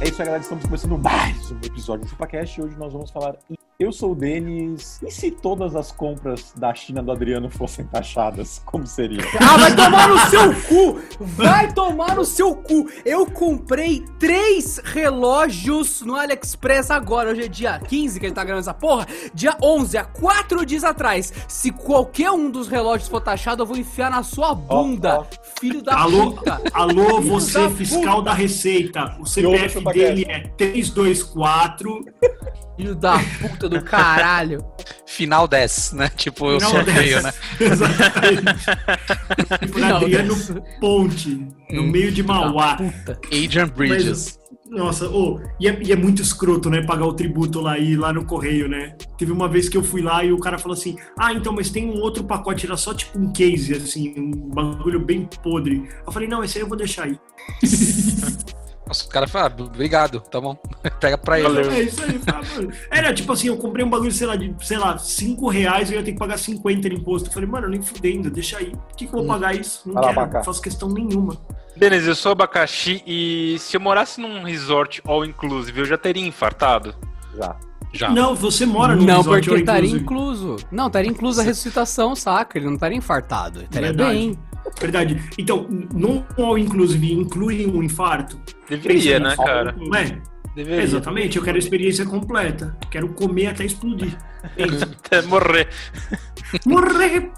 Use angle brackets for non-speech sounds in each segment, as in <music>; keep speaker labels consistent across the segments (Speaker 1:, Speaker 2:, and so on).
Speaker 1: É isso aí, galera. Estamos começando mais um episódio do ChupaCast. Hoje nós vamos falar. em- Eu sou o Denis. E se todas as compras da China do Adriano fossem taxadas, como seria?
Speaker 2: Ah, vai tomar no seu cu! Vai tomar no seu cu! Eu comprei três relógios no AliExpress agora. Hoje é dia 15 que a gente tá gravando essa porra. Dia 11, há quatro dias atrás. Se qualquer um dos relógios for taxado, eu vou enfiar na sua bunda.
Speaker 1: ó.
Speaker 2: Filho da
Speaker 3: Alô?
Speaker 2: puta!
Speaker 3: Alô, você
Speaker 2: da
Speaker 3: fiscal da Receita. O CPF
Speaker 1: chupa
Speaker 3: dele é 324.
Speaker 2: Filho da puta do caralho!
Speaker 4: Final 10, né? Tipo, eu
Speaker 3: Não, dessas-
Speaker 4: sorteio, né?
Speaker 3: <laughs> Exatamente. Por
Speaker 2: Não,
Speaker 3: Adriano
Speaker 2: dessas.
Speaker 3: Ponte, no
Speaker 4: Hum,
Speaker 3: meio de Mauá.
Speaker 2: Puta!
Speaker 4: Adrian Bridges.
Speaker 3: Nossa, ô, e, é, e é muito escroto, né? Pagar o tributo lá e ir lá no correio, né? Teve uma vez que eu fui lá e o cara falou assim: Ah, então, mas tem um outro pacote, era só tipo um case, assim, um bagulho bem podre. Eu falei: Não, esse aí eu vou
Speaker 2: <laughs>
Speaker 3: deixar aí.
Speaker 4: Nossa, o cara fala, ah, obrigado, tá bom. <laughs> Pega pra ele.
Speaker 3: É isso aí, fala, mano. Era tipo assim, eu comprei um bagulho, sei lá, de, sei lá, 5 reais eu ia ter que pagar 50 de imposto. Eu falei, mano, nem fudendo, deixa aí. Por que, que eu
Speaker 2: Hum.
Speaker 3: vou pagar isso? Não
Speaker 1: Vai lá,
Speaker 3: quero,
Speaker 1: Abacá.
Speaker 3: não faço questão nenhuma.
Speaker 5: Beleza, eu sou abacaxi e se eu morasse num resort all inclusive, eu já teria infartado.
Speaker 1: Já.
Speaker 5: Tá.
Speaker 4: Já.
Speaker 3: Não, você mora no
Speaker 2: não, porque tá ele estaria
Speaker 3: inclusive.
Speaker 2: incluso. Não, estaria incluso a ressuscitação, saca? Ele não estaria infartado. Ele estaria
Speaker 3: É Verdade.
Speaker 2: bem.
Speaker 3: Verdade. Então, não all inclusive inclui um infarto?
Speaker 5: Deveria, né,
Speaker 1: só
Speaker 5: cara?
Speaker 3: Não é?
Speaker 5: Deveria.
Speaker 3: Exatamente, eu quero a experiência completa. Quero comer até explodir.
Speaker 5: Até morrer.
Speaker 2: <laughs>
Speaker 3: Morrer!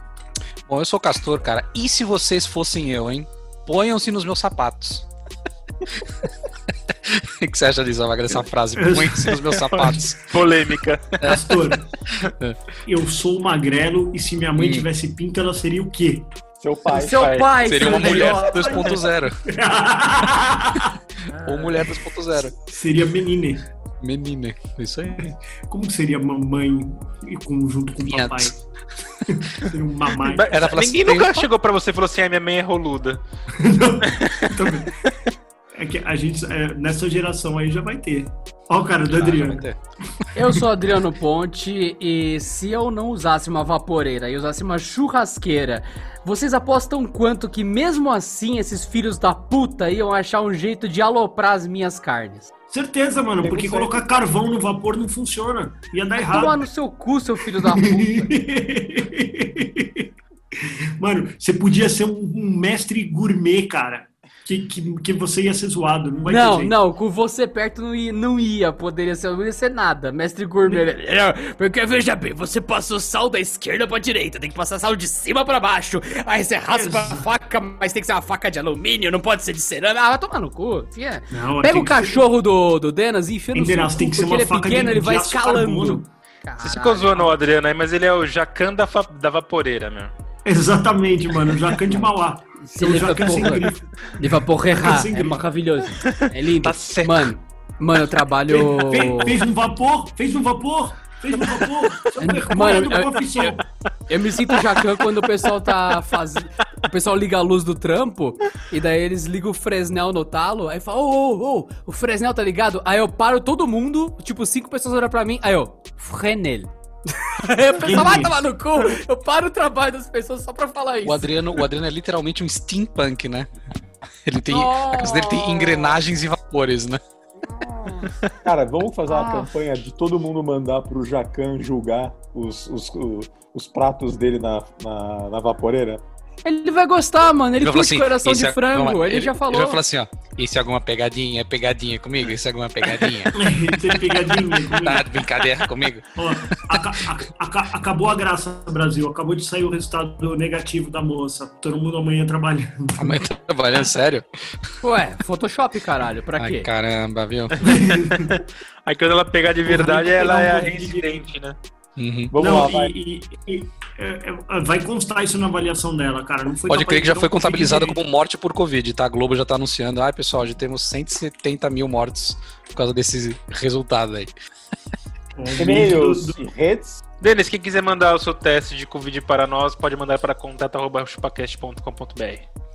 Speaker 4: Bom, eu sou o Castor, cara. E se vocês fossem eu, hein? Ponham-se nos meus sapatos. <laughs> O que você acha disso, Amaga, dessa frase? Ponham-se nos meus sapatos.
Speaker 5: Polêmica.
Speaker 3: Pastor, eu sou magrelo e se minha mãe tivesse pinto, ela seria o quê?
Speaker 1: Seu pai.
Speaker 2: Seu
Speaker 1: pai.
Speaker 2: pai,
Speaker 4: Seria
Speaker 2: seu
Speaker 4: uma mulher
Speaker 2: idiota.
Speaker 4: 2.0. Ou mulher 2.0.
Speaker 3: <laughs> Seria menine.
Speaker 4: Menina. Isso aí.
Speaker 3: Como que seria mamãe e com- junto com
Speaker 2: <laughs>
Speaker 4: Minha-
Speaker 3: papai? seria um mamãe.
Speaker 4: Ela fala assim,
Speaker 5: Ninguém
Speaker 4: tem
Speaker 5: nunca
Speaker 4: um-
Speaker 5: chegou pra você e falou assim: ah, minha mãe é roluda.
Speaker 3: Também. Então, É que a gente, é, nessa geração aí já vai ter. Ó o cara do Adriano.
Speaker 2: Eu sou Adriano Ponte e se eu não usasse uma vaporeira e usasse uma churrasqueira, vocês apostam quanto que mesmo assim esses filhos da puta iam achar um jeito de aloprar as minhas carnes?
Speaker 3: Certeza, mano,
Speaker 1: Pegou
Speaker 3: porque
Speaker 1: certo.
Speaker 3: colocar carvão no vapor não funciona. Ia dar
Speaker 2: Toma
Speaker 3: errado.
Speaker 2: no seu cu, seu filho da puta.
Speaker 3: <laughs> Mano, você podia ser um, um mestre gourmet, cara. Que, que, que você ia ser zoado. Não <laughs> vai ter
Speaker 2: não,
Speaker 3: jeito.
Speaker 2: não, com você perto não ia, não ia, poderia ser, não ia ser nada. Mestre Gourmet. É, Porque veja bem, você passou sal da esquerda pra direita, tem que passar sal de cima pra baixo. Aí você raspa a faca, mas tem que ser uma faca de alumínio, não pode ser de cerâmica. Ah, vai tomar no cu. Fia.
Speaker 3: Não,
Speaker 2: Pega
Speaker 3: tem
Speaker 2: o
Speaker 3: que ser-
Speaker 2: cachorro do, do Denas e enfia no
Speaker 3: Denas,
Speaker 2: cu,
Speaker 3: tem que ser
Speaker 2: porque
Speaker 3: uma
Speaker 2: ele é
Speaker 3: faca de-
Speaker 2: pequeno, ele
Speaker 3: de
Speaker 2: vai
Speaker 3: aço
Speaker 2: escalando.
Speaker 3: carbono.
Speaker 5: Você ficou zoando o Adriano aí, mas ele é o Jacan da, fa- da vaporeira, meu.
Speaker 3: Exatamente, mano. Jacan
Speaker 1: <laughs>
Speaker 3: de Mauá.
Speaker 2: Se
Speaker 3: É um
Speaker 2: ele vai
Speaker 3: Jacan sem
Speaker 2: porra.
Speaker 3: grifo.
Speaker 2: Ele vai porrerar,
Speaker 3: Assim,
Speaker 2: é
Speaker 3: grito.
Speaker 2: maravilhoso. É lindo.
Speaker 4: Tá seco.
Speaker 2: Mano, mano, eu trabalho...
Speaker 3: Fe- Fez, um vapor, fez um vapor, fez um vapor. Isso é uma vergonha
Speaker 2: Mano,
Speaker 3: do
Speaker 2: eu-
Speaker 3: profissão. <laughs>
Speaker 2: Eu me sinto Jacan quando o pessoal tá fazendo. O pessoal liga a luz do trampo e daí eles ligam o Fresnel no talo. Aí fala, ô, ô, ô, o Fresnel tá ligado? Aí eu paro todo mundo, tipo, cinco pessoas olham pra mim. Aí eu, Frenel. <laughs> Aí o pessoal vai tomar no cu. Eu paro o trabalho das pessoas só pra falar isso.
Speaker 4: O Adriano, o Adriano é literalmente um steampunk, né? Ele tem.
Speaker 2: Oh.
Speaker 4: A casa dele tem engrenagens e vapores, né?
Speaker 1: Cara, vamos fazer uma
Speaker 2: Ah.
Speaker 1: campanha de todo mundo mandar pro Jacan julgar os, os, o- os pratos dele na, na, na vaporeira.
Speaker 2: Ele vai gostar, mano. Ele
Speaker 4: vai falar
Speaker 2: curte coração
Speaker 4: "Esse
Speaker 2: de
Speaker 4: é-
Speaker 2: frango.
Speaker 4: vamos lá,
Speaker 2: ele, já falou.
Speaker 4: Ele vai falar assim, ó. Isso é alguma pegadinha? É pegadinha comigo? Isso é alguma pegadinha? <laughs>
Speaker 3: Tem pegadinha comigo.
Speaker 4: tá de brincadeira comigo?
Speaker 3: Ó, aca- aca- aca- acabou a graça, Brasil. Acabou de sair o resultado negativo da moça. Todo mundo amanhã trabalhando.
Speaker 4: Amanhã tá trabalhando, sério? <laughs>
Speaker 2: Ué, Photoshop, caralho. Pra quê?
Speaker 4: assim, Ai, caramba, viu?
Speaker 5: Aí quando ela pegar de verdade,
Speaker 3: Porra,
Speaker 5: ela
Speaker 3: tem que pegar
Speaker 5: é
Speaker 3: um pouco de
Speaker 5: reincidente, né?
Speaker 4: Uhum.
Speaker 1: Vamos
Speaker 3: Não,
Speaker 1: lá,
Speaker 3: e-
Speaker 1: vai.
Speaker 3: e- e- é- é- vai constar isso na avaliação dela, cara. Não foi
Speaker 4: Pode
Speaker 3: capaz
Speaker 4: crer que
Speaker 3: de
Speaker 4: já
Speaker 3: dar
Speaker 4: foi
Speaker 3: um
Speaker 4: contabilizado
Speaker 3: feedback.
Speaker 4: como morte por Covid, tá? A Globo já tá anunciando. Ai, pessoal, já temos 170 mil mortes por causa desse resultado aí.
Speaker 1: E-mails e redes.
Speaker 5: Denis, quem quiser mandar o seu teste de Covid para nós, pode mandar para contato.chupacast.com.br.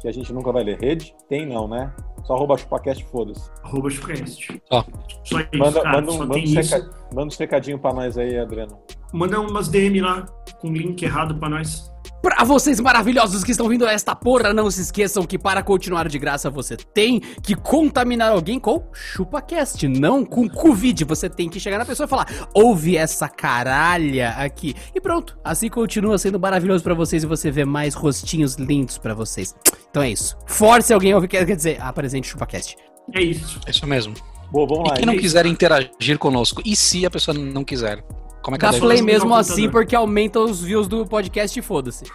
Speaker 1: que a gente nunca vai ler. Rede? Tem não, né? Só arroba chupacast, foda-se.
Speaker 3: Arroba Chupacast.
Speaker 4: Ó.
Speaker 3: Só isso,
Speaker 1: Manda,
Speaker 3: cara,
Speaker 1: manda, um,
Speaker 3: só
Speaker 1: manda,
Speaker 3: tem
Speaker 1: um
Speaker 3: isso.
Speaker 1: seca- manda um secadinho pra nós aí, Adriano.
Speaker 3: Manda umas DM lá, com link errado pra nós.
Speaker 2: Pra vocês maravilhosos que estão vindo a esta porra, não se esqueçam que para continuar de graça você tem que contaminar alguém com ChupaCast, não com Covid. Você tem que chegar na pessoa e falar, ouve essa caralha aqui. E pronto, assim continua sendo maravilhoso pra vocês e você vê mais rostinhos lindos pra vocês. Então é isso. Force alguém a ouvir, quer quer dizer, apresente o ChupaCast.
Speaker 3: É isso.
Speaker 4: É isso mesmo.
Speaker 1: Boa, vamos
Speaker 4: E
Speaker 1: lá.
Speaker 3: É
Speaker 4: quem não
Speaker 1: e-mail.
Speaker 4: quiser interagir conosco? E se a pessoa não quiser? Como é que
Speaker 2: Dá
Speaker 4: ela
Speaker 3: Gasolina.
Speaker 4: deve?
Speaker 2: play
Speaker 3: fazer?
Speaker 2: mesmo
Speaker 3: Não,
Speaker 2: assim
Speaker 3: computador.
Speaker 2: porque aumenta os views do podcast e foda-se.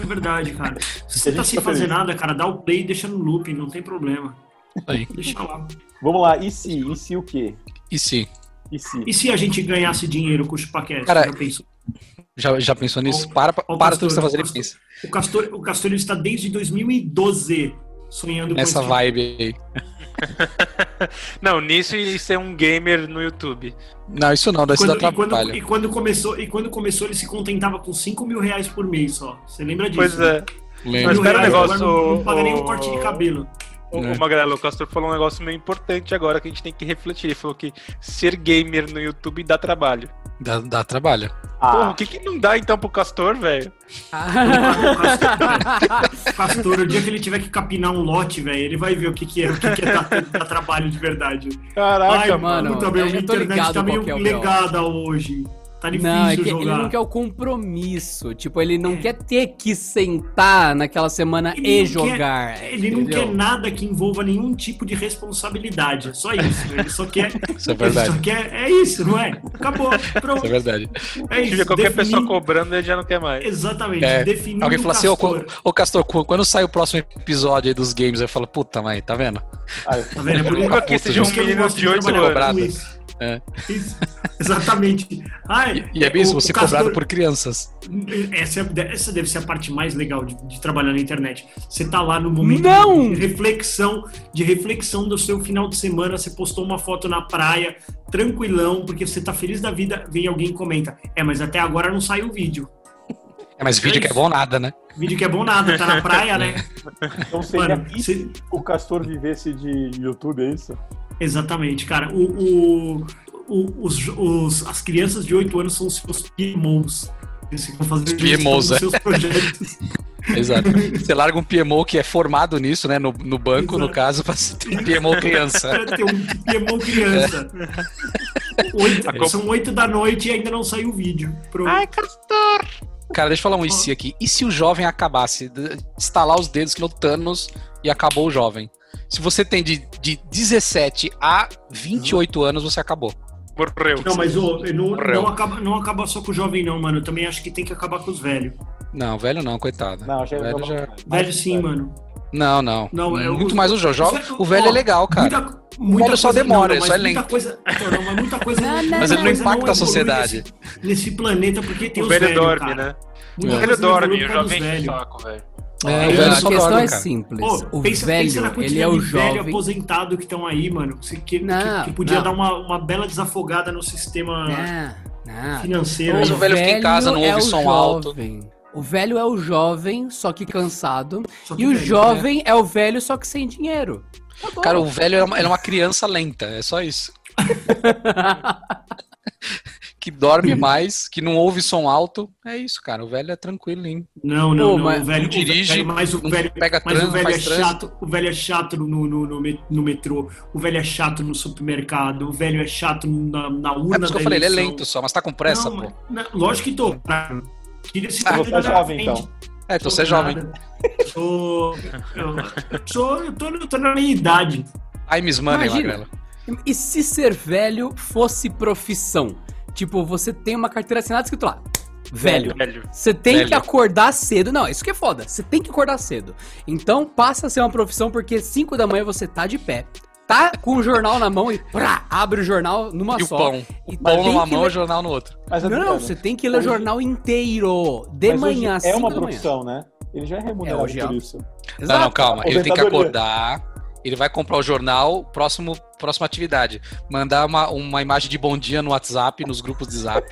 Speaker 3: É verdade,
Speaker 1: <laughs>
Speaker 3: cara. Se você
Speaker 1: gente
Speaker 3: tá sem
Speaker 1: tá
Speaker 3: fazer
Speaker 1: feliz.
Speaker 3: nada, cara, dá o play e deixa no loop, não tem problema.
Speaker 4: Aí.
Speaker 3: Deixa lá.
Speaker 1: Vamos lá. E se? E se o quê?
Speaker 4: E se?
Speaker 1: E se?
Speaker 3: E se a gente ganhasse dinheiro com o Chupacast?
Speaker 4: Cara,
Speaker 3: Já pensou?
Speaker 4: Já, já pensou nisso?
Speaker 3: Ó,
Speaker 4: Para, para
Speaker 3: ó,
Speaker 4: tudo que você
Speaker 3: pastor,
Speaker 4: tá fazendo e
Speaker 3: pastor.
Speaker 4: pensa.
Speaker 3: O Castor, o Castor ele está desde 2012 sonhando
Speaker 4: Nessa
Speaker 3: com
Speaker 4: vibe aí.
Speaker 5: Não, nisso e ser um gamer no YouTube.
Speaker 4: Não, isso não, daí
Speaker 3: E
Speaker 4: isso dá
Speaker 3: quando, e, quando,
Speaker 4: trabalho.
Speaker 3: e quando começou, e quando começou, ele se contentava com 5 mil reais por mês só. Você lembra disso?
Speaker 5: Pois
Speaker 3: né?
Speaker 5: é.
Speaker 4: Lembra?
Speaker 5: Mas
Speaker 3: Mil
Speaker 5: pera o
Speaker 3: reais,
Speaker 5: negócio,
Speaker 3: agora Não, não paga nem
Speaker 5: o-
Speaker 3: um corte de cabelo.
Speaker 5: O,
Speaker 2: Né?
Speaker 4: É.
Speaker 5: o Magrelo, o Castor falou um negócio meio importante agora que a gente tem que refletir. Ele falou que ser gamer no YouTube dá trabalho.
Speaker 4: Dá, dá trabalho.
Speaker 5: Porra, o
Speaker 1: Ah,
Speaker 5: que, que não dá então pro Castor, velho? <laughs>
Speaker 3: O Castor, o dia que ele tiver que capinar um lote, velho, ele vai ver o que, que é, o que, que é dar, <laughs> dar trabalho de verdade.
Speaker 5: Caraca,
Speaker 3: Ai,
Speaker 2: mano,
Speaker 3: puta, meu,
Speaker 2: eu
Speaker 3: minha
Speaker 2: tô
Speaker 3: internet
Speaker 2: ligado
Speaker 3: tá meio
Speaker 2: qual que é o B.O.
Speaker 3: legada hoje. Tá difícil
Speaker 2: <laughs> Não, é que ele
Speaker 3: jogar.
Speaker 2: não quer o compromisso. Tipo, ele não quer ter que sentar naquela semana
Speaker 3: Ele
Speaker 2: e
Speaker 3: não quer-
Speaker 2: jogar.
Speaker 3: Ele não
Speaker 2: entendeu?
Speaker 3: quer nada que envolva nenhum tipo de responsabilidade. É só isso. Ele só quer.
Speaker 4: <laughs> Isso é verdade.
Speaker 3: Ele só quer. É isso, não é? Acabou.
Speaker 4: Isso
Speaker 3: Pronto.
Speaker 4: é verdade.
Speaker 3: É
Speaker 5: Se
Speaker 3: isso.
Speaker 5: tiver qualquer
Speaker 3: Definir-
Speaker 5: pessoa cobrando, ele já não quer mais.
Speaker 3: Exatamente.
Speaker 4: É,
Speaker 3: Definir
Speaker 4: Alguém
Speaker 3: o
Speaker 4: fala assim, ô,
Speaker 3: castor.
Speaker 4: quando- ô Castor, quando quando sai o próximo episódio aí dos games, eu falo, puta mãe, tá vendo?
Speaker 1: ah,
Speaker 3: Tá vendo?
Speaker 4: Eu <laughs>
Speaker 3: Por
Speaker 4: nunca
Speaker 3: isso
Speaker 4: quis
Speaker 3: que
Speaker 4: ser
Speaker 3: eu
Speaker 5: um
Speaker 3: não
Speaker 5: menino
Speaker 3: gosto
Speaker 5: de
Speaker 3: de
Speaker 5: oito
Speaker 3: trabalhar com
Speaker 4: cobrado.
Speaker 3: isso.
Speaker 4: É.
Speaker 3: Isso. Exatamente. Ai,
Speaker 4: E é mesmo,
Speaker 3: o-
Speaker 4: você
Speaker 3: o castor-
Speaker 4: cobrado por crianças.
Speaker 3: Essa, é- essa deve ser a parte mais legal de, de trabalhar na internet. Você tá lá no momento
Speaker 2: Não!
Speaker 3: de reflexão, de reflexão do seu final de semana, você postou uma foto na praia, tranquilão, porque você tá feliz da vida, vem alguém e comenta. É, mas até agora não saiu o vídeo.
Speaker 4: É, mas vídeo que é
Speaker 3: isso.
Speaker 4: bom nada, né?
Speaker 3: Vídeo que é bom nada, tá na praia, né?
Speaker 1: então seria
Speaker 3: Mano,
Speaker 1: e se
Speaker 3: você-
Speaker 1: o Castor vivesse de YouTube, é isso?
Speaker 3: Exatamente, cara. O, o- o- os, os- as crianças de 8 anos são os seus PMOs. Eles ficam fazendo gestão
Speaker 4: PMOs,
Speaker 3: dos
Speaker 4: é.
Speaker 3: seus projetos.
Speaker 4: Exato. Você larga um PMO que é formado nisso, né? No, no banco, no
Speaker 3: Exato.
Speaker 4: caso, pra se ter um PMO criança.
Speaker 3: Tem um PMO criança.
Speaker 4: É. Tá
Speaker 3: Oito- são 8 da noite e ainda não saiu o vídeo. Pronto.
Speaker 4: Cara, deixa eu falar um e se aqui. E se o jovem acabasse? D- Estalar os dedos que no Thanos e acabou o jovem. Se você tem de, de 17 a 28 anos, você acabou.
Speaker 5: Morreu.
Speaker 3: Não, mas ô, não,
Speaker 5: Morreu.
Speaker 3: não, acaba, não acaba só com o jovem, não, mano. Eu também acho que tem que acabar com os velhos.
Speaker 4: Não, velho não, coitado.
Speaker 1: Não, já, é
Speaker 4: velho já...
Speaker 3: Velho sim, mano.
Speaker 4: Não, não.
Speaker 3: Não, é o-
Speaker 4: Muito mais o jo- jo-
Speaker 3: o velho-
Speaker 4: O velho é
Speaker 3: ó,
Speaker 4: legal, cara.
Speaker 3: Muita, muita
Speaker 4: velho só demora,
Speaker 3: mas
Speaker 4: só é
Speaker 3: muita
Speaker 4: lento.
Speaker 3: Coisa, então, não, mas muita coisa,
Speaker 2: Não, não,
Speaker 4: Mas ele não
Speaker 3: muita coisa
Speaker 4: impacta a
Speaker 3: evolui
Speaker 4: sociedade.
Speaker 3: Nesse, nesse planeta, porque tem
Speaker 5: O
Speaker 3: os
Speaker 5: velho
Speaker 3: velhos,
Speaker 5: dorme,
Speaker 3: cara.
Speaker 5: né?
Speaker 3: Muita
Speaker 4: É.
Speaker 5: O
Speaker 3: coisa
Speaker 5: velho dorme, eu
Speaker 3: evolui por
Speaker 5: já
Speaker 3: causa dos
Speaker 5: vejo o
Speaker 3: velhos.
Speaker 5: saco, velho.
Speaker 4: É,
Speaker 3: o
Speaker 4: o
Speaker 3: velho
Speaker 4: velho
Speaker 2: a
Speaker 4: só
Speaker 2: questão
Speaker 4: dorme,
Speaker 2: é
Speaker 4: cara.
Speaker 2: simples.
Speaker 3: Pô,
Speaker 2: o
Speaker 3: pensa, pensa na
Speaker 2: velho,
Speaker 3: quantidade
Speaker 2: ele é o
Speaker 3: de velho
Speaker 2: jovem.
Speaker 3: aposentado que estão aí, mano. Que, que,
Speaker 2: Não,
Speaker 3: que- que podia
Speaker 2: não.
Speaker 3: dar uma, uma bela desafogada no sistema
Speaker 2: Ah, ah.
Speaker 3: financeiro.
Speaker 4: Mas o velho fica em casa, não ouve
Speaker 2: é o
Speaker 4: som alto.
Speaker 2: jovem. O velho é o jovem, só que cansado.
Speaker 3: Só que
Speaker 2: E o
Speaker 3: velho. né?
Speaker 2: jovem é o velho, só que sem dinheiro. Tá Acabou.
Speaker 4: Cara, o velho era uma, era uma criança lenta, é só isso.
Speaker 3: <laughs>
Speaker 4: que
Speaker 2: Hum.
Speaker 4: dorme mais, que não ouve som alto. É isso, cara. O velho é tranquilo, hein?
Speaker 3: Não, não,
Speaker 2: Pô,
Speaker 3: não.
Speaker 2: mas
Speaker 3: O velho
Speaker 4: não dirige,
Speaker 3: o velho, mas o
Speaker 4: não
Speaker 3: velho,
Speaker 4: pega
Speaker 3: mas o
Speaker 4: trânsito,
Speaker 3: velho é
Speaker 4: faz trânsito.
Speaker 3: chato. O velho é chato no, no, no, met- no metrô. O velho é chato no supermercado. O velho é chato na, na urna.
Speaker 4: É por isso que eu
Speaker 3: da
Speaker 4: falei, ele é
Speaker 3: eleição.
Speaker 4: lento só, mas tá com pressa,
Speaker 3: Não,
Speaker 4: pô.
Speaker 3: mas- não, lógico que tô. cara. Tira esse
Speaker 4: Ah,
Speaker 3: velho
Speaker 1: você
Speaker 3: da
Speaker 1: é jovem,
Speaker 3: frente.
Speaker 1: então.
Speaker 4: É, então você é jovem.
Speaker 3: Nada. Sou, eu, eu sou, eu tô, eu tô na minha idade.
Speaker 4: Time is money,
Speaker 2: Imagina.
Speaker 4: Magrela.
Speaker 2: E se ser velho fosse profissão? Tipo, você tem uma carteira assinada escrito lá. Velho.
Speaker 5: Velho.
Speaker 2: Você tem
Speaker 4: Velho.
Speaker 2: que acordar cedo. Não, isso que é foda. Você tem que acordar cedo. Então passa a ser uma profissão porque 5 da manhã você tá de pé, tá com o jornal na mão e prá, abre o jornal numa
Speaker 4: E o
Speaker 2: só.
Speaker 4: pão.
Speaker 2: E
Speaker 4: O pão
Speaker 2: tem
Speaker 4: numa
Speaker 2: que
Speaker 4: mão, tá
Speaker 2: ler-
Speaker 4: o jornal no outro.
Speaker 1: Mas,
Speaker 2: Não,
Speaker 1: Adriano,
Speaker 2: não, você tem que ler o
Speaker 1: Hoje-
Speaker 2: jornal inteiro. De
Speaker 1: mas hoje
Speaker 2: manhã,
Speaker 1: é uma
Speaker 2: da manhã.
Speaker 1: profissão, né? Ele já é remunerado
Speaker 2: hoje é.
Speaker 1: por isso.
Speaker 4: Não, não,
Speaker 2: Exato.
Speaker 4: calma. Ele tem que
Speaker 1: Aposentadoria.
Speaker 4: acordar. Ele vai comprar o jornal, próximo, próxima atividade. Mandar uma, uma imagem de bom dia no WhatsApp, nos grupos de zap.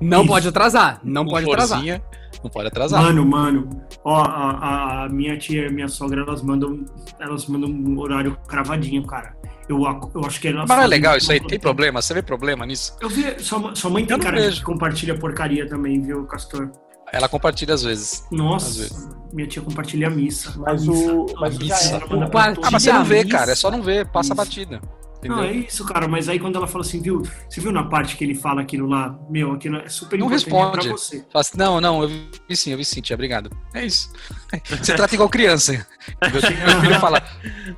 Speaker 2: Não pode atrasar, não
Speaker 4: com
Speaker 2: pode atrasar.
Speaker 4: florzinha. Não pode atrasar.
Speaker 3: Mano, mano, ó, a, a minha tia e minha sogra, elas mandam, elas mandam um horário cravadinho, cara. Eu, ac- eu acho que elas.
Speaker 4: Mas não é
Speaker 3: fazem-
Speaker 4: legal isso aí? Tem problema? Você vê problema nisso?
Speaker 3: Eu vi, sua, ma- sua mãe
Speaker 4: Eu
Speaker 3: tem
Speaker 4: não
Speaker 3: cara de
Speaker 4: vejo.
Speaker 3: que compartilha porcaria também, viu, Castor?
Speaker 4: Ela compartilha às vezes. Às
Speaker 3: Nossa, minha tia compartilha a missa.
Speaker 1: Mas
Speaker 3: a missa. é
Speaker 1: o- mas
Speaker 3: Ela
Speaker 1: já é.
Speaker 3: manda
Speaker 1: era.
Speaker 3: pra todos.
Speaker 4: Ah, mas
Speaker 2: Tira
Speaker 4: você não vê,
Speaker 2: isso.
Speaker 4: cara. É só não ver. Passa
Speaker 3: Isso.
Speaker 4: a batida. Entendeu?
Speaker 3: Não, é isso, cara. Mas aí quando ela fala assim, viu? Você viu na parte que ele fala aquilo lá? Meu, aquilo é super
Speaker 4: Não
Speaker 3: importante
Speaker 4: responde.
Speaker 3: pra você.
Speaker 4: Fala assim, não, não, eu vi sim, eu vi sim, tia, obrigado. É isso. <laughs> Você trata igual criança. hein? Meu meu filho fala,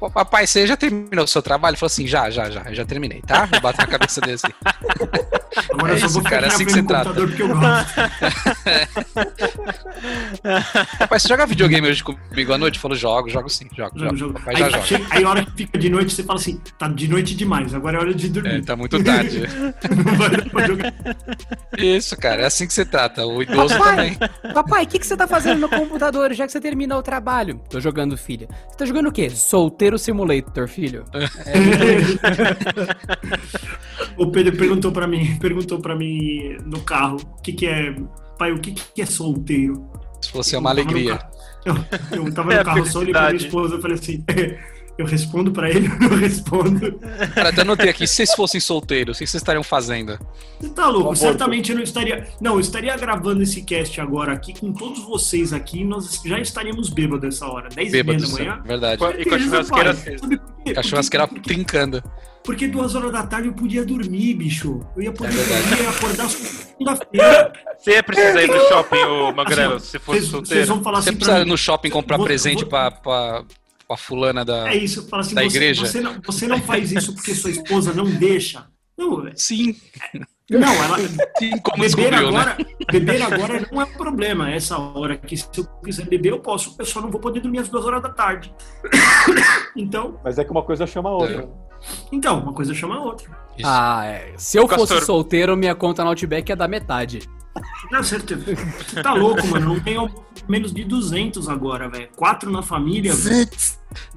Speaker 4: "Ô, papai, você já terminou o seu trabalho? Ele fala assim, já, já, já, eu já terminei, tá? Eu bato na cabeça dele assim.
Speaker 3: Agora
Speaker 4: É
Speaker 3: eu só
Speaker 4: isso,
Speaker 3: vou ficar
Speaker 4: cara, é assim que
Speaker 3: gravando
Speaker 4: você
Speaker 3: no computador porque eu gosto.
Speaker 4: Papai, você joga videogame hoje comigo à noite? Eu falo, jogo, jogo sim, jogo,
Speaker 3: Jogo,
Speaker 4: jogo.
Speaker 3: jogo.
Speaker 4: Papai
Speaker 3: Aí,
Speaker 4: já joga.
Speaker 3: chega- aí a hora que fica de noite, você fala assim, tá de noite demais, agora é hora de
Speaker 4: É,
Speaker 3: dormir.
Speaker 4: tá muito tarde.
Speaker 3: <laughs> Não vai dar pra jogar.
Speaker 4: Isso, cara, é assim que você trata. O idoso também.
Speaker 2: Papai, o que, que você tá fazendo no computador já que você terminou o trabalho? Tô jogando, filha. Você tá jogando o quê? Solteiro Simulator, filho.
Speaker 4: É,
Speaker 3: <laughs> o Pedro perguntou pra mim, perguntou para mim no carro, o que que é, pai, o que que é solteiro?
Speaker 4: Se fosse é uma alegria.
Speaker 3: Eu, eu
Speaker 5: <laughs>
Speaker 3: tava
Speaker 5: É
Speaker 3: no
Speaker 5: a
Speaker 3: carro só olhei pra minha
Speaker 5: felicidade.
Speaker 3: esposa, eu falei assim, eu respondo pra ele, <laughs> eu não respondo.
Speaker 4: Cara, até anotei aqui, se vocês fossem solteiros, o que vocês estariam fazendo?
Speaker 3: Você tá louco?
Speaker 1: Aborto.
Speaker 3: Certamente eu não estaria. Não, eu estaria gravando esse cast agora aqui com todos vocês aqui. Nós já estaríamos bêbados essa hora, 10 e meia da
Speaker 4: Bêbados,
Speaker 3: manhã.
Speaker 4: verdade.
Speaker 5: E com a churrasqueira acesa.
Speaker 3: Sabe por quê?
Speaker 4: A churrasqueira
Speaker 3: Porque,
Speaker 4: trincando.
Speaker 3: porque duas horas da tarde eu podia dormir, bicho. Eu ia
Speaker 4: É
Speaker 3: poder dormir, eu ia acordar segunda-feira.
Speaker 5: Você ia precisar ir no shopping, ô Magrelo, se fosse
Speaker 3: Assim, Vocês- Vocês
Speaker 5: solteiro.
Speaker 3: vão falar
Speaker 4: Você
Speaker 3: assim
Speaker 4: precisa
Speaker 3: pra
Speaker 4: ir
Speaker 3: mim.
Speaker 4: no shopping comprar
Speaker 3: Vou-
Speaker 4: presente
Speaker 3: vou-
Speaker 4: pra, pra, pra fulana da.
Speaker 3: É isso, fala assim,
Speaker 4: Da
Speaker 3: você,
Speaker 4: igreja?
Speaker 3: Você, não, você não faz isso porque sua esposa não deixa. Não, é,
Speaker 4: Sim,
Speaker 3: não ela,
Speaker 4: sim, como
Speaker 3: beber
Speaker 4: descobriu, né?
Speaker 3: agora, beber agora não é problema. Essa hora que se eu quiser beber, eu posso. Eu só não vou poder dormir às duas horas da tarde. <coughs> então,
Speaker 1: Mas é que uma coisa chama a outra.
Speaker 3: então, uma coisa chama a outra.
Speaker 4: Isso.
Speaker 2: Ah, é. Se eu fosse
Speaker 5: Castor.
Speaker 2: solteiro, minha conta no Outback ia dar metade.
Speaker 3: Não, certeza. Você tá louco, mano. Não tenho menos de 200 agora, velho. Quatro na família, velho.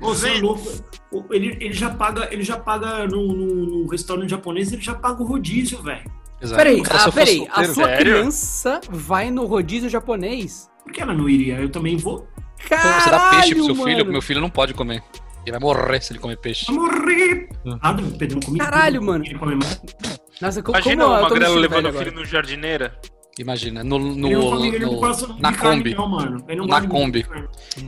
Speaker 3: Ô, Você é louco. Ô, Ele, ele já paga, ele já paga no, no- no restaurante japonês, ele já paga o rodízio, velho.
Speaker 4: Exato.
Speaker 2: Peraí,
Speaker 4: Cara, se
Speaker 2: ah,
Speaker 4: eu fosse
Speaker 2: peraí. A
Speaker 4: solteiro, é,
Speaker 2: sua
Speaker 5: sério?
Speaker 2: criança vai no rodízio japonês?
Speaker 3: Por que ela não iria? Eu também vou.
Speaker 2: Caralho,
Speaker 4: você dá peixe pro seu
Speaker 2: mano.
Speaker 4: filho, meu filho não pode comer. Ele vai morrer se ele comer peixe.
Speaker 3: Eu morri. Ah, não, Pedro, não comi
Speaker 2: Caralho,
Speaker 3: tudo.
Speaker 2: mano.
Speaker 3: Ele come mais.
Speaker 2: Nossa, co-
Speaker 5: Imagina
Speaker 2: como
Speaker 5: o
Speaker 2: eu tô me
Speaker 5: Magrelo
Speaker 2: sentindo
Speaker 5: levando o
Speaker 2: velho
Speaker 5: filho no jardineira.
Speaker 4: Imagina, no, no,
Speaker 3: Ele não come- ele não
Speaker 4: no-
Speaker 3: gosta de
Speaker 4: na
Speaker 3: carne,
Speaker 4: Kombi.
Speaker 3: Não, mano. Ele não
Speaker 4: Na
Speaker 3: gosta de
Speaker 4: Kombi.
Speaker 3: carne.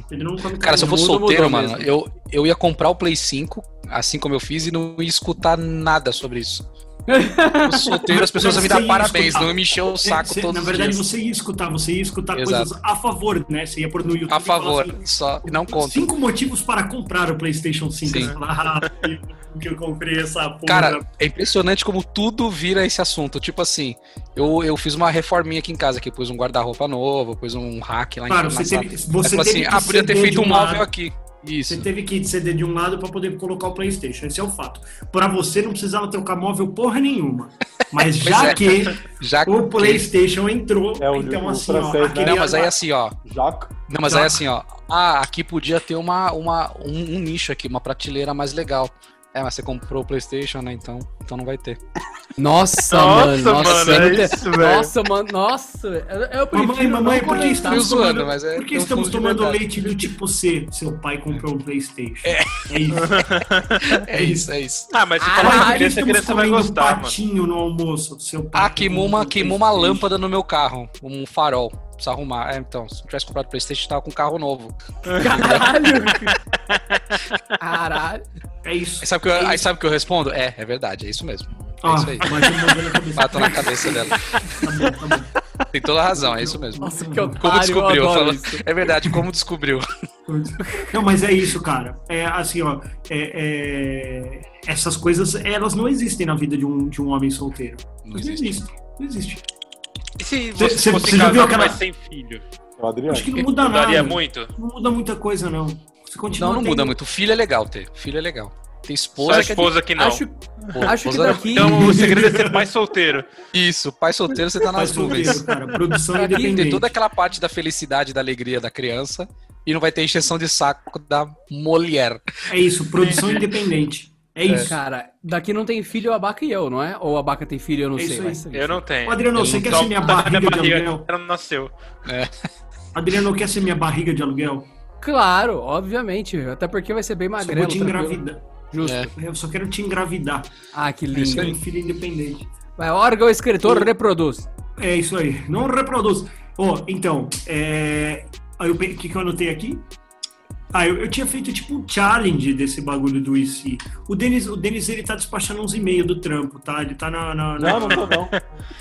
Speaker 3: Ele não come
Speaker 4: Cara, se
Speaker 3: carne,
Speaker 4: eu fosse
Speaker 2: mudou,
Speaker 4: solteiro,
Speaker 2: mudou
Speaker 4: mano, eu, eu ia comprar o Play 5, assim como eu fiz, e não ia escutar nada sobre isso. Eu sou solteiro, as pessoas vão me dar
Speaker 3: Você ia
Speaker 4: parabéns,
Speaker 3: escutar.
Speaker 4: não ia me encher o
Speaker 3: Você-
Speaker 4: saco
Speaker 3: você-
Speaker 4: todos
Speaker 3: Na
Speaker 4: os
Speaker 3: verdade,
Speaker 4: dias.
Speaker 3: você ia escutar, você ia escutar
Speaker 4: Exato.
Speaker 3: coisas a favor, né? Você ia pôr no YouTube.
Speaker 4: A
Speaker 3: e falar
Speaker 4: favor,
Speaker 3: assim,
Speaker 4: só não conta.
Speaker 3: Cinco motivos para comprar o PlayStation 5.
Speaker 4: Sim.
Speaker 3: Você fala, ah, <laughs> que eu comprei essa porra.
Speaker 4: Cara, é impressionante como tudo vira esse assunto. Tipo assim, eu, eu fiz uma reforminha aqui em casa, que eu pus um guarda-roupa novo, eu pus um rack lá
Speaker 3: claro,
Speaker 4: em
Speaker 3: você
Speaker 4: casa.
Speaker 3: teve,
Speaker 4: Aí
Speaker 3: você
Speaker 4: falou assim,
Speaker 3: teve
Speaker 4: ah,
Speaker 3: que
Speaker 4: podia ter
Speaker 3: ceder
Speaker 4: feito
Speaker 3: de
Speaker 4: um
Speaker 3: lado.
Speaker 4: móvel aqui. Isso.
Speaker 3: Você teve que ceder de um lado para poder colocar o PlayStation. Esse é o fato. Para você não precisava trocar móvel porra nenhuma.
Speaker 4: <laughs>
Speaker 3: Mas já
Speaker 4: é. <laughs>
Speaker 3: que
Speaker 4: Já
Speaker 3: o PlayStation entrou,
Speaker 1: É, o-
Speaker 3: então
Speaker 1: o
Speaker 3: assim, ó,
Speaker 1: francês, né?
Speaker 4: que-
Speaker 3: aquele
Speaker 4: Não, mas aí
Speaker 3: agora-
Speaker 4: assim, ó.
Speaker 1: Jaco,
Speaker 4: Não, mas
Speaker 3: Tá.
Speaker 4: aí assim, ó. Ah, aqui podia ter uma, uma, um, um nicho aqui, uma prateleira mais legal. É, mas você comprou o Playstation, né? Então, então não vai ter.
Speaker 2: Nossa, mano,
Speaker 5: Nossa,
Speaker 2: nossa,
Speaker 5: mano,
Speaker 2: eu não
Speaker 5: é
Speaker 2: tenho-
Speaker 5: isso, velho.
Speaker 2: Nossa, mano, nossa. Eu, eu prefiro
Speaker 3: Mamãe, mamãe,
Speaker 2: não
Speaker 3: por que
Speaker 2: comentar.
Speaker 4: Meio <laughs>
Speaker 3: estamos
Speaker 4: zoando,
Speaker 3: tomando,
Speaker 4: mas é-
Speaker 3: por que
Speaker 4: é um
Speaker 3: estamos
Speaker 4: fundo de
Speaker 3: tomando
Speaker 4: verdade.
Speaker 3: leite do tipo C? Seu pai comprou um Playstation. É, isso.
Speaker 4: <laughs> É isso, é isso.
Speaker 5: Ah, mas se
Speaker 2: Ah,
Speaker 5: falar pra
Speaker 3: Caralho,
Speaker 5: criança, a
Speaker 3: estamos
Speaker 5: criança vai
Speaker 3: comendo um
Speaker 5: gostar, mano.
Speaker 3: patinho no almoço. Seu pai
Speaker 4: Ah, queimou uma,
Speaker 3: comprou um
Speaker 4: queimou uma
Speaker 3: PlayStation.
Speaker 4: lâmpada no meu carro, um farol. Precisa arrumar. É, então, se eu tivesse comprado o Playstation, eu tava com um carro novo. <laughs>
Speaker 2: Caralho. Caralho.
Speaker 3: É isso.
Speaker 4: Aí sabe o que eu, aí sabe o que eu respondo? É, é verdade, é isso mesmo.
Speaker 3: Ah,
Speaker 4: isso aí.
Speaker 3: bateu uma dor na cabeça.
Speaker 4: Bato na cabeça dela.
Speaker 3: Tá bom, tá bom.
Speaker 4: Tem toda a razão, é isso mesmo.
Speaker 2: Nossa, que otário,
Speaker 4: Como descobriu?
Speaker 2: eu adoro
Speaker 4: Fala-
Speaker 2: isso.
Speaker 4: É verdade, como descobriu?
Speaker 3: Não, mas é isso, cara. É assim, ó. é- é- Essas coisas, elas não existem na vida de um, de um homem solteiro.
Speaker 4: Não
Speaker 3: Não
Speaker 4: existe.
Speaker 3: existe. Não existe.
Speaker 5: E se
Speaker 3: Cê-
Speaker 5: você
Speaker 3: cê-
Speaker 5: fosse
Speaker 3: cê já viu
Speaker 5: casado,
Speaker 3: aquela-
Speaker 5: mas sem filho?
Speaker 1: é o
Speaker 3: <laughs>
Speaker 1: Adriano.
Speaker 3: Acho que não muda nada.
Speaker 5: Mudaria muito?
Speaker 3: Não muda muita coisa, não. Você continua
Speaker 4: Não, não
Speaker 3: tendo-
Speaker 4: muda muito. Filho é legal ter. Filho é legal. Ter
Speaker 5: Só a
Speaker 4: esposa que é de-
Speaker 5: esposa que não.
Speaker 2: Acho,
Speaker 4: Pô,
Speaker 2: acho que
Speaker 4: esposa não.
Speaker 2: daqui...
Speaker 5: Então
Speaker 3: <laughs>
Speaker 5: o segredo é ser mais solteiro.
Speaker 4: Isso, pai solteiro, você tá
Speaker 3: Faz
Speaker 4: nas
Speaker 3: solteiro,
Speaker 4: nuvens.
Speaker 3: cara. Produção
Speaker 4: Aqui tem
Speaker 3: independente.
Speaker 4: toda aquela parte da felicidade, da alegria da criança. E não vai ter encheção de saco da mulher.
Speaker 3: É isso, produção independente. É
Speaker 4: um
Speaker 3: isso.
Speaker 2: Cara, daqui não tem filho o Abaca e eu, não é? Ou o Abaca tem filho, eu não
Speaker 3: É
Speaker 2: sei.
Speaker 3: isso
Speaker 2: mas-
Speaker 5: Eu não tenho.
Speaker 3: Ô, Adriano,
Speaker 5: Eu
Speaker 3: você
Speaker 5: não
Speaker 3: quer
Speaker 5: toco
Speaker 3: ser minha
Speaker 5: na minha
Speaker 3: barriga de
Speaker 5: barriga,
Speaker 3: aluguel?
Speaker 5: ela não nasceu.
Speaker 3: Adriano, quer ser minha barriga de aluguel?
Speaker 2: Claro, obviamente. Até porque vai ser bem
Speaker 3: Só
Speaker 2: magrelo.
Speaker 3: vou te
Speaker 2: tranquilo.
Speaker 3: engravidar.
Speaker 2: Justo.
Speaker 4: É.
Speaker 3: Eu só quero te engravidar.
Speaker 2: Ah, que
Speaker 4: isso
Speaker 2: lindo.
Speaker 4: aí.
Speaker 3: Um filho independente.
Speaker 2: Vai, órgão escritor reproduz.
Speaker 3: É isso aí. Não reproduz. Ó, então, é... aí eu pe- o que, que eu anotei aqui? Ah, eu, eu tinha feito tipo um challenge desse bagulho do IC. O Denis, o Denis ele tá despachando uns e-mails do trampo, tá? Ele tá na, na, na,
Speaker 1: Não, não tô não.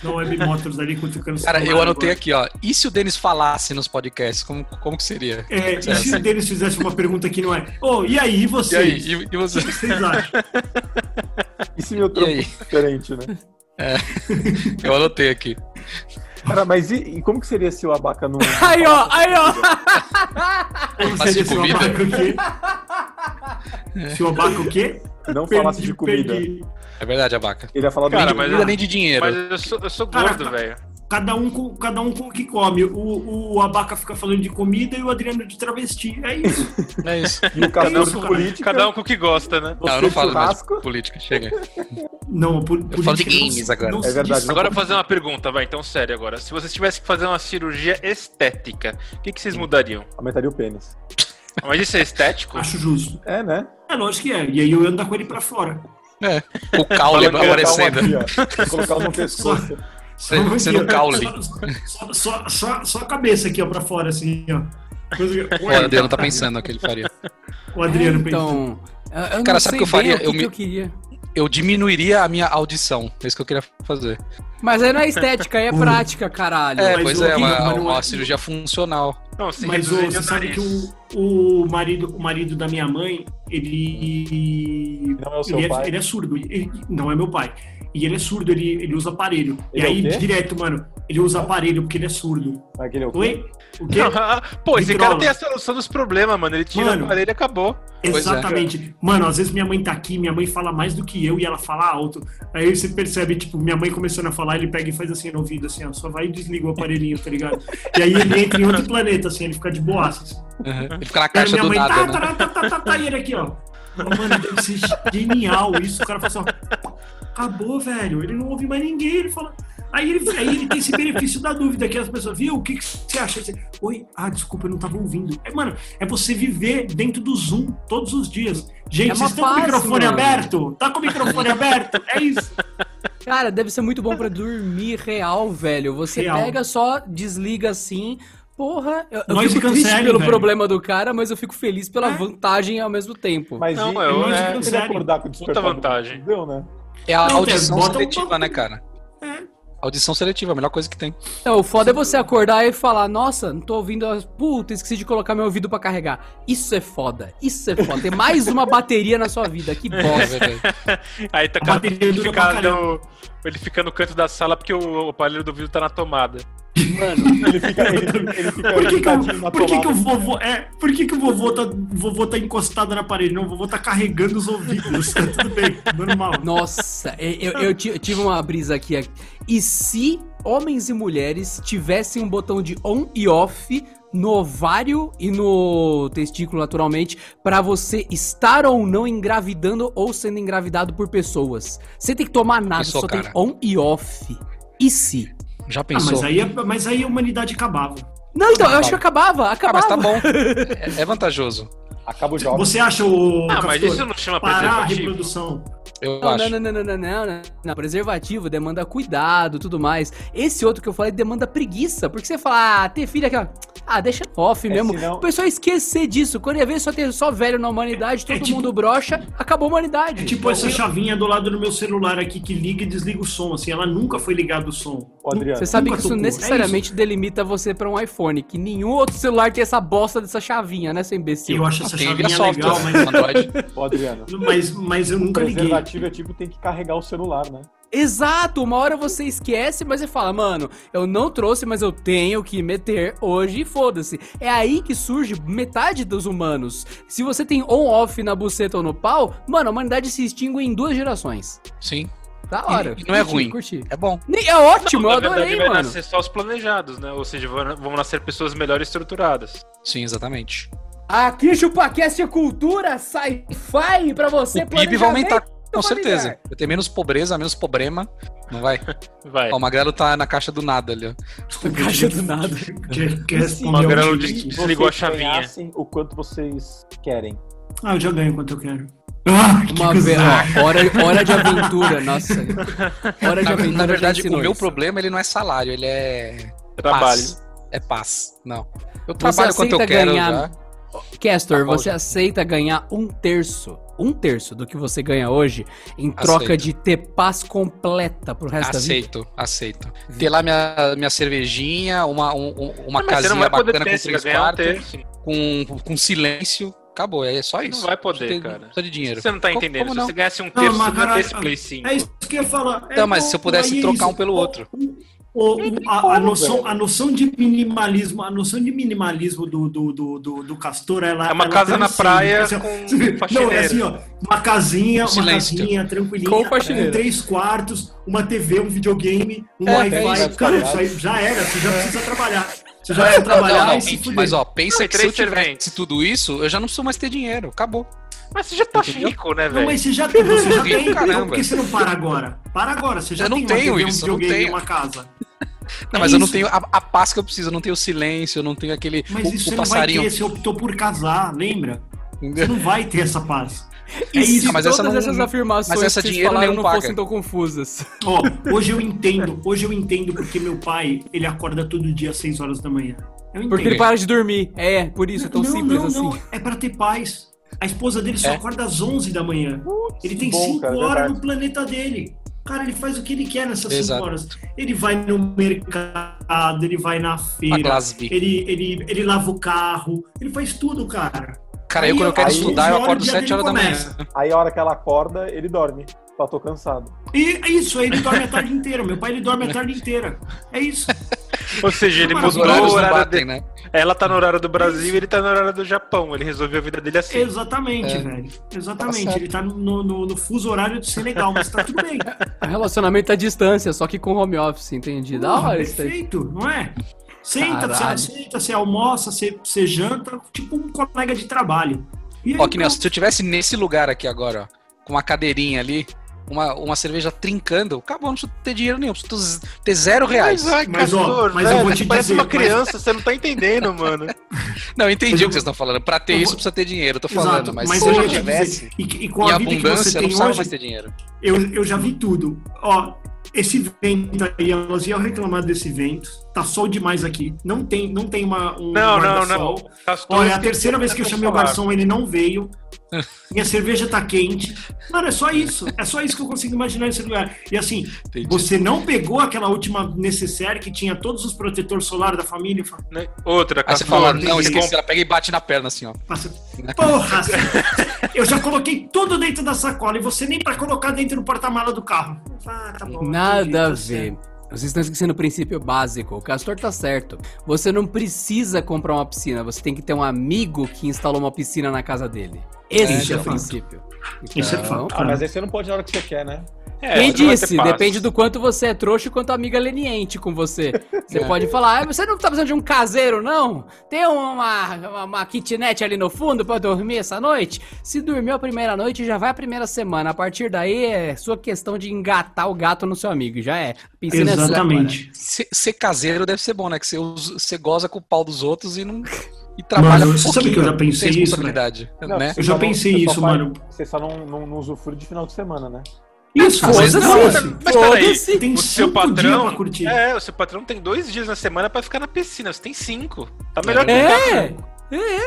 Speaker 3: na Web Motors ali cutucando o
Speaker 4: Cara,
Speaker 3: celular
Speaker 4: eu anotei
Speaker 3: agora.
Speaker 4: aqui, ó. E se o Denis falasse nos podcasts, como, como que seria?
Speaker 3: É, e se o Denis fizesse uma pergunta que não é? Ô, e aí,
Speaker 4: E aí,
Speaker 3: vocês?
Speaker 4: e, e você?
Speaker 3: O que vocês
Speaker 4: <laughs>
Speaker 3: acham?
Speaker 1: E se meu
Speaker 4: E
Speaker 1: trampo
Speaker 4: aí?
Speaker 1: fosse diferente, né?
Speaker 4: Eu anotei aqui.
Speaker 1: Cara, mas e, e como que seria se o abaca não.
Speaker 2: Aí, ó, aí, ó.
Speaker 3: Como
Speaker 4: Faz
Speaker 3: seria
Speaker 4: de
Speaker 3: se o
Speaker 4: comida?
Speaker 3: abaca o quê?
Speaker 4: <laughs>
Speaker 3: Se o abaca o quê?
Speaker 1: Não falasse de
Speaker 3: Perdi,
Speaker 1: comida?
Speaker 3: perdi.
Speaker 4: É verdade, abaca.
Speaker 1: Ele ia falar do.
Speaker 5: Cara,
Speaker 4: nem de
Speaker 5: mas-
Speaker 4: comida, nem de dinheiro.
Speaker 5: Mas eu sou, eu sou
Speaker 3: Caraca.
Speaker 5: gordo, velho.
Speaker 3: Cada um, com, cada um com o que come. O, o Abaca fica falando de comida e o Adriano de travesti. É isso.
Speaker 4: <laughs> É isso.
Speaker 1: E o
Speaker 3: cada um-
Speaker 1: cabelo político.
Speaker 5: Cada um com o que gosta, né?
Speaker 4: Não, eu não falo mais
Speaker 1: churrasco.
Speaker 4: política. Chega.
Speaker 3: Não, por,
Speaker 4: Eu falo de games agora.
Speaker 1: É verdade,
Speaker 5: Agora eu vou fazer uma pergunta, vai, então sério agora. Se vocês tivessem que fazer uma cirurgia estética, o que, que vocês mudariam?
Speaker 1: Aumentaria o pênis.
Speaker 5: Mas isso é estético?
Speaker 3: Acho justo.
Speaker 1: É, né?
Speaker 3: É lógico que é. E aí eu ando com ele pra fora.
Speaker 4: O caule
Speaker 5: Falando que eu ia dar
Speaker 4: aparecendo.
Speaker 1: Colocar um aqui, ó. Colocar um no pescoço.
Speaker 3: Só
Speaker 4: Você- você no
Speaker 3: ó.
Speaker 4: caule.
Speaker 3: Só, só, só, só a cabeça aqui, ó, pra fora, assim, ó. Coisa que-
Speaker 4: O Adriano tá pensando no que ele faria.
Speaker 3: O Adriano
Speaker 2: É,
Speaker 3: pensou.
Speaker 2: então, eu- eu
Speaker 4: Cara,
Speaker 2: não
Speaker 4: sabe
Speaker 2: sei
Speaker 4: o que eu faria?
Speaker 2: bem O que,
Speaker 4: Eu
Speaker 2: que
Speaker 4: me-
Speaker 2: eu queria.
Speaker 4: Eu diminuiria a minha audição. É isso que eu queria fazer.
Speaker 2: Mas aí não é estética,
Speaker 4: <laughs>
Speaker 2: aí é
Speaker 4: Hum.
Speaker 2: prática, caralho.
Speaker 4: É,
Speaker 3: Mas
Speaker 4: pois
Speaker 3: o-
Speaker 4: é, uma,
Speaker 3: mas não é-
Speaker 4: uma cirurgia funcional.
Speaker 5: Não, é se
Speaker 3: Mas ô,
Speaker 5: reduzir
Speaker 3: você
Speaker 5: o
Speaker 3: sabe
Speaker 5: nariz.
Speaker 3: que o, o, marido, o marido da minha mãe, ele.
Speaker 1: Não é o seu
Speaker 3: ele,
Speaker 1: pai.
Speaker 3: É, ele é surdo. Ele, não é meu pai. E ele é surdo, ele, ele usa aparelho.
Speaker 1: Ele
Speaker 3: e
Speaker 1: é o
Speaker 3: aí,
Speaker 1: quê?
Speaker 3: direto, mano, ele usa aparelho porque ele é surdo.
Speaker 1: Aquele é o quê?
Speaker 3: Oi? O quê?
Speaker 5: <laughs> Pô, esse
Speaker 3: Vitrola.
Speaker 5: cara tem a solução dos problemas, mano. Ele tira
Speaker 3: Mano.
Speaker 5: o aparelho e acabou.
Speaker 4: <laughs> Pois é.
Speaker 3: Exatamente. Mano, às vezes minha mãe tá aqui, minha mãe fala mais do que eu e ela fala alto. Aí você percebe, tipo, minha mãe começando a falar, ele pega e faz assim no ouvido, assim, ó, só vai e desliga o aparelhinho, tá ligado? E aí ele entra em outro planeta, assim, ele fica de boaça. Assim.
Speaker 4: Ele fica na
Speaker 3: Aí
Speaker 4: caixa do nada,
Speaker 3: tá,
Speaker 4: né?
Speaker 3: tá, tá, tá, tá, tá, e ele aqui, ó. Mano, deve ser genial isso. O cara fala assim, ó, acabou, velho. Ele não ouve mais ninguém, ele fala. Aí ele, aí ele tem esse benefício da dúvida, que as pessoas, viu, o que, que você acha? Aí Você, Oi, ah, desculpa, eu não tava ouvindo. É, mano, é você viver dentro do Zoom todos os dias. Gente,
Speaker 2: É uma
Speaker 3: vocês estão com o
Speaker 2: paz,
Speaker 3: microfone
Speaker 2: mano.
Speaker 3: aberto? Tá com o microfone aberto? É isso.
Speaker 2: Cara, deve ser muito bom pra dormir real, velho. Você
Speaker 3: Real.
Speaker 2: pega, só desliga assim. Porra, eu, eu
Speaker 3: Nós
Speaker 2: fico
Speaker 3: cancele,
Speaker 2: triste pelo
Speaker 3: velho. É.
Speaker 2: problema do cara, mas eu fico feliz pela vantagem ao mesmo tempo.
Speaker 1: Mas
Speaker 5: Não,
Speaker 1: e,
Speaker 5: eu-
Speaker 1: e
Speaker 5: é-
Speaker 1: se ele acordar com o
Speaker 5: Puta
Speaker 1: despertador?
Speaker 5: vantagem.
Speaker 1: Deu, né?
Speaker 4: É a
Speaker 3: Não,
Speaker 4: audição
Speaker 3: Dev, bota um- É.
Speaker 4: seletiva, né, cara? Audição seletiva, a melhor coisa que tem.
Speaker 2: Não, o foda é você acordar e falar, nossa, não tô ouvindo as. Puta, esqueci de colocar meu ouvido pra carregar. Isso é foda, isso é foda. Tem mais uma bateria na sua vida,
Speaker 3: <laughs>
Speaker 2: que
Speaker 4: É
Speaker 2: bosta.
Speaker 4: verdade.
Speaker 5: Aí tá
Speaker 3: A
Speaker 5: cara,
Speaker 3: bateria
Speaker 5: ele,
Speaker 3: dura
Speaker 5: fica
Speaker 3: pra caramba.
Speaker 5: no, ele fica no canto da sala porque o, o aparelho do vídeo tá na tomada.
Speaker 1: Ele
Speaker 3: <laughs>
Speaker 1: fica. Ele, ele fica
Speaker 3: Por que, que,
Speaker 1: deitadinho na
Speaker 3: eu, por que, que o
Speaker 1: tomada.
Speaker 3: vovô. É, por que, que o vovô tá, vovô tá encostado na parede? Não, o vovô tá carregando os ouvidos. <laughs> Tá tudo bem, normal.
Speaker 2: Nossa, é, eu, eu- eu ti- eu tive uma brisa aqui. é. E se homens e mulheres tivessem um botão de on e off no ovário e no testículo, naturalmente, pra você estar ou não engravidando ou sendo engravidado por pessoas? Você tem que tomar nada,
Speaker 4: Pensou,
Speaker 2: só tem
Speaker 4: cara?
Speaker 2: on e off. E se?
Speaker 4: Já
Speaker 3: Ah,
Speaker 4: pensou?
Speaker 3: mas, aí, a- mas aí a humanidade acabava.
Speaker 2: Não, então, eu acho que acabava,
Speaker 4: Ah, mas
Speaker 2: acabava.
Speaker 4: tá bom. É, é vantajoso.
Speaker 1: Acaba o jogo.
Speaker 3: Você acha o.
Speaker 5: Ah, mas
Speaker 3: Castor,
Speaker 5: isso não chama
Speaker 3: parar a
Speaker 5: preservativo.
Speaker 3: reprodução?
Speaker 4: Eu
Speaker 2: Não,
Speaker 4: acho.
Speaker 2: não, não, não, não, não, não, não, não. Preservativo demanda cuidado tudo mais. Esse outro que eu falei demanda preguiça. Porque você fala, ah, ter filho é aquela. Ah, deixa off
Speaker 1: É,
Speaker 2: mesmo.
Speaker 1: senão-
Speaker 2: O pessoal esquecer disso. Quando ia ver, só tem só velho na humanidade, todo
Speaker 3: é tipo-
Speaker 2: mundo brocha, acabou a humanidade.
Speaker 3: É tipo essa chavinha do lado do meu celular aqui que liga e desliga o som. Assim, ela nunca foi ligada o som.
Speaker 1: Ô, Adriano.
Speaker 2: Você sabe que
Speaker 3: Nunca
Speaker 2: isso
Speaker 3: tocou. É
Speaker 2: necessariamente delimita você pra um iPhone, que nenhum outro celular tem essa bosta dessa chavinha, né, seu
Speaker 3: É isso. Eu
Speaker 2: imbecil?
Speaker 3: acho essa
Speaker 4: Tem via
Speaker 3: chavinha
Speaker 4: software,
Speaker 3: legal,
Speaker 4: né, Android.
Speaker 1: Ô, Adriano.
Speaker 3: mas, mas, mas eu nunca liguei.
Speaker 1: Preservativo é tipo tem que carregar o celular, né?
Speaker 2: Exato, uma hora você esquece, mas você fala, mano, eu não trouxe, mas eu tenho que meter hoje e foda-se. É aí que surge metade dos humanos. Se você tem on-off na buceta ou no pau, mano, a humanidade se extingue em duas gerações.
Speaker 4: Sim.
Speaker 2: Da hora.
Speaker 4: E- e não é
Speaker 2: Curti,
Speaker 4: ruim.
Speaker 2: Curti.
Speaker 4: É bom.
Speaker 2: Ni- É ótimo, eu
Speaker 5: na verdade,
Speaker 2: adorei,
Speaker 5: vai
Speaker 2: mano.
Speaker 5: nascer só os planejados, né? Ou seja, vão vão nascer pessoas melhor estruturadas.
Speaker 4: Sim, exatamente.
Speaker 2: Aqui, ChupaCast é cultura, sci-fi pra você
Speaker 4: o PIB vai aumentar, com
Speaker 2: familiar.
Speaker 4: certeza. Vai ter menos pobreza, menos problema. Não vai?
Speaker 5: Vai.
Speaker 4: Ó, o Magrelo tá na caixa do nada ali, ó.
Speaker 3: Tá
Speaker 2: Caixa do nada.
Speaker 3: Quer, quer
Speaker 1: Sim,
Speaker 3: responder
Speaker 5: Magrelo
Speaker 3: ao
Speaker 5: disse-
Speaker 3: direito?
Speaker 5: Desligou a
Speaker 1: Vocês
Speaker 5: chavinha.
Speaker 1: ganhassem o quanto vocês querem.
Speaker 3: Ah, eu já ganho quanto eu quero.
Speaker 5: <laughs>
Speaker 3: Ah, que
Speaker 2: Uma vez,
Speaker 3: cuzão.
Speaker 2: <laughs> ó, hora, hora de aventura,
Speaker 4: <laughs>
Speaker 2: nossa. Hora de
Speaker 4: Na,
Speaker 2: aventura.
Speaker 4: na verdade,
Speaker 2: já
Speaker 4: o
Speaker 2: ensinou
Speaker 4: meu
Speaker 2: isso.
Speaker 4: problema ele não é salário, ele é
Speaker 5: Trabalho.
Speaker 4: paz. É paz. Não. Eu
Speaker 2: Você
Speaker 4: trabalho quanto eu
Speaker 2: aceita
Speaker 4: quero
Speaker 2: ganhar-
Speaker 4: já.
Speaker 2: Castor,
Speaker 4: Tá bom,
Speaker 2: você
Speaker 4: já.
Speaker 2: aceita ganhar um terço, um terço do que você ganha hoje em troca
Speaker 4: Aceito.
Speaker 2: de ter paz completa pro resto
Speaker 4: Aceito, aceito. Ter lá minha, minha cervejinha, uma, um- um- uma
Speaker 5: Não, mas você
Speaker 4: casinha
Speaker 5: não vai poder
Speaker 4: bacana com
Speaker 5: ter, você vai
Speaker 4: três
Speaker 5: ganhar um
Speaker 4: quartos,
Speaker 5: terço.
Speaker 4: com, com silêncio. Acabou, é só isso.
Speaker 5: vai poder,
Speaker 4: Não precisa de-
Speaker 5: cara.
Speaker 4: não Precisa de dinheiro.
Speaker 5: Você não tá
Speaker 4: Como-
Speaker 5: entendendo.
Speaker 4: como
Speaker 5: Se
Speaker 4: não?
Speaker 5: você ganhasse um
Speaker 3: Não,
Speaker 5: terço,
Speaker 3: mas
Speaker 5: você não
Speaker 3: caralho,
Speaker 5: ter esse Play 5.
Speaker 3: É isso que eu ia falar. É
Speaker 4: Então, mas
Speaker 3: bom,
Speaker 4: se eu pudesse
Speaker 3: aí é
Speaker 4: trocar
Speaker 3: isso.
Speaker 4: um pelo outro.
Speaker 3: O- o- a, a
Speaker 1: como,
Speaker 3: noção,
Speaker 1: velho.
Speaker 3: a noção de minimalismo, a noção de minimalismo do, do, do, do, do Castor, ela
Speaker 5: É uma
Speaker 3: ela
Speaker 5: casa na
Speaker 3: transcende.
Speaker 5: praia
Speaker 3: Assim, ó,
Speaker 5: com
Speaker 3: <laughs> Não, é
Speaker 5: faxineira.
Speaker 3: assim, ó, uma casinha, uma
Speaker 4: Silêncio.
Speaker 3: casinha tranquilinha,
Speaker 2: Com faxineira.
Speaker 3: três quartos, uma TV, um videogame, um
Speaker 4: É, é
Speaker 3: Wi-Fi.
Speaker 4: isso.
Speaker 3: Cara, isso aí já era, você já precisa trabalhar. Você já precisa
Speaker 4: É, Não,
Speaker 3: trabalhar
Speaker 4: não,
Speaker 3: e se
Speaker 4: gente,
Speaker 3: fuder.
Speaker 4: mas ó,
Speaker 5: Não,
Speaker 4: pensa
Speaker 5: e
Speaker 4: que se eu
Speaker 5: três
Speaker 4: tivesse
Speaker 5: serventes.
Speaker 4: tudo isso, eu já não preciso mais ter dinheiro. Acabou.
Speaker 5: Mas você já tá
Speaker 4: Entendeu?
Speaker 5: rico, né,
Speaker 3: Não,
Speaker 5: velho?
Speaker 3: mas você já tem, você já tem.
Speaker 4: Caramba.
Speaker 3: Então por que você não para agora? Para agora, você já
Speaker 4: Eu não
Speaker 3: tem
Speaker 4: tenho
Speaker 3: uma TV,
Speaker 4: isso, eu
Speaker 3: um
Speaker 4: não
Speaker 3: videogame,
Speaker 4: tenho.
Speaker 3: uma casa. É
Speaker 4: Não, mas eu não
Speaker 3: isso.
Speaker 4: tenho a, a paz que eu preciso, eu não tenho o silêncio, eu não tenho aquele
Speaker 3: Mas
Speaker 4: o,
Speaker 3: isso
Speaker 4: o
Speaker 3: você não vai
Speaker 4: passarinho.
Speaker 3: ter, você optou por casar, lembra? Você
Speaker 4: entendeu?
Speaker 3: não vai ter essa paz.
Speaker 2: da vida.
Speaker 3: É
Speaker 2: E
Speaker 3: isso.
Speaker 2: se
Speaker 4: Ah, mas
Speaker 2: todas
Speaker 4: essa <laughs> não-
Speaker 2: essas afirmações
Speaker 4: mas essa
Speaker 2: que vocês
Speaker 4: dinheiro
Speaker 2: falaram
Speaker 4: nenhum
Speaker 2: não
Speaker 4: paga.
Speaker 2: fossem tão confusas.
Speaker 3: Ó, hoje eu entendo, hoje eu entendo porque meu pai, ele acorda todo dia às 6 horas da manhã. Eu entendo.
Speaker 2: Porque ele para de dormir. É, por isso, é tão
Speaker 3: não,
Speaker 2: simples
Speaker 3: não,
Speaker 2: assim.
Speaker 3: não, é pra ter paz. A esposa dele só
Speaker 4: É.
Speaker 3: acorda às 11 da manhã. ele tem
Speaker 1: que bom,
Speaker 3: 5
Speaker 1: cara,
Speaker 3: horas
Speaker 1: verdade.
Speaker 3: no planeta dele. Cara, ele faz o que ele quer nessas 5
Speaker 4: Exato.
Speaker 3: horas. Ele vai no mercado, ele vai na
Speaker 4: A
Speaker 3: feira,
Speaker 4: Glasby.
Speaker 3: ele, ele, ele lava o carro, ele faz tudo, cara.
Speaker 4: Cara, eu
Speaker 3: Aí,
Speaker 4: quando eu
Speaker 3: ó,
Speaker 4: quero
Speaker 1: aí,
Speaker 4: estudar, eu
Speaker 3: onze
Speaker 4: acordo
Speaker 3: horas, o dia
Speaker 4: 7 horas da
Speaker 3: dele
Speaker 4: manhã.
Speaker 3: começa.
Speaker 1: Aí a hora que ela acorda, ele dorme. Tá, tô cansado.
Speaker 3: E é isso, aí ele dorme a tarde inteira. Meu pai ele dorme a tarde inteira. É isso.
Speaker 5: Ou seja, ele
Speaker 3: Os
Speaker 4: Os
Speaker 5: mudou
Speaker 4: horários
Speaker 5: o
Speaker 4: não
Speaker 5: horário dele.
Speaker 4: batem, né?
Speaker 5: Ela tá no horário do Brasil e ele tá no horário do Japão. Ele resolveu a vida dele assim.
Speaker 3: Exatamente, velho. Exatamente.
Speaker 4: É. Tá certo.
Speaker 3: ele tá no, no, no fuso horário do Senegal, mas tá
Speaker 4: <laughs>
Speaker 3: tudo bem.
Speaker 2: O É um relacionamento à distância, só que com home office, entendi. Da
Speaker 3: Porra,
Speaker 2: hora isso aí.
Speaker 3: Perfeito, não é? Senta, você
Speaker 2: Caralho.
Speaker 3: aceita, você almoça, você, você janta, tipo um colega de trabalho. E aí,
Speaker 4: Ó, que nem, ó,
Speaker 3: pronto.
Speaker 4: se eu tivesse nesse lugar aqui agora, ó, com uma cadeirinha ali, uma, uma cerveja trincando, acabou, não preciso ter dinheiro nenhum, preciso ter zero reais.
Speaker 5: ai,
Speaker 3: Mas, ó,
Speaker 5: Castor,
Speaker 3: mas eu
Speaker 4: né?
Speaker 5: velho,
Speaker 3: vou
Speaker 5: você
Speaker 3: te
Speaker 5: parece
Speaker 3: dizer,
Speaker 5: uma
Speaker 3: mas-
Speaker 5: criança, você não tá entendendo, mano.
Speaker 4: Não, eu entendi
Speaker 3: Mas eu-
Speaker 4: o que vocês estão falando. Pra ter
Speaker 3: eu
Speaker 4: isso,
Speaker 3: vou-
Speaker 4: precisa ter dinheiro, eu tô falando,
Speaker 3: Exato,
Speaker 4: mas,
Speaker 3: mas
Speaker 4: se
Speaker 3: eu
Speaker 4: eu
Speaker 3: ia te
Speaker 4: tivesse
Speaker 3: dizer, e, e com
Speaker 4: em
Speaker 3: a vida que você
Speaker 4: abundância, eu
Speaker 3: tem
Speaker 4: não precisava
Speaker 3: hoje,
Speaker 4: mais ter dinheiro.
Speaker 3: eu, eu já vi tudo. Ó, esse vento aí, elas iam reclamar desse vento. Tá sol demais aqui. Não tem, não tem uma, um
Speaker 5: Não, não, não.
Speaker 3: guarda-sol.
Speaker 5: Castor,
Speaker 3: Olha, é a terceira vez que eu chamei o
Speaker 5: falar.
Speaker 3: garçom, ele não veio.
Speaker 2: <laughs>
Speaker 3: Minha cerveja tá quente. Mano, é só isso. É só isso que eu consigo imaginar nesse lugar. E assim,
Speaker 4: Entendi.
Speaker 3: você não pegou aquela última necessaire que tinha todos os protetores solar da família? Fala,
Speaker 5: né? Outra,
Speaker 4: Aí você
Speaker 5: Castor.
Speaker 3: tá
Speaker 4: fala,
Speaker 5: tem
Speaker 4: não,
Speaker 5: que
Speaker 4: esqueci,
Speaker 5: comprar-
Speaker 4: ela pega e bate na perna assim, ó.
Speaker 3: Nossa,
Speaker 2: <laughs>
Speaker 3: Porra! eu já coloquei tudo dentro da sacola e você nem pra colocar dentro do porta-mala do carro. Ah, tá bom, entendi,
Speaker 2: Nada
Speaker 3: tá
Speaker 2: a ver.
Speaker 3: certo.
Speaker 2: Vocês estão esquecendo o princípio básico. O Castor tá certo. Você não precisa comprar uma piscina. Você tem que ter um amigo que instalou uma piscina na casa dele. Esse
Speaker 3: isso
Speaker 2: é,
Speaker 3: é
Speaker 2: o
Speaker 3: fato.
Speaker 2: princípio.
Speaker 3: Isso é
Speaker 2: Então,
Speaker 3: fato.
Speaker 1: Ah, mas aí você não pode na hora que você quer, né?
Speaker 5: É,
Speaker 2: Quem
Speaker 5: você vai ter
Speaker 2: disse?
Speaker 5: paz.
Speaker 2: Depende do quanto você é trouxa e quanto a amiga é leniente com você. Você
Speaker 4: É.
Speaker 2: pode falar, ah, você não tá precisando de um caseiro, não? Tem uma, uma, uma kitnet ali no fundo pra eu dormir essa noite? Se dormiu a primeira noite, já vai a primeira semana. A partir daí é sua questão de engatar o gato no seu amigo. Já é.
Speaker 5: né?
Speaker 2: Piscina é sua,
Speaker 3: Exatamente.
Speaker 4: Ser, ser caseiro deve ser bom, né? Que você, usa- você goza com o pau dos outros e não. E trabalha
Speaker 3: Mano,
Speaker 4: um
Speaker 3: sabe
Speaker 4: pouquinho,
Speaker 3: que eu já
Speaker 4: né?
Speaker 3: pensei
Speaker 4: Tem
Speaker 3: isso,
Speaker 4: responsabilidade,
Speaker 1: Não,
Speaker 4: né?
Speaker 1: você
Speaker 3: Eu já
Speaker 1: só não-
Speaker 3: pensei
Speaker 1: você só
Speaker 3: isso,
Speaker 1: faz-
Speaker 3: mano.
Speaker 1: Você só não, não, não usufrui de final de semana, né?
Speaker 3: Isso,
Speaker 4: Às vezes
Speaker 3: foda-se.
Speaker 5: não. Mas peraí,
Speaker 2: Foda-se.
Speaker 3: assim. Tem
Speaker 5: O seu
Speaker 3: cinco dias pra
Speaker 5: patrão.
Speaker 3: curtir.
Speaker 5: É, o seu patrão tem dois dias na semana pra ficar na piscina. Você tem cinco. Tá melhor que
Speaker 2: É!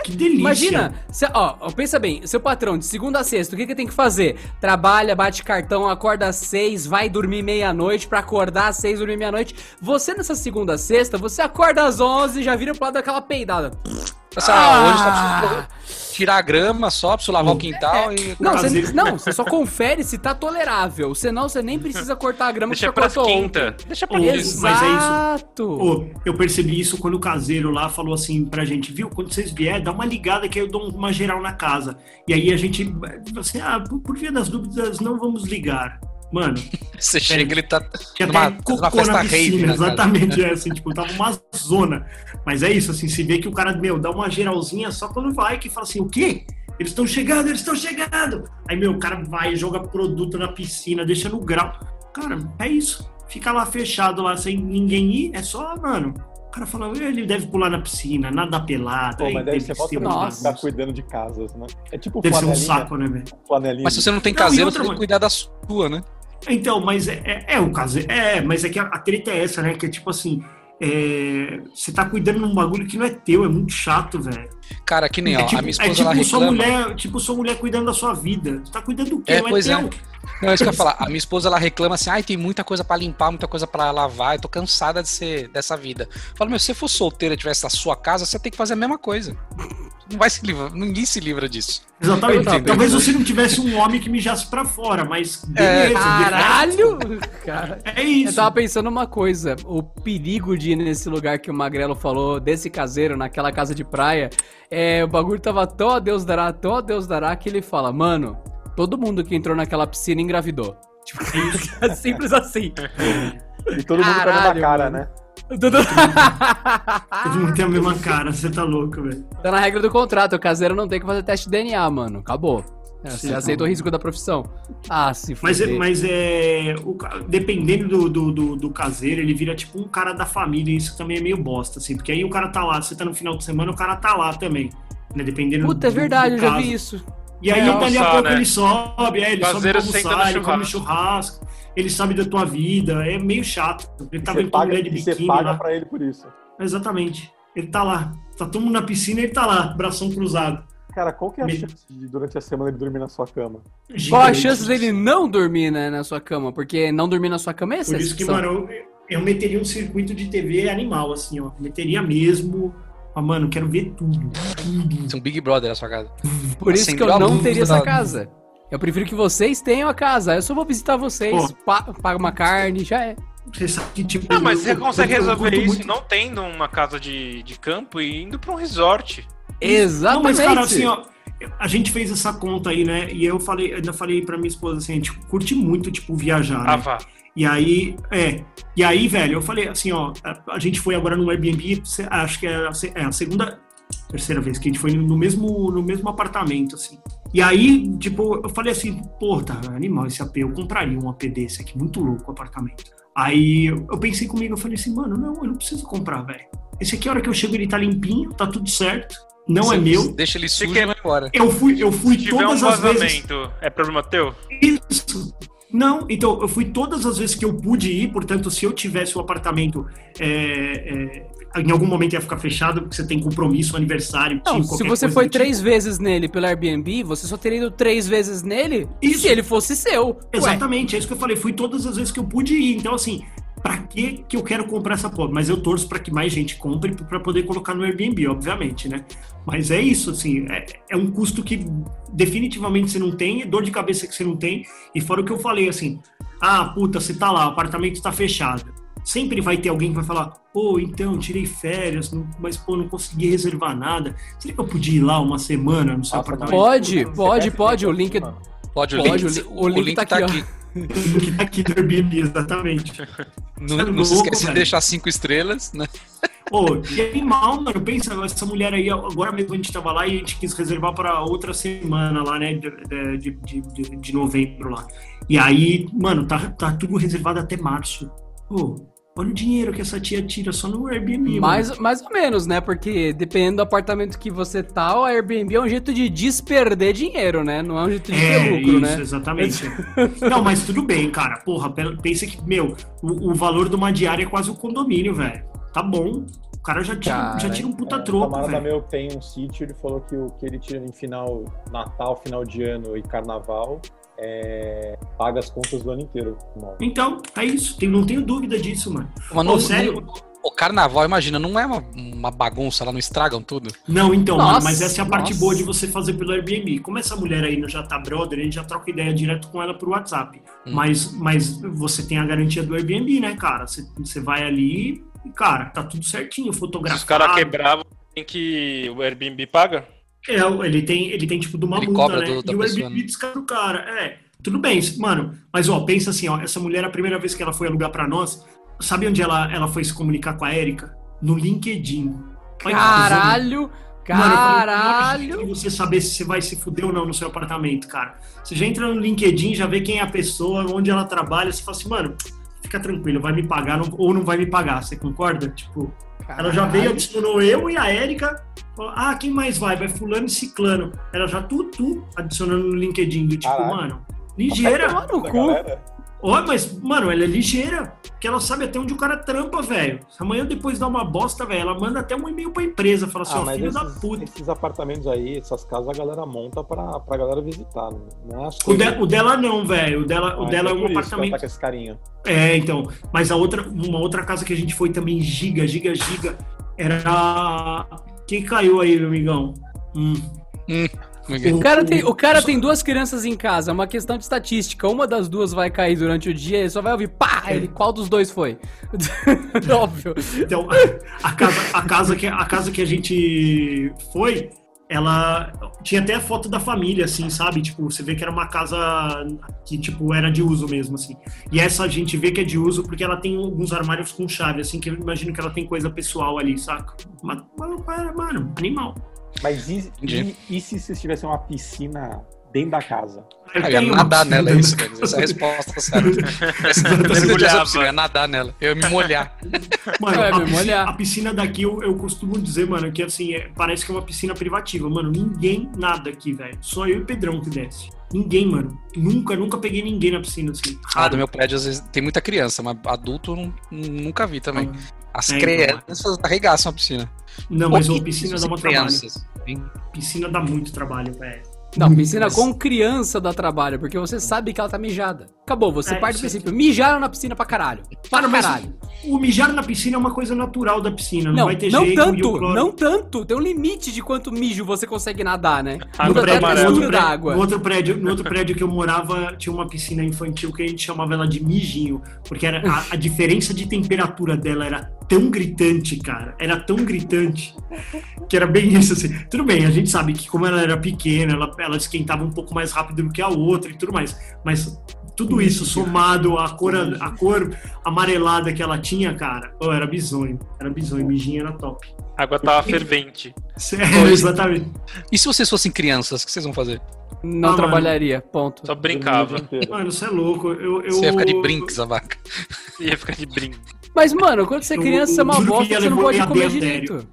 Speaker 3: Que delícia.
Speaker 2: Imagina, cê- ó, ó, pensa bem, seu patrão, de segunda a sexta, o que, que tem que fazer? Trabalha, bate cartão, acorda às seis, vai dormir meia-noite, pra acordar às seis, dormir meia-noite. Você, nessa segunda a sexta, você acorda às onze e já vira pro lado daquela peidada.
Speaker 4: Você, ah,
Speaker 2: Ah!
Speaker 4: hoje só preciso tirar a grama, só preciso
Speaker 3: Hum.
Speaker 4: lavar o quintal e.
Speaker 2: Não,
Speaker 3: Prazer.
Speaker 2: você não, cê só confere se tá tolerável, senão você nem precisa cortar a grama
Speaker 5: Deixa
Speaker 2: você
Speaker 5: pra
Speaker 2: cortou
Speaker 5: quinta.
Speaker 2: ontem.
Speaker 5: Deixa pra
Speaker 3: Ô,
Speaker 5: quinta.
Speaker 3: Isso, mas é isso.
Speaker 2: Exato!
Speaker 3: Pô, eu percebi isso quando o caseiro lá falou assim pra gente, viu? Quando vocês vier, dá uma ligada que aí eu dou uma geral na casa. E aí a gente, assim, ah, por, por via das dúvidas, não vamos ligar. Mano,
Speaker 4: Você chega e ele tá
Speaker 3: tinha
Speaker 4: Numa-
Speaker 3: até É cocô
Speaker 4: numa festa
Speaker 3: na piscina,
Speaker 4: rave, né, cara?
Speaker 3: exatamente, é assim, tipo, tava uma zona. Mas é isso, assim, se vê que o cara, meu, dá uma geralzinha só quando vai, que fala assim, o quê? Eles estão chegando, eles estão chegando! Aí, meu, o cara vai, joga produto na piscina, deixa no grau. Cara, é isso. Fica lá fechado, lá, sem ninguém ir, é só, mano... O cara fala, ele deve pular na piscina, nada pelado.
Speaker 1: Pô, mas deve ser volta pra
Speaker 2: Nossa.
Speaker 1: ficar cuidando de casas, né? É tipo
Speaker 3: Deve ser um
Speaker 1: flanelinha,
Speaker 3: saco, né, velho?
Speaker 1: flanelinha.
Speaker 4: Mas se você não tem
Speaker 3: Não,
Speaker 4: caseiro,
Speaker 3: e
Speaker 4: você
Speaker 3: outra,
Speaker 4: tem que
Speaker 3: mano.
Speaker 4: cuidar da sua, né?
Speaker 3: Então, mas é, é, é o caso. É, mas é que a, a treta é essa, né? Que é tipo assim. é, você tá cuidando de um bagulho que não é teu, é muito chato, velho.
Speaker 4: Cara, que nem, ó,
Speaker 3: é tipo,
Speaker 4: a minha
Speaker 3: é
Speaker 4: esposa,
Speaker 3: tipo
Speaker 4: ela
Speaker 3: sua
Speaker 4: reclama.
Speaker 3: mulher, tipo sua mulher cuidando da sua vida. Você tá cuidando do quê?
Speaker 4: É,
Speaker 3: não
Speaker 4: pois é.
Speaker 3: teu.
Speaker 4: Não, é isso que eu ia falar. A minha esposa, ela reclama assim, ai, tem muita coisa pra limpar, muita coisa pra lavar, eu tô cansada de ser, dessa vida. Eu falo, meu, se você for solteira e tivesse a sua casa, você tem que fazer a mesma coisa. Não vai se livrar, ninguém se livra disso.
Speaker 3: Exatamente.
Speaker 4: Eu entendo. É,
Speaker 3: Talvez você não tivesse um homem que mijasse pra fora, mas beleza. de
Speaker 2: Caralho! <laughs> Cara.
Speaker 3: resto, É
Speaker 2: Eu
Speaker 3: isso.
Speaker 2: tava pensando uma coisa, o perigo de ir nesse lugar que o Magrelo falou, desse caseiro, naquela casa de praia, é, o bagulho tava tão a Deus dará, tão a Deus dará, que ele fala, mano, todo mundo que entrou naquela piscina engravidou. <laughs> Tipo, é simples assim.
Speaker 3: <laughs>
Speaker 1: E todo mundo
Speaker 2: Caralho,
Speaker 1: pegando a cara,
Speaker 2: mano.
Speaker 1: né?
Speaker 2: Dudu-
Speaker 3: Todo mundo tem a mesma cara, você tá louco, velho.
Speaker 2: <laughs> tá na regra do contrato, o caseiro não tem que fazer teste de DNA, mano, acabou. É, Você
Speaker 3: Sim.
Speaker 2: aceita o risco da profissão. Ah, se
Speaker 3: Mas, é-
Speaker 2: fuder.
Speaker 3: mas é. o ca- dependendo do, do, do- do caseiro, ele vira tipo um cara da família, e isso também é meio bosta, assim, porque aí o cara tá lá, você tá no final de semana, o cara tá lá também. Né? Dependendo
Speaker 2: Puta, é
Speaker 3: do-
Speaker 2: verdade,
Speaker 3: do
Speaker 2: eu já
Speaker 3: caso.
Speaker 2: vi isso.
Speaker 3: E aí,
Speaker 5: É,
Speaker 3: dali a
Speaker 5: almoçar,
Speaker 3: pouco,
Speaker 5: né?
Speaker 3: ele sobe, é, ele
Speaker 5: Caseiro
Speaker 3: sobe
Speaker 5: senta
Speaker 3: pra almoçar,
Speaker 5: no
Speaker 3: ele come churrasco, ele sabe da tua vida, é meio chato. Ele tá
Speaker 1: Você
Speaker 3: vendo tua
Speaker 1: paga,
Speaker 3: mulher de
Speaker 1: e você
Speaker 3: biquíni
Speaker 1: paga
Speaker 3: lá.
Speaker 1: pra ele por isso.
Speaker 3: Exatamente. Ele tá lá. Tá todo mundo na piscina e ele tá lá, bração cruzado.
Speaker 1: Cara, qual que é a
Speaker 3: Me- Ah,
Speaker 1: chance de durante a semana ele dormir na sua cama?
Speaker 2: Qual a
Speaker 3: Gigante.
Speaker 2: chance dele não dormir né, na sua cama? Porque não dormir na sua cama é
Speaker 3: Por isso que,
Speaker 2: exceção.
Speaker 3: mano, eu, eu meteria um circuito de TV animal, assim, ó. Meteria mesmo. Ah, mano, quero ver tudo. Tudo.
Speaker 4: Tem um Big Brother na sua casa.
Speaker 3: Tá
Speaker 2: Por isso
Speaker 4: Sem
Speaker 2: que eu
Speaker 4: grau
Speaker 2: não
Speaker 4: dúvida.
Speaker 2: teria essa casa. Eu prefiro que vocês tenham a casa. Eu só vou visitar vocês, pa- pago uma carne, já é.
Speaker 3: Você sabe que, tipo.
Speaker 5: Ah, mas
Speaker 3: eu-
Speaker 5: você
Speaker 3: eu-
Speaker 5: consegue
Speaker 3: eu- eu
Speaker 5: resolver
Speaker 3: curto
Speaker 5: isso
Speaker 3: muito-
Speaker 5: não tendo uma casa de, de campo e indo pra um resort.
Speaker 2: Exatamente.
Speaker 3: Não, mas, cara, assim, ó. A gente fez essa conta aí, né? E eu falei, ainda falei pra minha esposa assim, a gente curte muito, tipo, viajar. né?
Speaker 5: Ah, vá.
Speaker 3: E aí, é. E aí, velho, eu falei assim, ó, a, a gente foi agora no Airbnb, se- acho que é a, se- é a segunda, terceira vez que a gente foi no mesmo, no mesmo apartamento, assim. E aí, tipo, eu falei assim, porra, animal esse AP, eu compraria um AP desse aqui, muito louco o apartamento. Aí eu eu pensei comigo, eu falei assim, mano, não, eu não preciso comprar, velho. Esse aqui, a hora que eu chego, ele tá limpinho, tá tudo certo, não
Speaker 4: Você
Speaker 3: é meu.
Speaker 4: Deixa ele sujo
Speaker 5: quer-
Speaker 4: e vai embora.
Speaker 3: Eu fui, eu fui
Speaker 5: Se tiver um
Speaker 3: todas as vezes.
Speaker 5: vazamento, é problema teu?
Speaker 3: Isso. Não, então eu fui todas as vezes que eu pude ir, portanto, se eu tivesse o apartamento, é, é, em algum momento ia ficar fechado, porque você tem compromisso, aniversário,
Speaker 2: Não,
Speaker 3: time,
Speaker 2: se
Speaker 3: qualquer
Speaker 2: você
Speaker 3: coisa
Speaker 2: foi
Speaker 3: do tipo.
Speaker 2: três vezes nele pelo Airbnb, você só teria ido três vezes nele e
Speaker 3: Isso.
Speaker 2: se ele fosse seu. Ué,
Speaker 3: Exatamente, é isso que eu falei, fui todas as vezes que eu pude ir. Então, assim, pra que que eu quero comprar essa porra? Mas eu torço pra que mais gente compre pra poder colocar no Airbnb, obviamente, né? Mas é isso, assim, é, é um custo que definitivamente você não tem, é dor de cabeça que você não tem. E fora o que eu falei, assim, ah, puta, você tá lá, o apartamento tá fechado. Sempre vai ter alguém que vai falar, pô, então, tirei férias, não- mas, pô, não consegui reservar nada. Será que eu podia ir lá uma semana no
Speaker 1: Nossa,
Speaker 3: seu apartamento?
Speaker 2: Pode,
Speaker 1: Você
Speaker 2: pode,
Speaker 1: desce
Speaker 2: pode. O
Speaker 1: dentro
Speaker 2: link, é
Speaker 1: da cama.
Speaker 4: Pode,
Speaker 2: Pode,
Speaker 4: o link,
Speaker 2: o li- o link tá aqui,
Speaker 3: Que tá aqui no Airbnb, exatamente.
Speaker 4: Não,
Speaker 3: Tá
Speaker 4: não
Speaker 3: louco,
Speaker 4: se esquece de
Speaker 3: velho.
Speaker 4: deixar cinco estrelas, né?
Speaker 3: Pô, que animal, mano. Pensa, essa mulher aí, agora mesmo a gente tava lá e a gente quis reservar para outra semana lá, né? De, de, de, de- de novembro lá. E aí, mano, tá, tá tudo reservado até março. Pô, olha o dinheiro que essa tia tira só no Airbnb. mano.
Speaker 2: mais, mais ou menos, né? Porque dependendo do apartamento que você tá, o Airbnb é um jeito de desperder dinheiro, né? Não é um jeito de ter
Speaker 3: É,
Speaker 2: lucro,
Speaker 3: isso,
Speaker 2: né?
Speaker 3: exatamente. Não, mas tudo bem, cara. Porra, pe- pensa que, meu, o, o valor de uma diária é quase o condomínio, velho. Tá bom. O cara já tira,
Speaker 2: Cara,
Speaker 3: já tira um puta
Speaker 1: É, O
Speaker 3: troco,
Speaker 1: camarada
Speaker 3: velho.
Speaker 1: meu tem um sítio, ele falou que o que ele tira em final, Natal, final de ano e carnaval, é, paga as contas do ano inteiro. Não.
Speaker 3: Então, é isso. Tem- não tenho dúvida disso, mano.
Speaker 4: Mas
Speaker 3: Ô,
Speaker 4: não-
Speaker 3: sério?
Speaker 4: não- o carnaval, imagina, não é uma, uma bagunça, lá não estragam tudo.
Speaker 3: Não, então,
Speaker 2: Nossa,
Speaker 3: mano, mas essa é a parte
Speaker 2: nossa.
Speaker 3: boa de você fazer pelo Airbnb. Como essa mulher aí não já tá brother, ele já troca ideia direto com ela pro WhatsApp.
Speaker 4: Hum.
Speaker 3: Mas, mas você tem a garantia do Airbnb, né, cara? Você, você vai ali e, cara, tá tudo certinho,
Speaker 5: Se
Speaker 3: fotografado.
Speaker 5: os caras quebravam, tem que o Airbnb paga?
Speaker 3: É, ele tem, ele tem tipo de uma
Speaker 4: Ele
Speaker 3: multa,
Speaker 4: cobra
Speaker 3: né?
Speaker 4: do- da
Speaker 3: e o
Speaker 4: pessoa,
Speaker 3: Airbnb
Speaker 4: né?
Speaker 3: descarta o cara. É. Tudo bem, mano. Mas, ó, pensa assim, ó. Essa mulher, a primeira vez que ela foi alugar pra nós, sabe onde ela, ela foi se comunicar com a Érica? No LinkedIn. Olha que
Speaker 2: Caralho,
Speaker 3: cuzão. Mano, eu falei,
Speaker 2: caralho.
Speaker 3: "Não é jeito de você saber se você vai se fuder ou não no seu apartamento, cara. Você já entra no LinkedIn, já vê quem é a pessoa, onde ela trabalha, você fala assim, mano, fica tranquilo, vai me pagar não- ou não vai me pagar, você concorda? Tipo, ela já veio, adicionou eu e a Érica. falou, Ah, quem mais vai? Vai fulano e ciclano. Ela já tu, tu adicionando no LinkedIn. Do tipo,
Speaker 1: Caralho.
Speaker 3: mano, ligeira.
Speaker 2: Tomar no
Speaker 1: Da
Speaker 2: cu.
Speaker 1: galera.
Speaker 3: Ó, mas, mano, ela é ligeira. Porque ela sabe até onde o cara trampa, velho. Se Amanhã depois dá uma bosta, velho. Ela manda até um e-mail pra empresa. Fala assim,
Speaker 1: Ah,
Speaker 3: ó,
Speaker 1: mas
Speaker 3: filho
Speaker 1: esses,
Speaker 3: da puta.
Speaker 1: esses apartamentos aí, essas casas, a galera monta pra, pra galera visitar. né? Não é as
Speaker 3: O,
Speaker 1: coisas-
Speaker 3: de- o dela não, velho. O dela,
Speaker 1: Ah,
Speaker 3: o dela
Speaker 1: então por
Speaker 3: é um
Speaker 1: isso que ela
Speaker 3: apartamento.
Speaker 1: Tá com esse carinha.
Speaker 3: É, então. Mas a outra, uma outra casa que a gente foi também, giga, giga, giga, era. a- Quem caiu aí, meu amigão? Hum.
Speaker 2: O cara, tem, o cara tem duas crianças em casa, é uma questão de estatística. Uma das duas vai cair durante o dia e só vai ouvir pá!
Speaker 3: É.
Speaker 2: Ele, qual dos dois foi? <laughs> Óbvio.
Speaker 3: Então, a casa, a, casa que, a casa que a gente foi, ela tinha até a foto da família, assim, sabe? Tipo, você vê que era uma casa que, tipo, era de uso mesmo, assim. E essa a gente vê que é de uso porque ela tem alguns armários com chave, assim, que eu imagino que ela tem coisa pessoal ali, saca? Mas, mano, cara, mano, animal.
Speaker 1: Mas e,
Speaker 4: Entendi.
Speaker 1: e- e se vocês tivessem uma piscina dentro da casa?
Speaker 4: Cara, eu ia
Speaker 3: um
Speaker 4: nadar nela,
Speaker 3: <laughs>
Speaker 4: é isso, velho. Essa é a resposta certa. Essa não precisa de essa
Speaker 5: Mergulhava.
Speaker 4: opção, é nadar nela. Eu ia me molhar.
Speaker 3: Mano,
Speaker 2: É,
Speaker 3: a,
Speaker 2: mesmo,
Speaker 3: piscina,
Speaker 2: olhar.
Speaker 3: a piscina daqui eu, eu costumo dizer, mano, que assim, é- parece que é uma piscina privativa. Mano, ninguém nada aqui, velho. Só eu e o Pedrão que desce. Ninguém, mano. Nunca, nunca peguei ninguém na piscina assim.
Speaker 4: Ah, do meu prédio, às vezes, tem muita criança, mas adulto eu nun- nunca vi também. As
Speaker 3: É, então.
Speaker 4: crianças arregaçam a piscina.
Speaker 3: Não, mas
Speaker 4: Ou
Speaker 3: a piscina dá
Speaker 4: crianças,
Speaker 3: muito trabalho.
Speaker 4: hein?
Speaker 3: Piscina dá muito trabalho, velho.
Speaker 2: Não, piscina
Speaker 4: Mas-
Speaker 2: com criança dá trabalho, porque você sabe que ela tá mijada. Acabou, você
Speaker 3: É,
Speaker 2: parte do
Speaker 3: isso
Speaker 2: princípio. Mijaram na piscina pra caralho. Para
Speaker 3: Cara, mas-
Speaker 2: caralho.
Speaker 3: O mijar na piscina é uma coisa natural da piscina. Não,
Speaker 2: Não,
Speaker 3: vai ter
Speaker 2: não
Speaker 3: jeito. e o
Speaker 2: tanto,
Speaker 3: cloro-
Speaker 2: não tanto. Tem um limite de quanto mijo você consegue nadar, né?
Speaker 5: Ah,
Speaker 3: No
Speaker 2: Muda até
Speaker 5: Água
Speaker 2: a
Speaker 3: prédio,
Speaker 4: é
Speaker 5: amarela.
Speaker 3: no outro
Speaker 2: textura da
Speaker 3: prédio-
Speaker 2: água.
Speaker 3: No outro, prédio, no outro prédio que eu morava, tinha uma piscina infantil que a gente chamava ela de mijinho, porque era, a, a diferença de temperatura dela era tão gritante, cara. Era tão gritante que era bem isso assim. Tudo bem, a gente sabe que como ela era pequena, ela, ela esquentava um pouco mais rápido do que a outra e tudo mais. Mas tudo isso somado à cor, à cor amarelada que ela tinha, cara, oh, era bizonho. Era bizonho, mijinho era top.
Speaker 5: A água tava fervente.
Speaker 3: Sério, <laughs> exatamente.
Speaker 4: E se vocês fossem crianças, o que vocês vão fazer?
Speaker 2: Não
Speaker 3: Ah,
Speaker 2: trabalharia, ponto.
Speaker 5: Só brincava.
Speaker 3: Mano, você é louco. Eu, eu...
Speaker 4: Você ia ficar de brinks, a vaca.
Speaker 5: Ia ficar de brinco.
Speaker 2: Mas, mano, quando você é criança, você é uma
Speaker 3: Eu- eu juro que
Speaker 2: bosta,
Speaker 3: ia
Speaker 2: você não
Speaker 3: levar-
Speaker 2: pode
Speaker 3: ia
Speaker 2: comer
Speaker 3: ter
Speaker 2: direito.
Speaker 3: Eu
Speaker 2: Você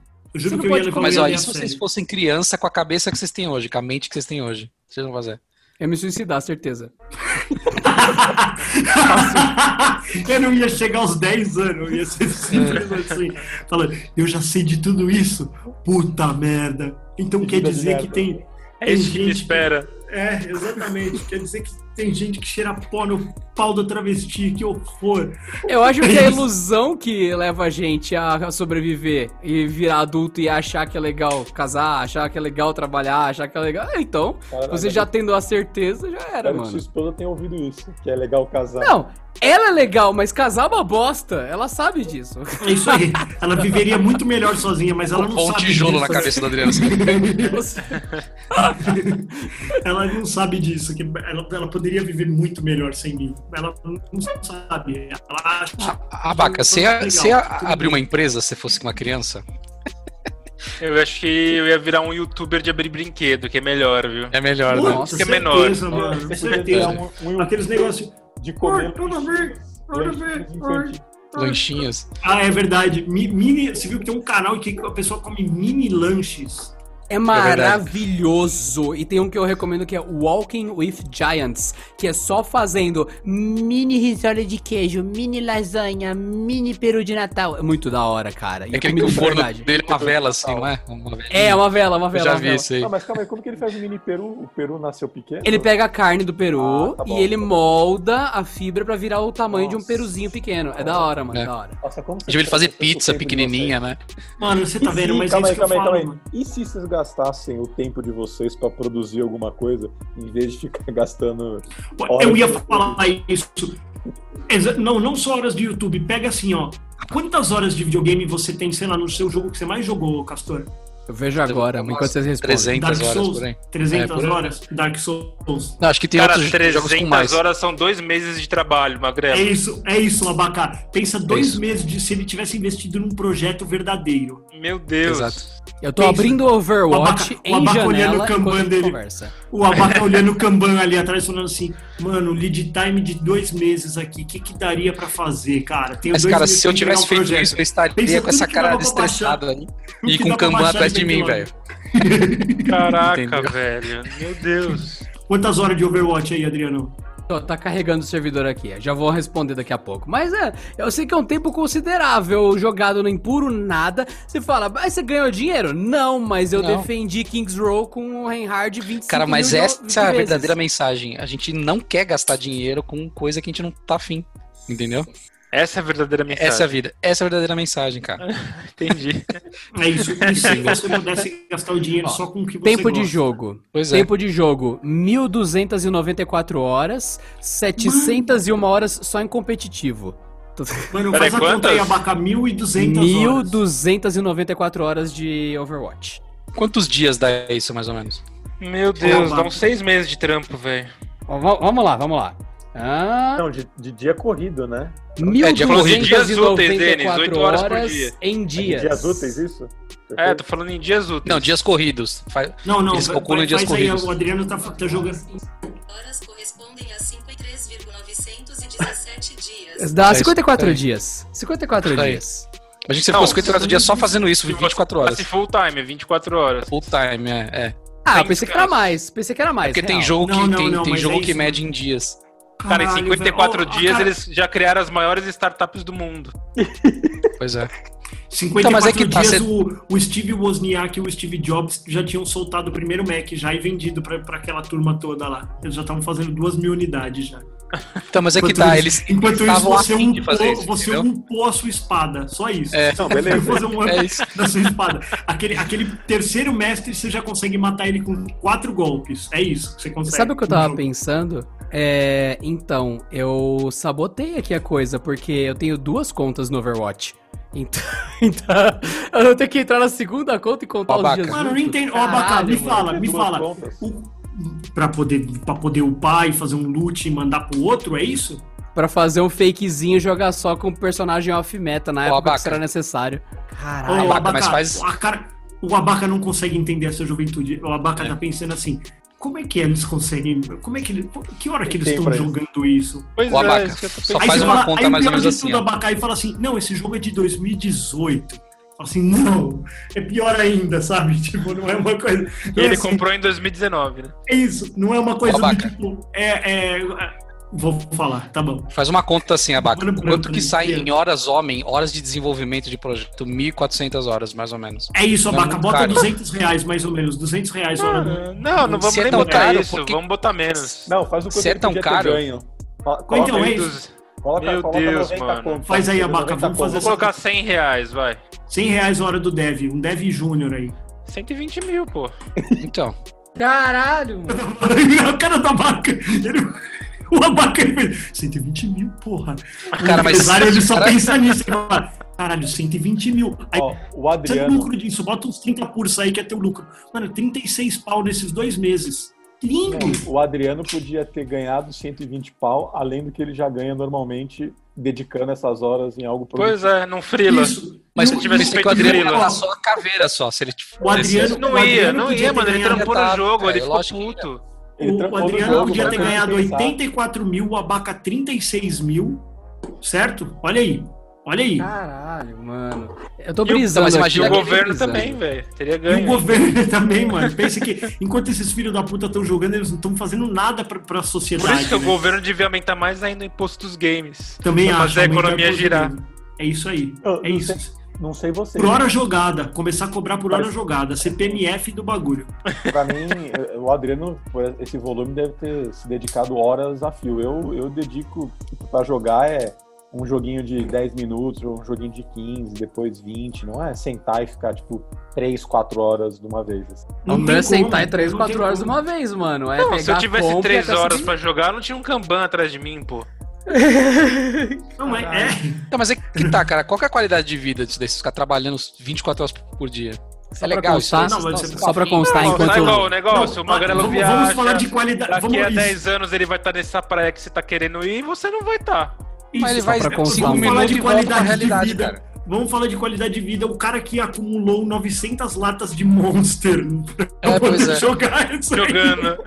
Speaker 3: juro
Speaker 2: não
Speaker 3: que eu ia
Speaker 2: pode
Speaker 3: levar
Speaker 4: Mas
Speaker 3: ele
Speaker 4: ó,
Speaker 3: a
Speaker 4: e se vocês
Speaker 3: sério.
Speaker 4: fossem criança com a cabeça que vocês têm hoje, com a mente que vocês têm hoje? O que vocês vão fazer?
Speaker 2: Eu É me suicidar, certeza.
Speaker 3: <laughs> eu não ia chegar aos 10 anos, eu ia ser simples assim. Falando, eu já sei de tudo isso. Puta merda. Então quer
Speaker 1: Vida de
Speaker 3: dizer
Speaker 1: merda.
Speaker 3: que tem.
Speaker 5: É isso que me espera.
Speaker 3: É, exatamente. Quer dizer que tem gente que cheira pó no pau do travesti, que horror.
Speaker 2: Eu acho que é a
Speaker 4: <laughs>
Speaker 2: ilusão que leva a gente a a sobreviver e virar adulto e achar que é legal casar, achar que é legal trabalhar, achar que é legal. Ah, Então, você já tendo a certeza, já era,
Speaker 1: Espero que sua
Speaker 2: mano.
Speaker 1: esposa tenha ouvido isso, que é legal casar.
Speaker 2: Não, ela é legal, mas casar é uma bosta. Ela sabe disso. <laughs>
Speaker 3: É isso aí. Ela viveria muito melhor sozinha, mas ela não
Speaker 4: Ou um
Speaker 3: sabe.
Speaker 4: tijolo
Speaker 3: disso.
Speaker 4: na cabeça
Speaker 3: <laughs>
Speaker 4: da Adriana. assim.
Speaker 3: ela não sabe disso, que ela, ela poderia viver muito melhor sem mim. Ela não sabe. Ela acha.
Speaker 4: A vaca, você ia,
Speaker 3: Legal.
Speaker 4: você ia abrir uma empresa se fosse uma criança?
Speaker 5: Eu acho que eu ia virar um youtuber de abrir brinquedo, que é melhor, viu?
Speaker 4: É melhor,
Speaker 3: Puta,
Speaker 4: né?
Speaker 5: Nossa, que é menor.
Speaker 3: certeza, mano,
Speaker 1: Você
Speaker 3: certeza.
Speaker 1: já tem um, um
Speaker 3: Aqueles negócios.
Speaker 1: de
Speaker 3: "Oi,
Speaker 1: comer.
Speaker 3: Tudo bem? Tudo
Speaker 1: um
Speaker 3: bem? Oi."
Speaker 1: infantil.
Speaker 4: Um Lanchinhos.
Speaker 3: Ah, é verdade. Mi- Mini, você viu que tem um canal que a pessoa come mini lanches.
Speaker 2: É maravilhoso. e tem um que eu recomendo que é Walking with Giants, que é só fazendo mini risoles de queijo, mini lasanha, mini peru de Natal. É muito da hora, cara. E
Speaker 4: É aquele que
Speaker 2: comida
Speaker 4: o
Speaker 2: de
Speaker 4: forno
Speaker 2: verdade.
Speaker 4: dele é uma vela, assim, não é? Uma vela.
Speaker 2: É, uma vela, uma
Speaker 4: Eu
Speaker 2: vela.
Speaker 4: já
Speaker 2: uma
Speaker 4: vi
Speaker 2: vela.
Speaker 4: isso aí.
Speaker 1: Ah, mas calma aí, como que ele faz o mini peru? O peru nasceu pequeno?
Speaker 2: Ele pega a carne do peru
Speaker 1: Ah, tá bom,
Speaker 2: e ele
Speaker 1: tá bom.
Speaker 2: molda a fibra pra virar o tamanho de um
Speaker 1: Nossa.
Speaker 2: peruzinho pequeno. É da hora, mano,
Speaker 4: É.
Speaker 2: da hora.
Speaker 1: Nossa, como você
Speaker 4: Tipo, ele fazer
Speaker 1: perde tanto
Speaker 4: pizza
Speaker 1: tempo de
Speaker 4: pequenininha, né?
Speaker 3: Mano, você tá
Speaker 1: E
Speaker 3: vendo,
Speaker 1: se-
Speaker 3: mas é
Speaker 1: calma
Speaker 3: isso
Speaker 1: aí,
Speaker 3: que eu
Speaker 1: calma aí, calma
Speaker 3: falo,
Speaker 1: aí.
Speaker 3: mano.
Speaker 1: E se vocês gastassem o tempo de vocês pra produzir alguma coisa, em vez de ficar <laughs> gastando. Olha
Speaker 3: Eu ia
Speaker 1: que-
Speaker 3: falar isso. Exa- Não, não só horas de YouTube. Pega assim, ó. Quantas horas de videogame você tem, sei lá, no seu jogo que você mais jogou, Castor?
Speaker 2: Eu vejo agora,
Speaker 4: Umas
Speaker 2: enquanto vocês respondem.
Speaker 4: 300
Speaker 3: Dark
Speaker 4: horas,
Speaker 3: Souls,
Speaker 4: porém.
Speaker 3: 300
Speaker 4: É, por aí.
Speaker 3: horas, Dark Souls.
Speaker 4: Não, acho que tem
Speaker 5: Cara,
Speaker 4: outros jogos com mais.
Speaker 5: 300 horas são dois meses de trabalho,
Speaker 3: É
Speaker 5: Magrelo.
Speaker 3: isso, é isso, Abacá. Pensa dois
Speaker 4: É isso.
Speaker 3: meses de se ele tivesse investido num projeto verdadeiro.
Speaker 5: Meu Deus.
Speaker 4: Exato.
Speaker 2: Eu tô
Speaker 3: Pensa.
Speaker 2: abrindo o Overwatch
Speaker 3: O abaca- o
Speaker 2: em
Speaker 3: abaca olhando
Speaker 2: janela
Speaker 3: o Kanban
Speaker 2: enquanto a gente
Speaker 3: dele.
Speaker 2: conversa.
Speaker 3: O
Speaker 4: <laughs>
Speaker 3: Abacá olhando o Kanban ali atrás, falando assim: mano, lead time de dois meses aqui, o que, que daria pra fazer, cara? Tenho
Speaker 4: Mas,
Speaker 3: dois
Speaker 4: cara,
Speaker 3: meses
Speaker 4: se eu
Speaker 3: pra
Speaker 4: tivesse
Speaker 3: entregar um
Speaker 4: feito isso, eu
Speaker 3: Pensa
Speaker 4: estaria com essa
Speaker 3: tudo que dava
Speaker 4: cara
Speaker 3: pra
Speaker 4: destressada aí
Speaker 3: <laughs> O
Speaker 4: e
Speaker 3: que
Speaker 4: com
Speaker 3: dá
Speaker 4: o
Speaker 3: pra
Speaker 4: Kanban
Speaker 3: baixar
Speaker 4: atrás de
Speaker 3: daquele
Speaker 4: mim,
Speaker 3: lado.
Speaker 4: velho.
Speaker 5: Caraca,
Speaker 4: Entendeu?
Speaker 5: velho. Meu Deus.
Speaker 3: Quantas horas de Overwatch aí, Adriano?
Speaker 2: Ó, tá carregando o servidor aqui, é. já vou responder daqui a pouco. Mas é, eu sei que é um tempo considerável jogado no impuro nada. Você fala, mas você ganhou dinheiro? Não, mas eu
Speaker 4: Não.
Speaker 2: defendi Kings Row com o Reinhard 25
Speaker 4: Cara, mas
Speaker 2: mil
Speaker 4: essa
Speaker 2: vezes.
Speaker 4: é a verdadeira mensagem. A gente não quer gastar dinheiro com coisa que a gente não tá afim. Entendeu?
Speaker 5: Essa é a verdadeira mensagem.
Speaker 4: Essa é a vida. Essa é a verdadeira mensagem, cara.
Speaker 5: Entendi.
Speaker 3: É isso.
Speaker 4: <laughs>
Speaker 3: E se você pudesse gastar o dinheiro
Speaker 2: Ó,
Speaker 3: só com o que você
Speaker 2: Tempo de
Speaker 3: gosta?
Speaker 2: jogo.
Speaker 4: Pois é.
Speaker 2: Tempo de jogo, 1.294 horas, 701 horas só em competitivo.
Speaker 3: Mano,
Speaker 5: Peraí,
Speaker 3: faz a conta aí,
Speaker 5: quantas?
Speaker 3: Abacá, 1.200 horas.
Speaker 2: 1.294 horas de Overwatch.
Speaker 4: Quantos dias dá isso, mais ou menos?
Speaker 5: <laughs> Meu Deus,
Speaker 3: Calma.
Speaker 5: dá uns seis meses de trampo, velho.
Speaker 2: Ó, va- vamos lá, vamos lá. Ah,
Speaker 1: Não, de, de dia corrido, né?
Speaker 4: É, dia corrido.
Speaker 5: Dias úteis, Denis,
Speaker 2: 1.294
Speaker 5: oito
Speaker 2: horas,
Speaker 5: horas por dia.
Speaker 2: em
Speaker 1: É de
Speaker 2: dias.
Speaker 1: Dias úteis, isso?
Speaker 5: É, tô falando em dias úteis.
Speaker 4: Não, dias corridos. Fa-
Speaker 3: Não, não,
Speaker 4: Eles
Speaker 3: vai-
Speaker 4: calculam
Speaker 3: vai-
Speaker 4: dias
Speaker 3: faz aí,
Speaker 4: corridos.
Speaker 3: o Adriano tá, tá jogando.
Speaker 6: horas correspondem a 53,917 dias.
Speaker 2: Dá
Speaker 4: Tá,
Speaker 2: 54
Speaker 4: isso aí.
Speaker 2: dias. 54
Speaker 4: Tá aí.
Speaker 2: dias.
Speaker 4: Imagina que você
Speaker 5: Não,
Speaker 4: ficou 54 dias só fazendo isso, 24 horas.
Speaker 5: Se Assim, full time, 24 horas.
Speaker 4: Full time, é. é.
Speaker 2: Ah,
Speaker 5: Tem
Speaker 2: eu pensei que era
Speaker 5: caras.
Speaker 2: mais. Pensei que era mais.
Speaker 4: Porque tem
Speaker 2: real.
Speaker 4: jogo que,
Speaker 3: Não, não,
Speaker 4: tem,
Speaker 3: não,
Speaker 4: tem
Speaker 3: mas
Speaker 4: jogo
Speaker 3: é
Speaker 4: que
Speaker 3: isso,
Speaker 4: mede em dias.
Speaker 5: Cara, em
Speaker 3: Caralho,
Speaker 5: 54
Speaker 3: velho. Ó, ó,
Speaker 5: dias
Speaker 3: cara,
Speaker 5: eles já criaram as maiores startups do mundo.
Speaker 4: Pois
Speaker 3: <laughs>
Speaker 4: é.
Speaker 3: 54
Speaker 4: Então, mas é que tá,
Speaker 3: dias
Speaker 4: cê-
Speaker 3: o, o Steve Wozniak e o Steve Jobs já tinham soltado o primeiro Mac já e vendido pra, pra aquela turma toda lá. Eles já estavam fazendo duas mil unidades já.
Speaker 4: Então, mas é que
Speaker 3: Enquanto
Speaker 4: tá.
Speaker 3: isso-
Speaker 4: Eles
Speaker 3: Enquanto isso,
Speaker 4: estavam
Speaker 3: você,
Speaker 4: afim de
Speaker 3: upou,
Speaker 4: fazer isso,
Speaker 3: você é
Speaker 4: entendeu?
Speaker 3: upou a sua espada. Só isso.
Speaker 4: É.
Speaker 1: Não, beleza.
Speaker 3: <laughs> Você fazer um up
Speaker 4: É isso.
Speaker 3: da sua espada. Aquele, aquele terceiro mestre, você já consegue matar ele com quatro golpes. É isso que você consegue.
Speaker 2: Sabe o que eu tava
Speaker 3: No jogo.
Speaker 2: pensando? É, então, eu sabotei aqui a coisa, porque eu tenho duas contas no Overwatch. <laughs> Então, então, eu vou ter que entrar na segunda conta e contar
Speaker 4: Babaca.
Speaker 2: os dias.
Speaker 3: Mano, eu não
Speaker 2: juntos.
Speaker 3: entendo. Ó, Abacá, me
Speaker 2: Caralho, mano.
Speaker 3: fala, me
Speaker 1: Duas
Speaker 3: fala.
Speaker 1: contas.
Speaker 3: O- Pra poder, pra poder upar e fazer um loot e mandar pro outro, é isso?
Speaker 2: Pra fazer um fakezinho e jogar só com o personagem off-meta na época
Speaker 4: abaca.
Speaker 2: que será necessário.
Speaker 3: Ô,
Speaker 2: Caralho.
Speaker 4: Abaca, mas faz-
Speaker 3: a cara- o Abaca não consegue entender essa juventude. O
Speaker 4: É.
Speaker 3: Abaca tá pensando assim. Como é que eles conseguem? Como é que ele- Que hora que eles
Speaker 1: Tem
Speaker 3: estão
Speaker 1: pra isso.
Speaker 3: jogando isso?
Speaker 5: Pois é,
Speaker 4: O abaca.
Speaker 5: isso que eu tô
Speaker 4: Só
Speaker 5: pensando.
Speaker 4: faz
Speaker 3: você
Speaker 4: uma
Speaker 3: fala-
Speaker 4: conta
Speaker 3: aí o
Speaker 4: mais ou
Speaker 3: pior de
Speaker 4: menos
Speaker 3: tudo,
Speaker 4: assim, ó.
Speaker 3: Abacá e fala assim: não, esse jogo é de 2018. Fala assim, não, é pior ainda, sabe? <laughs> Tipo, não é uma coisa.
Speaker 5: E
Speaker 3: não é
Speaker 5: ele
Speaker 3: assim,
Speaker 5: comprou em 2019, né?
Speaker 3: É isso, não é uma coisa do
Speaker 4: Abaca.
Speaker 3: tipo. É, é, é, Vou falar, tá bom.
Speaker 4: Faz uma conta assim, Abaca.
Speaker 3: Olha o
Speaker 4: O quanto
Speaker 3: branco
Speaker 4: que
Speaker 3: ali,
Speaker 4: sai
Speaker 3: inteiro.
Speaker 4: em horas homem, horas de desenvolvimento de projeto? 1.400 horas, mais ou menos.
Speaker 3: É isso,
Speaker 4: Não é
Speaker 3: Abaca,
Speaker 4: muito
Speaker 3: bota
Speaker 4: caro.
Speaker 3: 200 reais mais ou menos. 200 reais, hora.
Speaker 5: Ah, Não, não vamos
Speaker 4: Se é
Speaker 5: nem
Speaker 4: tão
Speaker 5: botar
Speaker 4: caro,
Speaker 5: isso,
Speaker 4: por que-
Speaker 5: vamos botar menos.
Speaker 1: Não, faz o que
Speaker 4: Se é
Speaker 1: ele
Speaker 4: tão
Speaker 1: podia ter
Speaker 4: caro-
Speaker 1: ganho. Fala- Coloca,
Speaker 3: Então, é
Speaker 1: aí,
Speaker 3: isso.
Speaker 1: coloca,
Speaker 5: Meu
Speaker 1: coloca
Speaker 5: Deus,
Speaker 1: 90
Speaker 5: mano.
Speaker 1: contas,
Speaker 3: Faz aí,
Speaker 1: 90
Speaker 3: Abaca, vamos
Speaker 1: contas.
Speaker 5: Vou
Speaker 3: fazer
Speaker 5: colocar 100 reais, vai.
Speaker 3: 100 reais a hora do dev, um dev júnior aí.
Speaker 5: 120 mil, pô.
Speaker 3: <laughs>
Speaker 4: Então,
Speaker 2: Caralho, mano.
Speaker 3: o cara do Abaca, ele- o Abaca, ele fez 120 mil, porra. <laughs>
Speaker 4: Cara,
Speaker 3: o
Speaker 4: mas-
Speaker 3: empresário, ele só
Speaker 4: Caralho.
Speaker 3: pensa nisso. Ele fala, caralho, 120 mil. Aí,
Speaker 1: Ó, o
Speaker 3: você tem
Speaker 1: Adriano,
Speaker 3: lucro disso, bota uns 30 cursos aí que é teu lucro. Mano, 36 pau nesses dois meses. Lindo!
Speaker 1: o Adriano podia ter ganhado 120 pau, além do que ele já ganha normalmente, dedicando essas horas em algo
Speaker 5: Pois é, não frila.
Speaker 3: Isso.
Speaker 4: mas
Speaker 3: E
Speaker 4: se
Speaker 3: o-
Speaker 4: eu
Speaker 5: tivesse
Speaker 4: tivesse
Speaker 5: feito
Speaker 4: que o Adriano
Speaker 5: grilo.
Speaker 4: era só a caveira só, se ele
Speaker 3: é O Adriano-
Speaker 5: Não
Speaker 3: O
Speaker 5: ia,
Speaker 3: Adriano
Speaker 5: não
Speaker 3: podia
Speaker 5: ia,
Speaker 3: ter
Speaker 5: mano. Ele
Speaker 3: ganhado.
Speaker 5: trampou no
Speaker 4: Tá,
Speaker 5: jogo,
Speaker 4: é,
Speaker 5: ele ficou
Speaker 4: lógico que ia.
Speaker 5: puto.
Speaker 1: Ele
Speaker 3: O,
Speaker 1: trampou no
Speaker 3: Adriano
Speaker 1: jogo,
Speaker 3: podia
Speaker 1: vai
Speaker 3: ter
Speaker 1: pra
Speaker 3: ganhado
Speaker 1: compensar.
Speaker 3: 84 mil, o Abaca 36 mil, certo? Olha aí, olha aí.
Speaker 2: Caralho, mano. Eu tô
Speaker 5: E o-
Speaker 2: brisando.
Speaker 4: mas
Speaker 5: E
Speaker 4: imagina
Speaker 2: aqui,
Speaker 5: o
Speaker 2: eu tô
Speaker 5: governo
Speaker 2: brisando.
Speaker 5: também, velho. Teria
Speaker 3: E o
Speaker 5: ganho.
Speaker 3: governo <laughs> também, mano. Pensa que enquanto esses filhos da puta estão jogando, eles não estão fazendo nada pra, pra
Speaker 5: Por
Speaker 3: sociedade.
Speaker 5: isso que o
Speaker 3: né?
Speaker 5: governo devia aumentar mais ainda o imposto dos games.
Speaker 3: Também
Speaker 5: pra
Speaker 3: acho.
Speaker 5: fazer a
Speaker 3: muito
Speaker 5: economia
Speaker 3: abuso
Speaker 5: girar.
Speaker 3: dele. É isso aí.
Speaker 1: Eu-
Speaker 3: É
Speaker 1: eu
Speaker 3: isso.
Speaker 1: Não sei você.
Speaker 3: Por hora jogada. Começar a cobrar por hora
Speaker 1: Parece-
Speaker 3: jogada. CPMF do bagulho.
Speaker 1: Pra mim, eh, o Adriano, por esse volume deve ter se dedicado horas a fio. Eu, eu dedico pra jogar é um joguinho de 10 minutos, um joguinho de 15, depois 20. Não é sentar e ficar, tipo, 3, 4 horas de uma vez. assim.
Speaker 2: O
Speaker 3: Não
Speaker 2: meu
Speaker 3: tem
Speaker 2: é sentar
Speaker 3: como,
Speaker 2: em 3,
Speaker 3: não
Speaker 2: 4
Speaker 3: tem
Speaker 2: horas de
Speaker 3: como.
Speaker 2: uma vez, mano. É
Speaker 5: Não,
Speaker 2: pegar
Speaker 5: se eu tivesse
Speaker 2: compra tá e
Speaker 5: três
Speaker 2: até
Speaker 5: horas
Speaker 2: subir.
Speaker 5: pra jogar, não tinha um Kanban atrás de mim, pô.
Speaker 3: Não é, é.
Speaker 4: Então, mas é que tá, cara. Qual que é a qualidade de vida disso daí? Você ficar trabalhando 24 horas por dia?
Speaker 2: Só pra
Speaker 4: é legal
Speaker 2: constar,
Speaker 4: isso.
Speaker 3: não, mas
Speaker 4: esses
Speaker 2: Só pra
Speaker 4: papinhos.
Speaker 2: constar,
Speaker 5: Não,
Speaker 2: enquanto...
Speaker 5: sabe qual é o negócio? o Magrelo
Speaker 3: vamos,
Speaker 5: viaja.
Speaker 3: vamos falar de qualidade.
Speaker 5: Daqui
Speaker 3: Vamos,
Speaker 5: a
Speaker 3: isso,
Speaker 5: 10 anos ele vai estar nessa praia que você tá querendo ir e você não vai tá estar.
Speaker 3: isso.
Speaker 4: Mas ele vai
Speaker 2: pra constar.
Speaker 4: cinco
Speaker 2: Vamos
Speaker 3: falar
Speaker 4: minutos
Speaker 3: de
Speaker 4: e volta pra
Speaker 3: qualidade de
Speaker 4: realidade,
Speaker 3: vida.
Speaker 4: cara.
Speaker 3: Vamos falar de qualidade de vida. O cara que acumulou 900 latas de Monster pra
Speaker 4: É, pois é.
Speaker 3: jogar isso
Speaker 2: <laughs>
Speaker 3: aí.
Speaker 5: Jogando.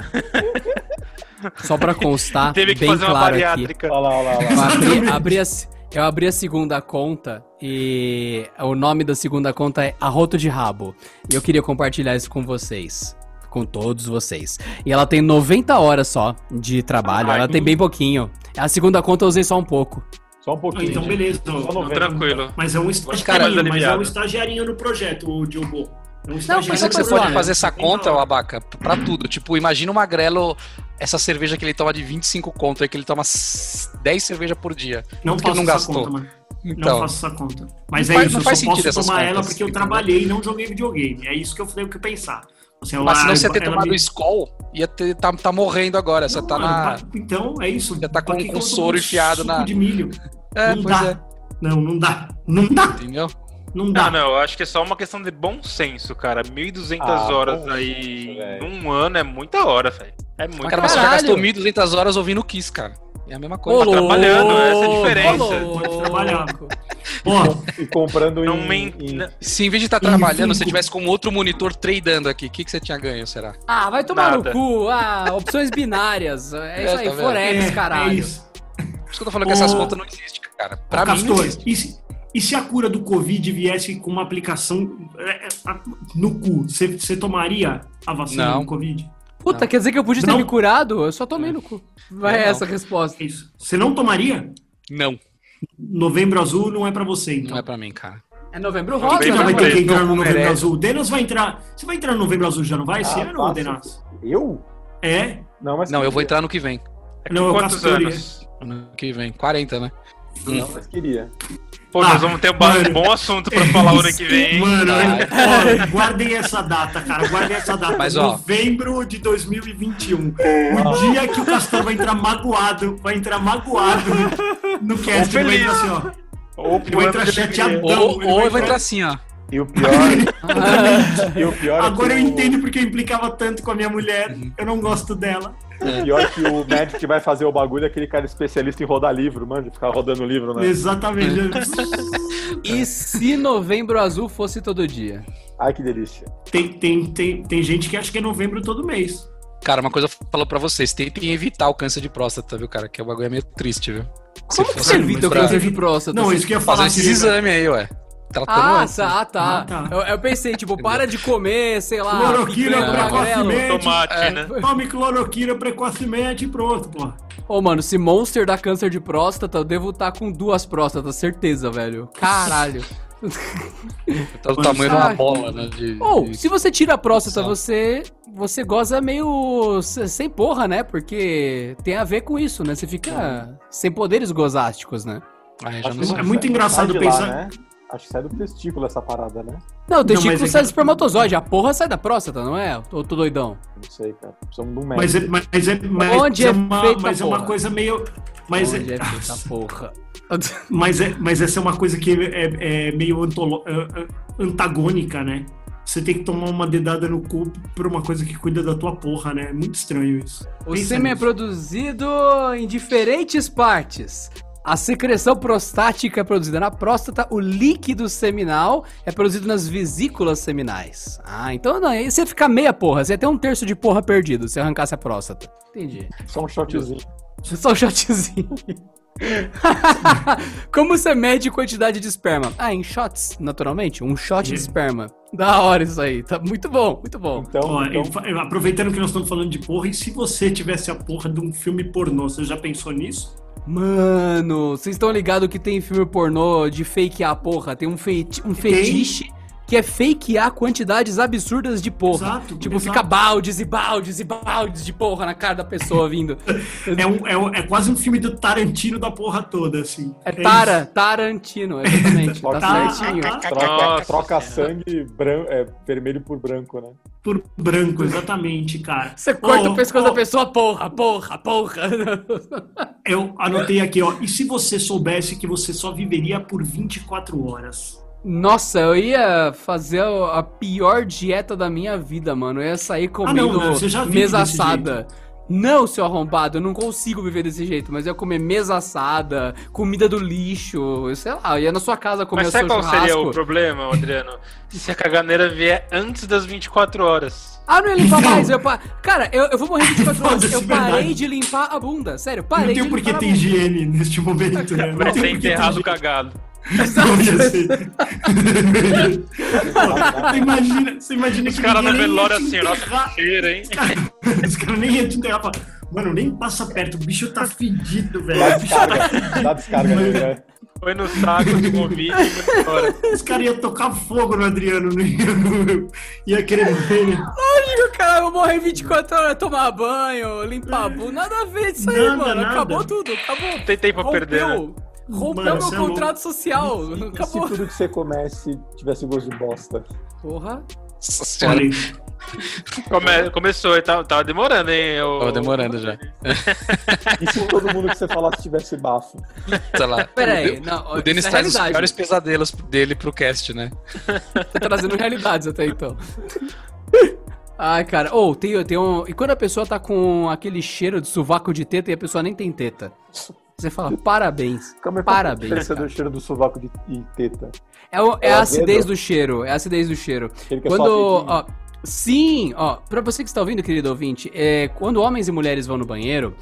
Speaker 2: Só pra constar,
Speaker 5: Teve que
Speaker 2: Tá bem
Speaker 5: fazer uma
Speaker 2: claro aqui.
Speaker 5: bariátrica.
Speaker 1: Olha lá, olha lá, olha
Speaker 2: Eu
Speaker 1: lá.
Speaker 2: abri, abri a se- eu abri a segunda conta e o nome da segunda conta é Arroto de Rabo. E eu queria compartilhar isso com vocês. Com todos vocês. E ela tem 90 horas só de trabalho.
Speaker 5: Ai. hum.
Speaker 2: Ela tem bem pouquinho. A segunda conta eu usei só um pouco.
Speaker 1: Só um pouquinho.
Speaker 3: Então,
Speaker 1: gente.
Speaker 3: beleza.
Speaker 1: Só
Speaker 5: Não,
Speaker 1: 90.
Speaker 5: tranquilo.
Speaker 3: Mas é um
Speaker 4: ficar
Speaker 3: estagiarinho,
Speaker 4: mais
Speaker 3: mas é um
Speaker 5: aliviado.
Speaker 3: estagiarinho no projeto, o Diogo. É um
Speaker 4: Não,
Speaker 3: estagiário
Speaker 4: mas é que
Speaker 3: no
Speaker 4: você pode
Speaker 3: projeto. Então,
Speaker 4: fazer essa
Speaker 3: Tem
Speaker 4: conta,
Speaker 3: hora.
Speaker 4: o abaca, pra tudo. Tipo, imagina o Magrelo, essa cerveja que ele toma de 25 conto, aí que ele toma s- 10 cervejas por dia.
Speaker 3: Não
Speaker 4: porque
Speaker 3: faço
Speaker 4: não
Speaker 3: essa
Speaker 4: gastou.
Speaker 3: conta, mano. não
Speaker 4: Então,
Speaker 3: faço essa conta. Mas
Speaker 4: Não
Speaker 3: é
Speaker 4: faz-
Speaker 3: isso,
Speaker 4: não
Speaker 3: eu
Speaker 4: faz
Speaker 3: só
Speaker 4: sentido
Speaker 3: posso
Speaker 4: essas
Speaker 3: tomar ela
Speaker 4: contas,
Speaker 3: porque eu
Speaker 4: entendeu?
Speaker 3: trabalhei e não joguei videogame. É isso que eu falei que eu pensar. Assim,
Speaker 4: mas se
Speaker 3: ela-
Speaker 4: não você ia ter
Speaker 3: ela
Speaker 4: tomado
Speaker 3: me-
Speaker 4: o Skol, ia ter, tá, tá morrendo agora. Você
Speaker 3: Não,
Speaker 4: tá na.
Speaker 3: mano, tá- Então, é isso.
Speaker 4: Já tá
Speaker 3: Pra
Speaker 4: com-
Speaker 3: que
Speaker 4: com
Speaker 3: que eu tô com
Speaker 4: soro enfiado
Speaker 3: suco
Speaker 4: na-
Speaker 3: de milho?
Speaker 4: É,
Speaker 3: não
Speaker 4: pois
Speaker 3: dá.
Speaker 4: é. Ah,
Speaker 3: Não, não dá. Não dá.
Speaker 4: Entendeu?
Speaker 3: Não
Speaker 5: Não,
Speaker 3: dá.
Speaker 5: não, eu acho que é só uma questão de bom senso, cara. 1.200
Speaker 1: Ah,
Speaker 5: horas
Speaker 1: bom
Speaker 5: aí
Speaker 1: senso, velho.
Speaker 5: num ano é muita hora, velho. É muita
Speaker 4: Cara,
Speaker 5: hora.
Speaker 4: você já
Speaker 2: Caralho.
Speaker 4: gastou 1.200 horas ouvindo Kiss, cara. É a mesma
Speaker 2: Ô,
Speaker 4: coisa.
Speaker 5: louco. trabalhando, essa é a
Speaker 2: louco,
Speaker 5: diferença.
Speaker 2: ô,
Speaker 3: Pode trabalhar.
Speaker 4: <laughs>
Speaker 2: louco.
Speaker 3: Ó,
Speaker 1: E
Speaker 3: <laughs>
Speaker 1: comprando
Speaker 5: Não
Speaker 1: em,
Speaker 5: mente.
Speaker 1: em-
Speaker 3: né?
Speaker 5: não-
Speaker 4: Se em vez de estar
Speaker 3: Em
Speaker 4: trabalhando,
Speaker 3: cinco.
Speaker 4: você tivesse com outro monitor tradando aqui, o que, que você tinha ganho, será?
Speaker 2: Ah, vai tomar no
Speaker 5: Nada.
Speaker 2: cu. Ah, opções binárias. É isso
Speaker 4: É,
Speaker 2: aí,
Speaker 4: tá vendo?
Speaker 2: Forex,
Speaker 3: é,
Speaker 2: caralho.
Speaker 3: é isso.
Speaker 4: Por isso que eu tô falando que essas
Speaker 3: Ô,
Speaker 4: contas não existem, cara. Pra mim, não
Speaker 3: Castor,
Speaker 4: existe.
Speaker 3: e se, e se a cura do Covid viesse com uma aplicação é, é, a- no cu? Você você tomaria a vacina
Speaker 4: Não.
Speaker 3: do Covid?
Speaker 2: Puta, quer dizer que eu podia ter
Speaker 3: Não.
Speaker 2: me curado? Eu só tomei no cu. Vai
Speaker 4: Eu não.
Speaker 2: essa a resposta.
Speaker 3: É isso. Você não tomaria?
Speaker 4: não,
Speaker 3: Novembro Azul não é pra você, então.
Speaker 4: não é pra mim, cara.
Speaker 2: É novembro
Speaker 5: Tudo
Speaker 2: rosa,
Speaker 3: Você
Speaker 5: bem,
Speaker 2: né,
Speaker 3: já vai
Speaker 5: Não,
Speaker 3: ter
Speaker 2: mano?
Speaker 3: que
Speaker 5: não
Speaker 3: entrar no Novembro
Speaker 5: merece.
Speaker 3: Azul. O Denas vai entrar. Você vai entrar no Novembro Azul já não vai esse
Speaker 1: Ah,
Speaker 3: ano,
Speaker 1: fácil.
Speaker 3: Denas?
Speaker 1: Eu?
Speaker 3: É?
Speaker 1: Não, mas
Speaker 4: Não, eu vou
Speaker 1: queria.
Speaker 4: entrar no que vem.
Speaker 5: É com
Speaker 3: Não, eu
Speaker 5: quantos
Speaker 3: castorei.
Speaker 5: anos?
Speaker 4: Ano que vem. 40, né?
Speaker 1: Não, mas queria.
Speaker 5: Pô,
Speaker 3: Ah,
Speaker 5: nós vamos ter um ba-
Speaker 3: mano.
Speaker 5: bom assunto pra falar o ano que vem. hein?
Speaker 3: Mano,
Speaker 4: Tá.
Speaker 3: é- ó, guardem essa data, cara. Guardem essa data.
Speaker 4: Mas, ó.
Speaker 3: Novembro de 2021. O dia que o Castor vai entrar magoado. Vai entrar magoado no cast.
Speaker 5: Ou
Speaker 3: Ele vai
Speaker 5: feliz.
Speaker 3: entrar assim, ó.
Speaker 5: Ou
Speaker 3: Ele vai entrar chateadão.
Speaker 4: Ou,
Speaker 3: ele
Speaker 4: ou eu vou
Speaker 3: vai
Speaker 4: entrar assim, ó.
Speaker 1: E o pior. e o pior <laughs> é
Speaker 3: Agora eu
Speaker 1: que o-
Speaker 3: entendo porque eu implicava tanto com a minha mulher.
Speaker 2: Uhum.
Speaker 3: Eu não gosto dela.
Speaker 1: o Pior é que o médico que vai fazer o bagulho é aquele cara especialista em rodar livro, mano, de ficar rodando livro, né?
Speaker 3: Exatamente.
Speaker 2: É.
Speaker 3: É.
Speaker 2: E se novembro azul fosse todo dia?
Speaker 1: Ai, que delícia.
Speaker 3: <laughs> Tem, tem, tem, tem gente que acha que é novembro todo mês.
Speaker 4: Cara, uma coisa eu falo pra vocês. Tentem evitar o câncer de próstata, viu, cara? Que o bagulho é meio triste, viu?
Speaker 2: Como que você
Speaker 3: fosse
Speaker 2: evita o
Speaker 3: pra-
Speaker 2: câncer de próstata?
Speaker 3: Não,
Speaker 2: Você-
Speaker 3: isso que eu ia
Speaker 4: Fazer
Speaker 3: falar.
Speaker 4: esses
Speaker 3: assim,
Speaker 4: exames aí, ué. Tratando
Speaker 2: Ah,
Speaker 4: antes.
Speaker 2: tá, tá.
Speaker 3: Ah, tá.
Speaker 2: Eu, eu pensei, tipo, para de comer, sei lá.
Speaker 3: Cloroquina
Speaker 2: picanha, magrelo.
Speaker 3: precocemente.
Speaker 5: Tomate,
Speaker 4: É.
Speaker 5: né?
Speaker 3: Tome cloroquina precocemente e pronto, pô.
Speaker 2: Ô, mano, se Monster dá câncer de próstata, eu devo estar com duas próstatas, certeza, velho. Caralho.
Speaker 4: Tá do tamanho de
Speaker 2: Ai.
Speaker 4: uma bola, né? De,
Speaker 2: Ou,
Speaker 4: de-
Speaker 2: se você tira a próstata,
Speaker 4: Só.
Speaker 2: você você goza meio se- sem porra, né? Porque tem a ver com isso, né? Você fica sem poderes gozásticos, né?
Speaker 4: Ai, já
Speaker 1: Acho
Speaker 4: não
Speaker 1: que
Speaker 4: sei.
Speaker 3: É muito engraçado
Speaker 1: sai de Lá,
Speaker 3: pensar-
Speaker 1: né? Acho que sai do testículo essa parada, né?
Speaker 2: Não, o testículo
Speaker 3: mas é que-
Speaker 2: sai do espermatozoide, a porra sai da próstata, não é? Ou tô doidão?
Speaker 1: Não sei, cara. Precisamos de um médico.
Speaker 3: Mas é, mas é, mas
Speaker 2: Onde é
Speaker 3: uma,
Speaker 2: feita
Speaker 3: mas é
Speaker 2: a
Speaker 3: uma
Speaker 2: porra?
Speaker 3: coisa meio. Mas,
Speaker 2: Onde
Speaker 3: é,
Speaker 2: é feita
Speaker 3: <laughs>
Speaker 2: a porra?
Speaker 3: mas, é, mas essa é uma coisa que é, é meio antolo- é, é, antagônica, né? Você tem que tomar uma dedada no cu por uma coisa que cuida da tua porra, né? É muito estranho isso.
Speaker 2: O
Speaker 3: Pensa
Speaker 2: sêmen é
Speaker 3: nisso.
Speaker 2: produzido em diferentes partes. A secreção prostática é produzida na próstata, o líquido seminal é produzido nas vesículas seminais. Ah, então não, aí você fica meia porra, você ia ter um terço de porra perdido se arrancasse a próstata. Entendi.
Speaker 3: é-
Speaker 1: Só um shotzinho.
Speaker 2: Só um shotzinho. <laughs> Como você mede quantidade de esperma? Ah, em shots, naturalmente. Um shot de esperma. Da hora isso aí. Tá muito bom, muito bom.
Speaker 1: Então,
Speaker 3: Ó, eu
Speaker 1: então
Speaker 3: fa- eu- aproveitando que nós estamos falando de porra, e se você tivesse a porra de um filme pornô, você já pensou nisso?
Speaker 2: Mano, vocês estão ligados que tem filme pornô de fakear porra? Tem um, feiti um fetiche que é fakear quantidades absurdas de porra.
Speaker 3: Exato.
Speaker 2: Tipo,
Speaker 3: exato.
Speaker 2: fica baldes e baldes e baldes de porra na cara da pessoa vindo.
Speaker 3: <laughs> É, um- é um- é quase um filme do Tarantino da porra toda, assim.
Speaker 2: É
Speaker 3: isso.
Speaker 2: Tara, Tarantino,
Speaker 3: <laughs>
Speaker 2: exatamente. tá
Speaker 1: Tá,
Speaker 2: certinho.
Speaker 1: troca,
Speaker 5: Nossa
Speaker 1: troca sangue bran- é, vermelho por branco, né?
Speaker 3: Por branco, exatamente, cara.
Speaker 2: Você corta
Speaker 3: Ó,
Speaker 2: o pescoço
Speaker 3: ó,
Speaker 2: da pessoa, porra, porra, porra. <laughs>
Speaker 3: Eu anotei aqui, ó. E se você soubesse que você só viveria por 24 horas?
Speaker 2: Nossa, eu ia fazer a a pior dieta da minha vida, mano. Eu ia sair comendo
Speaker 3: Ah, não, você já vive
Speaker 2: mesa
Speaker 3: desse
Speaker 2: assada. Não, seu arrombado, eu não consigo viver desse jeito, mas eu ia comer mesa assada, comida do lixo, eu sei lá, eu ia na sua casa comer
Speaker 5: Mas
Speaker 2: o seu
Speaker 5: sabe qual
Speaker 2: churrasco.
Speaker 5: seria o problema, Adriano? Se a caganeira vier antes das 24 horas.
Speaker 2: Ah, não ia limpar mais, eu pa... Cara, eu, eu vou morrer 24 horas,
Speaker 3: Foda-se,
Speaker 2: eu parei
Speaker 3: é verdade.
Speaker 2: de limpar a bunda, sério,
Speaker 3: Não
Speaker 2: parei
Speaker 3: tem
Speaker 2: de
Speaker 3: por que
Speaker 2: limpar a
Speaker 3: ter
Speaker 2: bunda.
Speaker 3: higiene neste momento, né? Não
Speaker 5: Vai ser
Speaker 3: tem por que ter
Speaker 5: enterrado
Speaker 3: higiene.
Speaker 5: cagado.
Speaker 3: Não ia ser. <laughs> Pô, você imagina, você imagina
Speaker 5: Os
Speaker 3: que
Speaker 5: caras na
Speaker 3: ninguém ia
Speaker 5: velório
Speaker 3: te
Speaker 5: assim, nossa,
Speaker 3: enterrar. <laughs>
Speaker 5: que cheiro, hein?
Speaker 3: Os caras nem iam te enterrar. fala, Mano, nem passa perto, o bicho tá fedido,
Speaker 1: Dá
Speaker 3: velho. O bicho tá
Speaker 1: descarga, dá descarga nele, né?
Speaker 5: Foi no saco de convite e foi embora.
Speaker 3: tá-" Os caras iam tocar fogo no Adriano, <laughs> não ia, não- ia querer ver né? ele.
Speaker 2: <laughs> Cara, eu vou morrer 24 horas, tomar banho, limpar a bunda, nada a ver disso aí,
Speaker 3: Nada,
Speaker 2: mano,
Speaker 3: nada.
Speaker 2: acabou tudo, acabou.
Speaker 5: Tem tempo pra perder. né?
Speaker 2: Rompeu, rompeu
Speaker 3: Mano,
Speaker 2: meu
Speaker 3: você é louco. tipo
Speaker 2: contrato social,
Speaker 3: <laughs>
Speaker 1: E se
Speaker 2: acabou.
Speaker 1: tudo que você comece tivesse gosto de bosta?
Speaker 2: Porra.
Speaker 4: Nossa senhora.
Speaker 3: Olha aí.
Speaker 5: Come- começou, e tava, tava demorando, hein? Eu...
Speaker 4: Tava demorando já.
Speaker 1: E se todo mundo que você falasse tivesse bafo?
Speaker 2: <laughs>
Speaker 4: Sei lá.
Speaker 2: Pera aí,
Speaker 4: O-
Speaker 2: não,
Speaker 4: O Denis
Speaker 2: isso é
Speaker 4: traz os
Speaker 2: realidade.
Speaker 4: piores pesadelos dele pro cast, né?
Speaker 2: Tá trazendo realidades até então. Ai, cara. Ou, tem, tem um. E quando a pessoa tá com aquele cheiro de sovaco de teta e a pessoa nem tem teta? Você fala, parabéns.
Speaker 1: Calma aí, qual que é a
Speaker 2: Parabéns,
Speaker 1: diferença
Speaker 2: cara.
Speaker 1: do cheiro do sovaco de, e teta.
Speaker 2: É, o- é
Speaker 1: É
Speaker 2: a
Speaker 1: o
Speaker 2: acidez
Speaker 1: dedo?
Speaker 2: do cheiro. É a acidez do cheiro.
Speaker 1: Aquele que é só
Speaker 2: Quando.
Speaker 1: apetite.
Speaker 2: ó, sim, ó, pra você que está ouvindo, querido ouvinte, é, quando homens e mulheres vão no banheiro,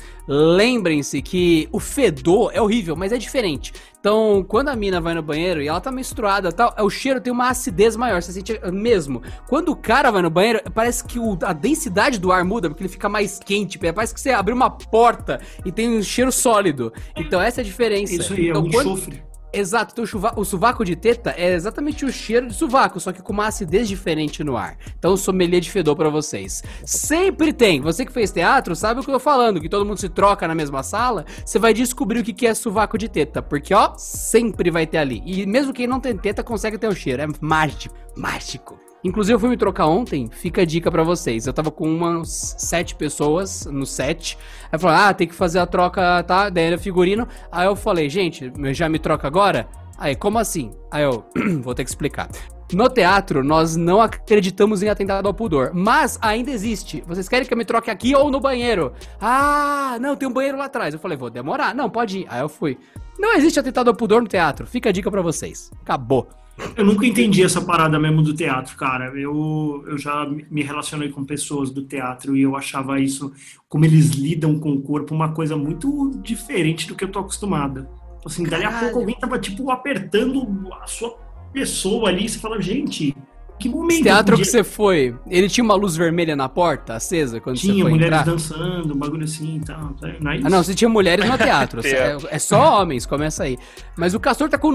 Speaker 2: lembrem-se que o fedor é horrível, mas é diferente. Então, quando a mina vai no banheiro e ela tá menstruada e tal, é, o cheiro tem uma acidez maior, você sente é, mesmo. Quando o cara vai no banheiro, parece que o- a densidade do ar muda, porque ele fica mais quente, parece que você abriu uma porta e tem um cheiro sólido. Então, essa é a diferença.
Speaker 3: Isso aí, é
Speaker 2: então,
Speaker 3: um
Speaker 2: quando-
Speaker 3: enxofre.
Speaker 2: Exato, então o, chuva- o sovaco de teta é exatamente o cheiro de sovaco, só que com uma acidez diferente no ar. Então, sommelier de fedor pra vocês. Sempre tem. Você que fez teatro sabe o que eu tô falando, que todo mundo se troca na mesma sala, você vai descobrir o que que é sovaco de teta, porque ó, sempre vai ter ali. E mesmo quem não tem teta consegue ter o cheiro, é mágico, mágico. Inclusive, eu fui me trocar ontem, fica a dica pra vocês. Eu tava com umas sete pessoas no set. Aí falou, ah, tem que fazer a troca, tá? Daí era figurino. Aí eu falei, gente, já me troca agora? Aí, como assim? Aí eu, <clears throat> vou ter que explicar. No teatro, nós não acreditamos em atentado ao pudor, mas ainda existe. Vocês querem que eu me troque aqui ou no banheiro? Ah, não, tem um banheiro lá atrás. Eu falei, vou demorar. Não, pode ir. Aí eu fui. Não existe atentado ao pudor no teatro. Fica a dica pra vocês. Acabou.
Speaker 3: Eu nunca entendi essa parada mesmo do teatro, cara. Eu, eu já me relacionei com pessoas do teatro e eu achava isso, como eles lidam com o corpo, uma coisa muito diferente do que eu tô acostumada. Assim, dali a
Speaker 2: Caralho.
Speaker 3: pouco alguém tava, tipo, apertando a sua pessoa ali e você fala, gente, que momento.
Speaker 2: Esse teatro é que
Speaker 3: podia-
Speaker 2: você foi, ele tinha uma luz vermelha na porta, acesa, quando você
Speaker 3: Tinha
Speaker 2: foi
Speaker 3: mulheres
Speaker 2: entrar?
Speaker 3: dançando, um bagulho assim e tal. tá? Não é isso?
Speaker 2: Ah, não, você tinha mulheres no
Speaker 5: <laughs>
Speaker 2: teatro. é,
Speaker 5: Teatro.
Speaker 2: é só homens, começa aí. Mas o Castor tá com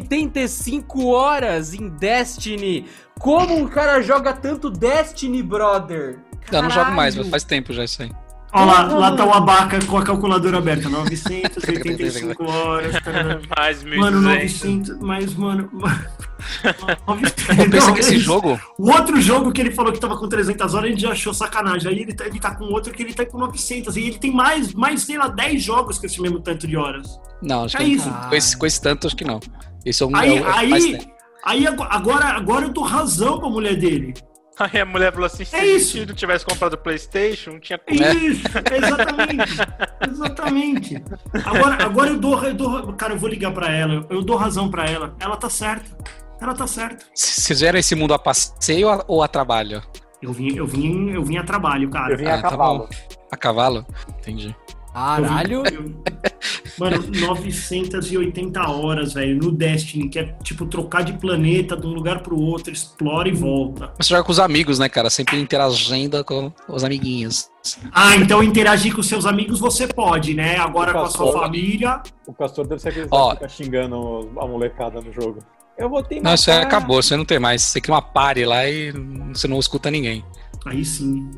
Speaker 2: 985 horas em Destiny. Como um cara joga tanto Destiny, brother?
Speaker 4: Eu não jogo mais,
Speaker 2: Caralho.
Speaker 4: faz tempo já isso aí.
Speaker 3: Ó lá, lá tá o abaca com a calculadora
Speaker 2: <laughs>
Speaker 3: aberta, 985 horas. tarará.
Speaker 5: Mais
Speaker 3: Mano,
Speaker 5: 1.200.
Speaker 3: 900, mas, mano... <laughs> 900,
Speaker 4: Eu
Speaker 3: <laughs>
Speaker 4: penso que
Speaker 3: não, é
Speaker 4: esse
Speaker 3: isso-
Speaker 4: jogo.
Speaker 3: O outro jogo que ele falou que tava com 300 horas, a gente já achou sacanagem. Aí ele tá, ele tá com outro que ele tá com 900. E ele tem mais, mais sei lá, 10 jogos com esse mesmo tanto de horas.
Speaker 4: Não, acho
Speaker 3: É
Speaker 4: que
Speaker 3: isso.
Speaker 4: com esse, com esse tanto, acho que não. Esse é um.
Speaker 3: Aí,
Speaker 4: é o- é mais
Speaker 3: aí,
Speaker 4: tempo.
Speaker 3: aí ago- agora, agora eu dou razão pra mulher dele.
Speaker 5: Aí a mulher falou assim: se
Speaker 3: É
Speaker 5: a
Speaker 3: isso.
Speaker 5: gente não tivesse comprado o PlayStation, não tinha
Speaker 3: É
Speaker 4: Né?
Speaker 3: Isso, exatamente.
Speaker 4: <laughs>
Speaker 3: Exatamente. Agora, agora eu, dou, eu dou. Cara, eu vou ligar pra ela. Eu dou razão pra ela. Ela tá certa. Ela tá certa.
Speaker 4: C- Vocês vieram esse mundo a passeio a- ou a trabalho?
Speaker 3: Eu vim, eu vim, eu vim a trabalho, cara.
Speaker 1: Eu vim
Speaker 4: Ah,
Speaker 1: a
Speaker 4: tá
Speaker 1: cavalo.
Speaker 4: A cavalo? Entendi.
Speaker 2: Caralho.
Speaker 3: Eu- Mano, 980 horas, velho, no Destiny, que é tipo trocar de planeta de um lugar pro outro, explora e volta.
Speaker 4: Mas Você joga com os amigos, né, cara? Sempre interagindo com os amiguinhos.
Speaker 3: Ah, então interagir com seus amigos você pode, né? Agora com a sua família.
Speaker 1: O Castor deve ser aquele
Speaker 4: Ó.
Speaker 1: que fica xingando a molecada no jogo. Eu vou ter
Speaker 4: Não, isso aí acabou, você não tem mais. Você cria uma party lá e você não escuta ninguém.
Speaker 3: Aí sim.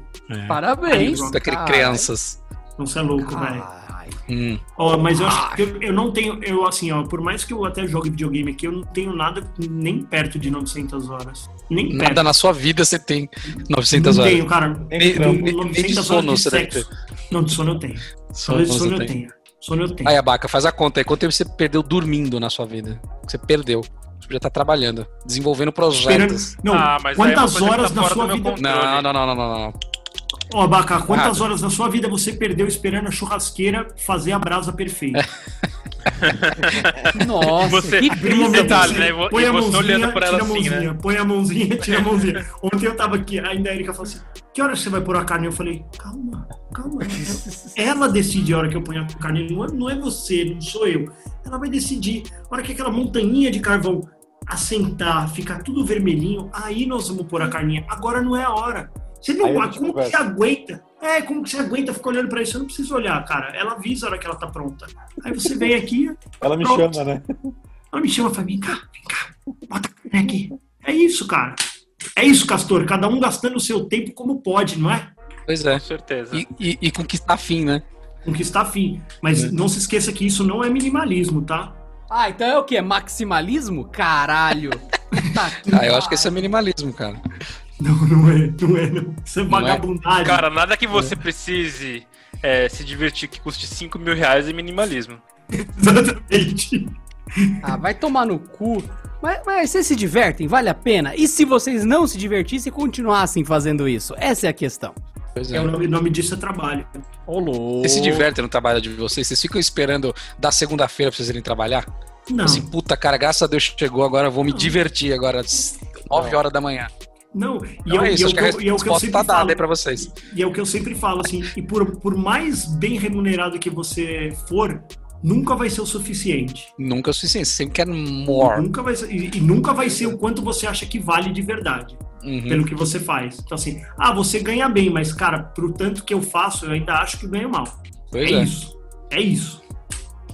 Speaker 2: Parabéns.
Speaker 4: É Isso Ah, daquele
Speaker 2: cara.
Speaker 4: crianças.
Speaker 3: Não você é louco, velho.
Speaker 2: Caralho.
Speaker 4: Hum.
Speaker 3: Ó, mas eu acho que eu, eu não tenho. Eu, assim, ó, por mais que eu até jogue videogame aqui, eu não tenho nada nem perto de 900 horas. Nem perto.
Speaker 4: Nada na sua vida você tem 900
Speaker 3: não
Speaker 4: horas.
Speaker 3: tenho, cara.
Speaker 4: Nem-
Speaker 3: Eu tenho
Speaker 4: nem- nem de
Speaker 3: 900
Speaker 4: sono
Speaker 3: horas de
Speaker 4: você deve
Speaker 3: sexo. Não, de sono eu tenho.
Speaker 4: Só
Speaker 3: Talvez de
Speaker 4: você
Speaker 3: sono eu
Speaker 4: tem.
Speaker 3: tenha. Sono eu tenho.
Speaker 4: Aí, Abaca, faz a conta aí. Quanto tempo você perdeu dormindo na sua vida? Você perdeu. Você podia estar trabalhando, desenvolvendo projetos.
Speaker 3: Esperando. Não,
Speaker 5: Ah, mas aí é uma
Speaker 3: quantas
Speaker 5: coisa que tá
Speaker 3: horas da
Speaker 5: fora do
Speaker 3: sua
Speaker 5: meu
Speaker 3: vida.
Speaker 5: controle.
Speaker 4: Não, não, não, não, não, não.
Speaker 3: Ó, Baca, quantas horas da sua vida você perdeu esperando a churrasqueira fazer a brasa perfeita?
Speaker 2: Nossa,
Speaker 5: Você-
Speaker 2: que
Speaker 3: Abriu a
Speaker 2: brisa.
Speaker 5: Detalhe,
Speaker 3: mãozinha,
Speaker 5: né? E vo-
Speaker 3: Põe
Speaker 5: e
Speaker 3: a
Speaker 5: você
Speaker 3: mãozinha,
Speaker 5: olhando pra ela
Speaker 3: tira a
Speaker 5: assim,
Speaker 3: mãozinha, põe a
Speaker 5: <laughs>
Speaker 3: mãozinha, tira a mãozinha. Ontem eu tava aqui, ainda a Erika falou assim, que hora você vai pôr a carne? Eu falei, calma, calma.
Speaker 5: <laughs>
Speaker 3: Ela decide a hora que eu ponho a carne, não é, não é você, não sou eu. Ela vai decidir. A hora que aquela montanha de carvão assentar, ficar tudo vermelhinho, aí nós vamos pôr a carninha. Agora não é a hora. Você não,
Speaker 1: Aí a
Speaker 3: ah,
Speaker 1: gente
Speaker 3: como que
Speaker 1: conversa.
Speaker 3: você aguenta? É, como que você aguenta ficar olhando pra isso? Eu não preciso olhar, cara. Ela avisa a hora que ela tá pronta. Aí você vem aqui,
Speaker 1: Ela me
Speaker 3: Pronto.
Speaker 1: chama, né?
Speaker 3: ela me chama e fala, vem cá, vem cá, bota a carne aqui. É isso, cara. É isso, Castor. Cada um gastando o seu tempo como pode, não é?
Speaker 4: Pois é.
Speaker 5: Com certeza.
Speaker 4: E, e, e conquistar fim, né?
Speaker 3: Conquistar fim. Mas não se esqueça que isso não é minimalismo, tá?
Speaker 2: Ah, então é o quê? Maximalismo? Caralho. Tá que
Speaker 4: Ah, eu acho que esse é
Speaker 2: pariu.
Speaker 4: minimalismo, cara.
Speaker 3: <laughs> Não, não é, não é, não. Isso é vagabundagem.
Speaker 5: Cara, nada que você precise é, se divertir que custe 5 mil reais é minimalismo.
Speaker 3: <laughs> Exatamente.
Speaker 2: Ah, vai tomar no cu. Mas, mas vocês se divertem? Vale a pena? E se vocês não se divertissem e continuassem fazendo isso? Essa é a questão.
Speaker 4: Pois
Speaker 3: É,
Speaker 4: é.
Speaker 3: o nome, o nome disso é trabalho.
Speaker 2: Ô, louco.
Speaker 4: Vocês se divertem no trabalho de vocês? Vocês ficam esperando da segunda-feira pra vocês irem trabalhar?
Speaker 3: Não,
Speaker 4: Assim, puta, cara, graças a Deus chegou agora, eu vou me
Speaker 3: Não.
Speaker 4: divertir agora, 9 horas da manhã.
Speaker 3: não. E
Speaker 4: Então
Speaker 3: é,
Speaker 4: é
Speaker 3: o-
Speaker 4: isso,
Speaker 3: e é o
Speaker 4: acho que
Speaker 3: que
Speaker 4: a
Speaker 3: eu- e é o que eu
Speaker 4: resposta tá
Speaker 3: sempre
Speaker 4: dada
Speaker 3: falo.
Speaker 4: aí pra vocês.
Speaker 3: E é o que eu sempre falo, assim, e por, por mais bem remunerado que você for, nunca vai ser o suficiente.
Speaker 4: Nunca é o suficiente, você sempre quer more.
Speaker 3: Nunca vai ser, e, e nunca vai ser o quanto você acha que vale de verdade,
Speaker 4: Uhum.
Speaker 3: pelo que você faz. Então, assim, ah, você ganha bem, mas, cara, pro tanto que eu faço, eu ainda acho que ganho mal.
Speaker 4: Pois
Speaker 3: é,
Speaker 4: é.
Speaker 3: isso. É isso.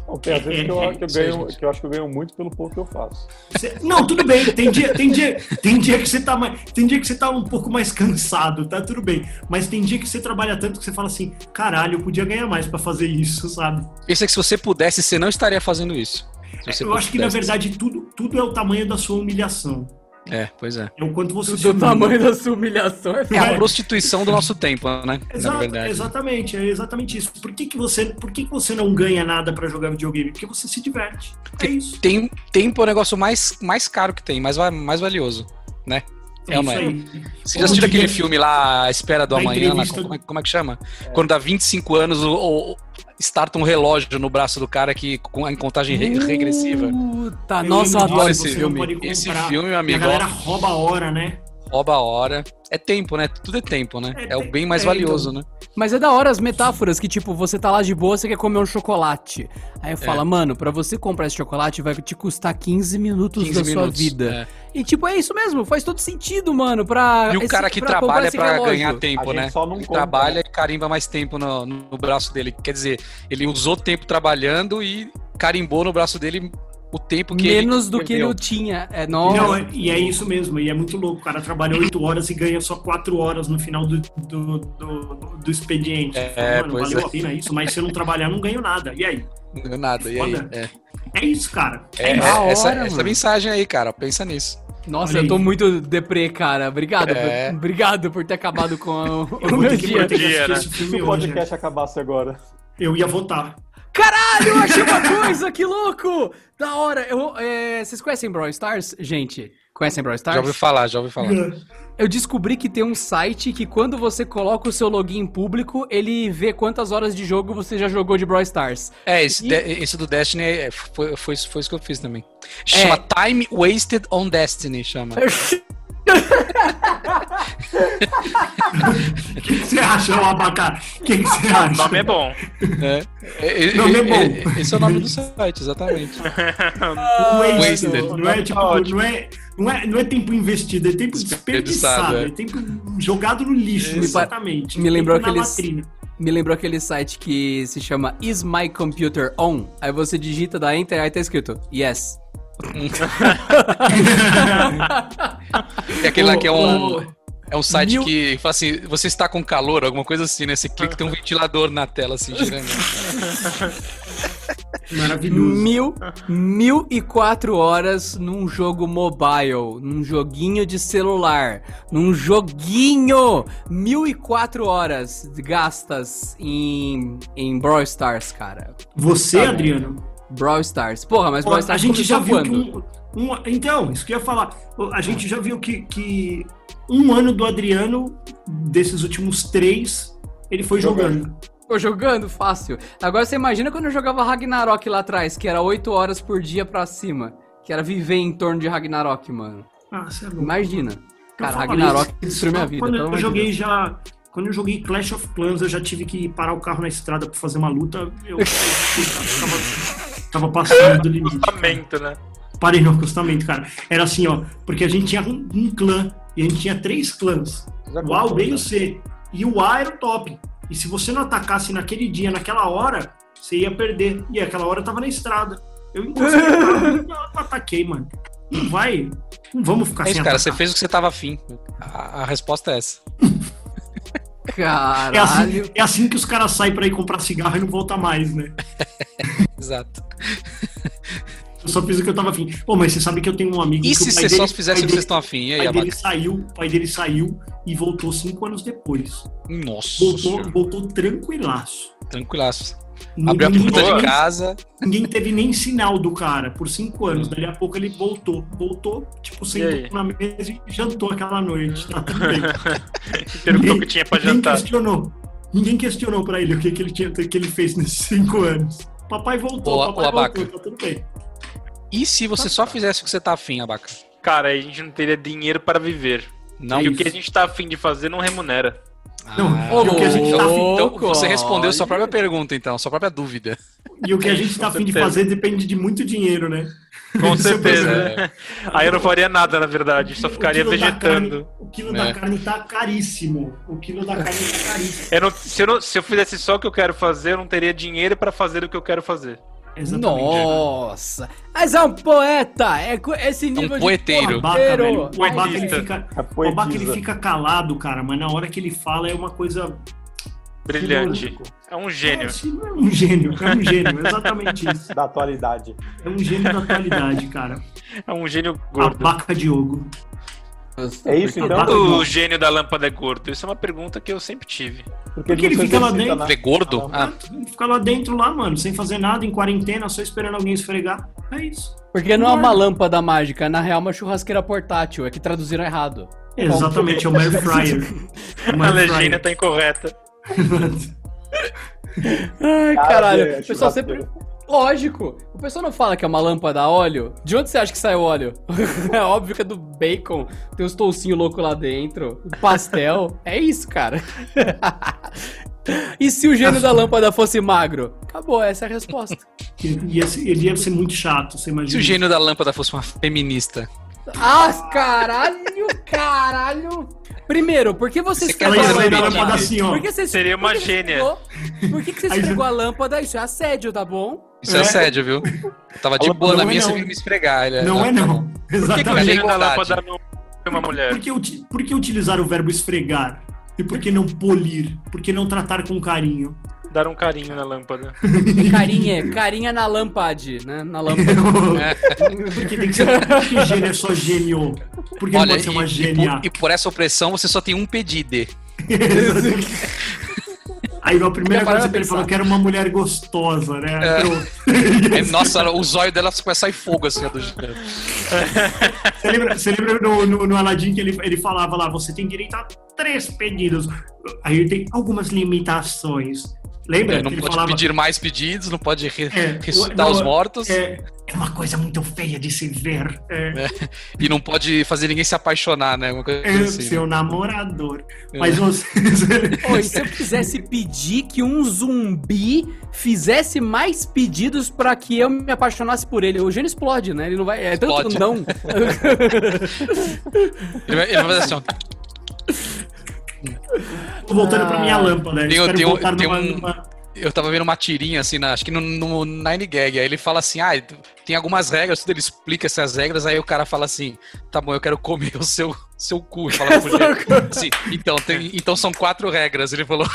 Speaker 1: Não, tem às vezes que eu, que eu
Speaker 4: Sim,
Speaker 1: ganho,
Speaker 4: gente.
Speaker 1: que eu acho que eu ganho muito pelo pouco que eu faço.
Speaker 3: Cê- não, tudo bem. Tem dia, tem, dia, tem dia que você tá mais, tem dia que você tá um pouco mais cansado, tá tudo bem. Mas tem dia que você trabalha tanto que você fala assim, caralho, eu podia ganhar mais pra fazer isso, sabe?
Speaker 4: Isso é que se você pudesse, você não estaria fazendo isso. Se você
Speaker 3: É, eu acho que na
Speaker 4: pudesse.
Speaker 3: verdade tudo, tudo é o tamanho da sua humilhação.
Speaker 4: É, pois é.
Speaker 3: É o quanto você se
Speaker 2: Do
Speaker 3: humilha.
Speaker 2: tamanho da sua humilhação. é
Speaker 4: É
Speaker 3: Não
Speaker 4: a
Speaker 3: é?
Speaker 4: prostituição do nosso tempo, né? na
Speaker 3: Exato,
Speaker 4: verdade.
Speaker 3: exatamente, é exatamente isso. Por que, que você, por que, que você não ganha nada pra jogar videogame? Porque você se diverte. É isso.
Speaker 4: Tem, tempo é o negócio mais, mais caro que tem, mais, va- mais valioso. É
Speaker 3: É
Speaker 4: ou não
Speaker 3: isso
Speaker 4: é?
Speaker 3: aí.
Speaker 4: Você
Speaker 3: Como
Speaker 4: já assistiu
Speaker 3: diria-
Speaker 4: aquele filme lá, A Espera do
Speaker 3: Da
Speaker 4: Amanhã? Lá,
Speaker 3: entrevista
Speaker 4: como, é- como é que chama? Quando dá 25 anos, o, o, starta um relógio no braço do cara que, com, em contagem re- regressiva.
Speaker 2: Puta,
Speaker 3: Eu
Speaker 2: nossa, eu
Speaker 3: lembro
Speaker 2: adoro
Speaker 4: disso,
Speaker 2: esse
Speaker 4: você
Speaker 3: não
Speaker 2: filme.
Speaker 3: pode comprar.
Speaker 4: Esse filme, meu
Speaker 3: E a
Speaker 4: amigo,
Speaker 3: galera rouba a hora, né?
Speaker 4: rouba a hora. É tempo, né? Tudo é tempo, né?
Speaker 3: É
Speaker 4: É o
Speaker 3: tempo,
Speaker 4: bem mais
Speaker 3: é,
Speaker 4: valioso, né?
Speaker 2: Mas é da hora as metáforas que, tipo, você tá lá de boa, você quer comer um chocolate. Aí
Speaker 4: É.
Speaker 2: eu falo, mano, pra você comprar esse chocolate vai te custar 15 minutos
Speaker 4: 15
Speaker 2: da
Speaker 4: minutos.
Speaker 2: sua vida.
Speaker 4: é.
Speaker 2: E, tipo, é isso mesmo, faz todo sentido, mano, pra.
Speaker 4: E o
Speaker 2: esse-
Speaker 4: cara que
Speaker 2: comprar
Speaker 4: trabalha
Speaker 2: esse
Speaker 4: pra
Speaker 2: relógio.
Speaker 4: ganhar
Speaker 1: a
Speaker 4: tempo,
Speaker 1: gente
Speaker 4: né?
Speaker 1: só não
Speaker 4: Ele
Speaker 1: conta,
Speaker 4: trabalha
Speaker 1: né?
Speaker 4: e carimba mais tempo no, no braço dele. Quer dizer, ele usou tempo trabalhando e carimbou no braço dele o tempo que ele
Speaker 2: Menos do que
Speaker 4: perdeu.
Speaker 2: ele tinha. É,
Speaker 3: Não,
Speaker 2: nossa.
Speaker 3: é- e é isso mesmo, e é muito louco. O cara trabalha oito horas e ganha só quatro horas no final do, do, do, do expediente.
Speaker 4: É,
Speaker 3: Fala, Mano,
Speaker 4: pois
Speaker 3: valeu
Speaker 4: é.
Speaker 3: a pena isso, mas se eu não trabalhar, não ganho nada. E aí?
Speaker 4: Não ganhou nada. E aí?
Speaker 3: Foda.
Speaker 4: É.
Speaker 3: É isso, cara.
Speaker 4: É,
Speaker 2: Da
Speaker 4: é,
Speaker 2: hora,
Speaker 4: essa, essa
Speaker 2: mano.
Speaker 4: mensagem aí, cara. Pensa nisso.
Speaker 2: Nossa,
Speaker 3: Olha
Speaker 2: eu tô
Speaker 3: aí.
Speaker 2: muito deprê, cara. Obrigado.
Speaker 4: É.
Speaker 2: por- Obrigado por ter acabado com o,
Speaker 3: <laughs> Eu
Speaker 2: o
Speaker 3: vou
Speaker 2: meu
Speaker 3: ter que, vou
Speaker 2: dia.
Speaker 3: ter que
Speaker 5: Dia,
Speaker 3: assistir
Speaker 5: né?
Speaker 3: esse
Speaker 1: Se
Speaker 3: filme
Speaker 1: o
Speaker 3: hoje.
Speaker 1: podcast acabasse agora.
Speaker 3: Eu ia votar.
Speaker 2: Caralho, eu achei uma coisa, que louco! Da hora. Eu, é, vocês conhecem Brawl Stars, gente? Conhecem Brawl Stars?
Speaker 4: Já ouviu falar, já ouviu falar.
Speaker 2: Eu descobri que tem um site que quando você coloca o seu login público, ele vê quantas horas de jogo você já jogou de Brawl Stars.
Speaker 4: É, esse,
Speaker 2: E-
Speaker 4: de- esse do Destiny é- foi, foi, foi isso que eu fiz também.
Speaker 2: É.
Speaker 4: Chama Time Wasted on Destiny, chama.
Speaker 3: O que que você acha, ô Abacá? O que que você acha?
Speaker 5: O nome é bom.
Speaker 4: É, é,
Speaker 3: Não,
Speaker 4: é,
Speaker 3: meu irmão.
Speaker 4: é, esse é o nome do site, exatamente.
Speaker 3: Wasted.
Speaker 4: Wasted.
Speaker 3: Não é tipo,
Speaker 5: Ótimo.
Speaker 3: não é, não é, não é tempo investido, é tempo desperdiçado,
Speaker 4: Desperdiçado, é.
Speaker 3: é tempo jogado no lixo,
Speaker 2: Me pa-
Speaker 3: exatamente.
Speaker 2: me lembrou
Speaker 3: Tempo na
Speaker 2: aqueles-
Speaker 3: latrina.
Speaker 2: Me lembrou aquele site que se chama Is My Computer On? Aí você digita, dá enter, aí tá escrito Yes.
Speaker 4: É aquele lá que é um.
Speaker 2: O-
Speaker 4: É um site
Speaker 2: Mil-
Speaker 4: que fala assim, você está com calor, alguma coisa assim, né? Você clica e
Speaker 2: Ah.
Speaker 4: tem um ventilador na tela,
Speaker 2: <laughs>
Speaker 4: assim, girando.
Speaker 3: Maravilhoso.
Speaker 2: Mil, mil e quatro horas num jogo mobile, num joguinho de celular, num joguinho! Mil e quatro horas gastas em, em Brawl Stars, cara.
Speaker 3: Você,
Speaker 2: Tá bom.
Speaker 3: Adriano,
Speaker 2: Brawl Stars. Porra, mas
Speaker 3: Ó,
Speaker 2: Brawl
Speaker 3: a
Speaker 2: Stars
Speaker 3: gente já
Speaker 2: começou
Speaker 3: viu que
Speaker 2: quando?
Speaker 3: um, um- Então, isso que eu ia falar. A gente já viu que, que um ano do Adriano, desses últimos três, ele foi
Speaker 1: Jogando.
Speaker 3: jogando.
Speaker 2: Tô jogando fácil. Agora você imagina quando eu jogava Ragnarok lá atrás, que era 8 horas por dia pra cima. Que era viver em torno de Ragnarok, mano.
Speaker 3: Ah, você é louco.
Speaker 2: Imagina.
Speaker 3: Eu
Speaker 2: Cara,
Speaker 3: falo
Speaker 2: Ragnarok
Speaker 3: isso,
Speaker 2: destruiu minha vida.
Speaker 3: Quando
Speaker 2: pelo amor
Speaker 3: eu
Speaker 2: de
Speaker 3: joguei
Speaker 2: Deus.
Speaker 3: já. Quando eu joguei Clash of Clans, eu já tive que parar o carro na estrada pra fazer uma luta. Eu tava, tava passando do limite.
Speaker 5: Lamento, né?
Speaker 3: Parei no acostamento, cara. Era assim, ó. Porque a gente tinha um, um clã. E a gente tinha três clãs.
Speaker 1: Já né?
Speaker 3: O A, o B e
Speaker 1: contou,
Speaker 3: o C. E o A era o top. E se você não atacasse naquele dia, naquela hora, você ia perder. E aquela hora eu tava na estrada. Eu encostei, eu ataquei, mano. Não vai. Não vamos ficar
Speaker 4: É
Speaker 3: sem
Speaker 4: isso, cara.
Speaker 3: atacar.
Speaker 4: Você fez o que você tava afim. A, a resposta é essa.
Speaker 3: É assim,
Speaker 2: Caralho.
Speaker 3: é assim que os caras saem pra ir comprar cigarro e não volta mais, né?
Speaker 4: Exato.
Speaker 3: Eu só fiz o que eu tava afim. Pô, mas você sabe que eu tenho um amigo
Speaker 4: E
Speaker 3: que
Speaker 4: se
Speaker 3: o pai
Speaker 4: você só
Speaker 3: dele-
Speaker 4: fizesse
Speaker 3: pai
Speaker 4: o que vocês
Speaker 3: dele-
Speaker 4: estão afim? E aí,
Speaker 3: pai dele
Speaker 4: Abaca?
Speaker 3: saiu, o pai dele saiu e voltou cinco anos depois.
Speaker 4: Nossa.
Speaker 3: Voltou,
Speaker 4: senhora.
Speaker 3: voltou tranquilaço.
Speaker 4: Tranquilaço.
Speaker 3: Ninguém,
Speaker 4: Abriu a porta
Speaker 5: Boa.
Speaker 4: de casa.
Speaker 3: ninguém teve nem sinal do cara por cinco anos. Dali a pouco ele voltou. Voltou, tipo,
Speaker 5: E
Speaker 3: sentou
Speaker 5: aí?
Speaker 3: na mesa e jantou aquela noite. Tá tudo
Speaker 4: <laughs>
Speaker 3: bem.
Speaker 5: Inteiro o que tinha pra
Speaker 3: Ninguém
Speaker 5: jantar.
Speaker 3: questionou. Ninguém questionou pra ele o que, que ele tinha, o que ele fez nesses cinco anos. Papai voltou,
Speaker 4: Boa,
Speaker 3: papai
Speaker 4: boa,
Speaker 3: voltou,
Speaker 4: Abaca.
Speaker 3: tá tudo bem.
Speaker 4: E se você só fizesse o que você tá afim, Abaca?
Speaker 5: Cara, aí a gente não teria dinheiro para viver.
Speaker 4: Não.
Speaker 5: e o que a gente tá afim de fazer
Speaker 3: <laughs>
Speaker 5: não remunera.
Speaker 3: Não,
Speaker 4: Ah,
Speaker 3: e o que a gente tá afim,
Speaker 4: então,
Speaker 2: louco,
Speaker 4: você respondeu sua
Speaker 2: olha.
Speaker 4: própria pergunta, então, sua
Speaker 3: <laughs>
Speaker 4: própria dúvida.
Speaker 3: e o que a gente tá
Speaker 5: Com
Speaker 3: afim de
Speaker 5: certeza.
Speaker 3: fazer depende de muito dinheiro, né?
Speaker 5: Com
Speaker 3: Isso é
Speaker 5: certeza, né? Aí eu não faria nada, na verdade. Só
Speaker 3: <laughs>
Speaker 5: ficaria
Speaker 3: O quilo da
Speaker 5: vegetando. né?
Speaker 3: carne- o quilo
Speaker 4: É.
Speaker 3: da carne tá caríssimo. O quilo da carne tá
Speaker 5: <laughs>
Speaker 3: caríssimo.
Speaker 5: Eu não- se, eu não- se eu fizesse só o que eu quero fazer, eu não teria dinheiro para fazer o que eu quero fazer.
Speaker 2: Nossa. Mas é um poeta. É co-
Speaker 4: um
Speaker 2: esse nível de
Speaker 4: poeteiro.
Speaker 3: O Abaca,
Speaker 2: porteiro.
Speaker 3: velho, o Abaca, ele
Speaker 5: Poetista.
Speaker 3: fica,
Speaker 1: A
Speaker 3: o Abaca, ele
Speaker 1: poetisa.
Speaker 3: fica calado, cara, mas na hora que ele fala é uma coisa
Speaker 5: Brilhante.
Speaker 3: filosófica.
Speaker 5: É um gênio.
Speaker 3: É, sim, é um gênio, é um gênio,
Speaker 5: <laughs>
Speaker 3: é exatamente isso.
Speaker 1: da atualidade.
Speaker 3: É um gênio da atualidade, cara.
Speaker 5: É um gênio gordo.
Speaker 3: Abaca Diogo.
Speaker 1: É isso então?
Speaker 3: Abaca-
Speaker 5: Quando o gênio da lâmpada é gordo? Isso é uma pergunta que eu sempre tive.
Speaker 1: Porque,
Speaker 3: ele
Speaker 1: não se
Speaker 3: fica lá
Speaker 1: exercita
Speaker 3: dentro.
Speaker 4: Ele é gordo? Ah,
Speaker 3: Fica lá dentro, lá, mano, sem fazer nada, em quarentena, só esperando alguém esfregar. É isso.
Speaker 2: Porque não é uma lâmpada mágica, na real é uma churrasqueira portátil. É que traduziram errado.
Speaker 3: Exatamente, é o Air Fryer. Um
Speaker 5: <laughs> A
Speaker 3: air
Speaker 5: legenda
Speaker 3: fryer.
Speaker 5: tá incorreta.
Speaker 2: Ai,
Speaker 1: na casa,
Speaker 2: caralho.
Speaker 1: é
Speaker 2: O pessoal
Speaker 1: churrasqueiro.
Speaker 2: sempre. Lógico. O pessoal não fala que é uma lâmpada a óleo. De onde você acha que sai o óleo? <laughs> é óbvio que é do bacon. Tem uns toucinhos loucos lá dentro. Pastel. é isso, cara. <laughs> e se o gênio da lâmpada fosse magro? Acabou, essa é a resposta.
Speaker 3: <laughs> Ele ia, ser- ele ia ser muito chato, você imagina.
Speaker 4: Ah, se o gênio da lâmpada fosse uma feminista.
Speaker 2: ah, caralho, caralho. Primeiro, por que você
Speaker 4: Você
Speaker 2: esfregou
Speaker 4: quer
Speaker 3: Ela ia
Speaker 4: Mas
Speaker 2: a
Speaker 4: fazer eu
Speaker 3: sair da
Speaker 4: não
Speaker 2: lâmpada?
Speaker 3: lâmpada
Speaker 4: entendi.
Speaker 3: assim, ó.
Speaker 2: Por que você
Speaker 5: Seria uma
Speaker 2: por que você
Speaker 5: gênia.
Speaker 2: esfregou- Por que, que você
Speaker 3: Aí já-
Speaker 2: esfregou a lâmpada? Isso é assédio, tá bom?
Speaker 4: Isso é,
Speaker 3: É.
Speaker 4: assédio, viu? Eu tava de
Speaker 1: Não
Speaker 4: boa na
Speaker 3: é
Speaker 4: minha,
Speaker 3: não.
Speaker 4: você veio me esfregar. ele-
Speaker 3: Não
Speaker 4: ah,
Speaker 3: é
Speaker 4: tá
Speaker 3: não.
Speaker 5: Por que, que o
Speaker 4: Mas é
Speaker 3: Exatamente.
Speaker 5: gênio da
Speaker 4: igualdade.
Speaker 5: lâmpada não foi uma mulher?
Speaker 3: Por que, uti- por que utilizar o verbo esfregar? E por que não polir? Por que não tratar com carinho?
Speaker 5: Dar um carinho na lâmpada.
Speaker 2: Carinha, carinha na lâmpade, né? Na
Speaker 4: <laughs>
Speaker 2: lâmpada.
Speaker 3: Porque tem que ser. Por que gênio é só gênio? Por que não
Speaker 4: Olha,
Speaker 3: pode
Speaker 4: e,
Speaker 3: ser uma
Speaker 4: e
Speaker 3: gênia?
Speaker 4: por,
Speaker 3: <laughs>
Speaker 4: e por essa opressão você só tem um PD.
Speaker 3: Aí a primeira
Speaker 2: Já parou pra
Speaker 3: coisa que ele
Speaker 2: pensar?
Speaker 3: falou que era uma mulher gostosa, né?
Speaker 4: É.
Speaker 3: Pronto.
Speaker 4: É, nossa, o zóio dela começa a sair fogo assim, ó, do gênio.
Speaker 3: Você lembra, você lembra no, no, no Aladdin que ele, ele falava lá, você tem direito a três pedidos. Aí ele tem algumas limitações. Lembra?
Speaker 4: É, Não
Speaker 3: que ele
Speaker 4: pode
Speaker 3: falava,
Speaker 4: pedir mais pedidos, não pode re-
Speaker 3: É,
Speaker 4: ressuscitar
Speaker 3: não,
Speaker 4: os mortos
Speaker 3: É, é uma coisa muito feia de se ver. É,
Speaker 4: e não pode fazer ninguém se apaixonar, né? Uma coisa
Speaker 3: é
Speaker 4: assim,
Speaker 3: <laughs> seu namorador.
Speaker 4: É.
Speaker 3: Mas você. <laughs>
Speaker 2: Pô, e se eu quisesse pedir que um zumbi fizesse mais pedidos pra que eu me apaixonasse por ele? O gênio explode, né? Ele não vai. É tanto
Speaker 4: Explode.
Speaker 2: não. <laughs>
Speaker 4: Ele vai, ele vai fazer assim, ó.
Speaker 3: Tô voltando pra
Speaker 2: Ah.
Speaker 3: minha lâmpada.
Speaker 4: Tem-
Speaker 3: Espero
Speaker 4: tem um-
Speaker 3: voltar
Speaker 4: tem
Speaker 3: numa-
Speaker 4: um- <laughs>
Speaker 3: numa-
Speaker 4: Eu tava vendo uma tirinha, assim, na- acho que no, no Nine Gag. Aí ele fala assim: ah, tem algumas regras, tudo ele explica essas regras. Aí o cara fala assim: tá bom, eu quero comer o seu, seu cu. E
Speaker 3: <laughs>
Speaker 4: fala pra mulher. Assim, então, tem- então são quatro regras. Ele falou: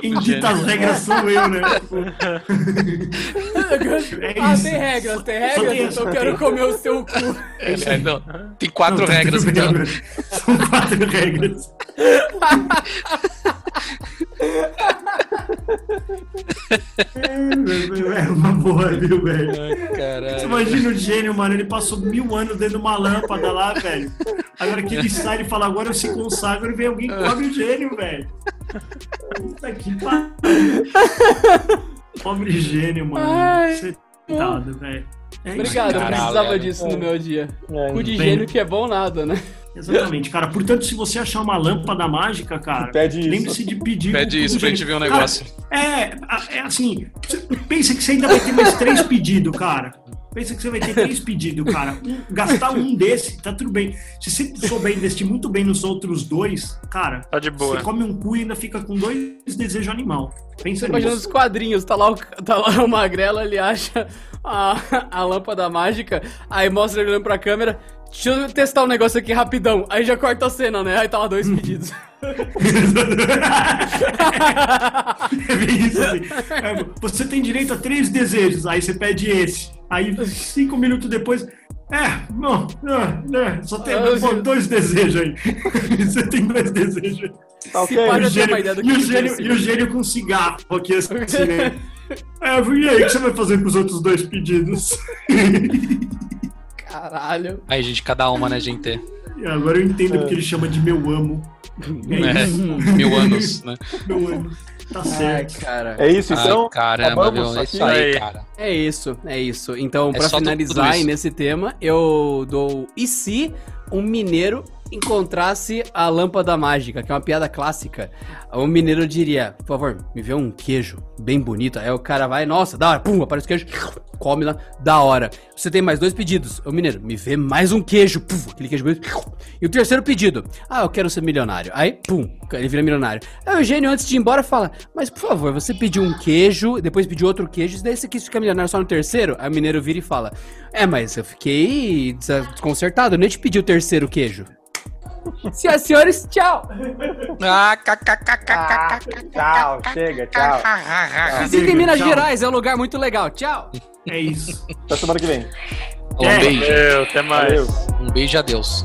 Speaker 3: Quem dita as regras sou
Speaker 2: <laughs>
Speaker 3: eu, né? <laughs> É
Speaker 2: ah,
Speaker 3: isso.
Speaker 2: tem regras, tem
Speaker 3: Só é tem
Speaker 2: regras,
Speaker 3: essa,
Speaker 2: então eu
Speaker 3: tem
Speaker 2: quero
Speaker 3: essa.
Speaker 2: comer o seu cu.
Speaker 4: ele, "Ah, não, tem quatro
Speaker 3: É. Não, tá
Speaker 4: regras.
Speaker 3: tudo bem,
Speaker 4: Então.
Speaker 3: né? São quatro regras. É, é uma boa, viu, velho?
Speaker 4: Ai,
Speaker 3: Você
Speaker 4: caralho.
Speaker 3: imagina o gênio, mano, ele passou mil anos dentro de uma lâmpada lá, velho. Agora que ele sai, ele fala, agora eu se consagro e vem alguém e cobre o gênio, velho. Puta que pariu. Pobre gênio, mano.
Speaker 2: Ai,
Speaker 3: Você Coitado, velho. É isso,
Speaker 2: Obrigado, eu
Speaker 4: Caralho,
Speaker 2: precisava
Speaker 4: velho.
Speaker 2: disso no meu dia.
Speaker 1: É,
Speaker 2: Cu de
Speaker 3: tem.
Speaker 2: gênio que é bom nada, né?
Speaker 3: Exatamente, cara. Portanto, se você achar uma lâmpada mágica, cara,
Speaker 1: Pede isso.
Speaker 3: lembre-se de pedir.
Speaker 4: Pede
Speaker 3: pro-
Speaker 4: isso
Speaker 3: pro
Speaker 4: pra
Speaker 3: gênio.
Speaker 4: gente ver um
Speaker 3: Cara,
Speaker 4: negócio.
Speaker 3: é, a- é assim, você pensa que você ainda vai ter mais três pedidos, cara. Pensa que você vai ter três pedidos, cara. Um- gastar um desse, tá tudo bem. Se você souber investir muito bem nos outros dois, cara,
Speaker 5: Tá de boa.
Speaker 3: você come um cu e ainda fica com dois desejos animal. Pensa
Speaker 2: Imagina
Speaker 3: nisso.
Speaker 2: os quadrinhos, tá lá o, tá lá o Magrelo, ele acha a, <laughs> a lâmpada mágica, aí mostra ele olhando pra câmera, deixa eu testar um negócio aqui rapidão, aí já corta a cena, né? Aí tá lá dois
Speaker 4: <laughs>
Speaker 2: pedidos.
Speaker 3: <laughs> É bem isso, assim. É, você tem direito a três desejos, aí você pede esse. Aí cinco minutos depois. É, não, não, não, só tem
Speaker 2: Ah, eu
Speaker 3: bom,
Speaker 2: sei.
Speaker 3: dois desejos aí. <laughs> você tem dois desejos.
Speaker 1: Tá
Speaker 2: Se
Speaker 1: ok.
Speaker 2: pá,
Speaker 3: E o
Speaker 2: já tem uma
Speaker 3: gênio,
Speaker 2: ideia do que
Speaker 3: e o
Speaker 2: ele
Speaker 3: gênio-
Speaker 2: pensa.
Speaker 3: e o gênio com cigarro aqui
Speaker 2: <laughs>
Speaker 3: assim, né? É, e aí, o que você vai fazer com os outros dois pedidos?
Speaker 2: Caralho.
Speaker 4: Aí, gente, cada uma, né, gente?
Speaker 3: E Agora eu entendo porque ele chama de meu amo.
Speaker 4: É, mil anos, né?
Speaker 3: <laughs> Meu amo. Tá certo.
Speaker 2: cara.
Speaker 1: É isso, então?
Speaker 4: Ai, caramba,
Speaker 1: acabamos
Speaker 4: meu. É
Speaker 1: aqui?
Speaker 4: isso aí,
Speaker 5: Aí.
Speaker 4: cara.
Speaker 2: É isso, é isso. Então,
Speaker 4: É
Speaker 2: pra
Speaker 4: só tu-
Speaker 2: finalizar
Speaker 4: tudo
Speaker 2: aí
Speaker 4: isso.
Speaker 2: nesse tema, eu dou. E se um mineiro encontrasse a lâmpada mágica, que é uma piada clássica? O mineiro diria: por favor, me vê um queijo bem bonito. Aí o cara vai, nossa, da hora, pum, aparece o queijo, come lá, da hora. Você tem mais dois pedidos. O mineiro, me vê mais um queijo, pum, aquele queijo bonito. E o terceiro pedido, ah, eu quero ser milionário. Aí, pum, ele vira milionário. Aí o gênio, antes de ir embora, fala, mas por favor, você pediu um queijo, depois pediu outro queijo, e daí você quis ficar milionário só no terceiro? Aí o mineiro vira e fala, é, mas eu fiquei desa- desconcertado, eu nem te pedi o terceiro queijo. Senhoras e senhores, tchau!
Speaker 4: Ah, kkkk.
Speaker 1: Tchau, chega, tchau.
Speaker 2: Visitem Minas
Speaker 3: Tchau.
Speaker 2: Gerais, é um lugar muito legal. Tchau!
Speaker 3: É isso.
Speaker 1: Até semana que vem.
Speaker 4: Um beijo.
Speaker 5: Valeu, até mais.
Speaker 1: Valeu.
Speaker 4: Um beijo e adeus.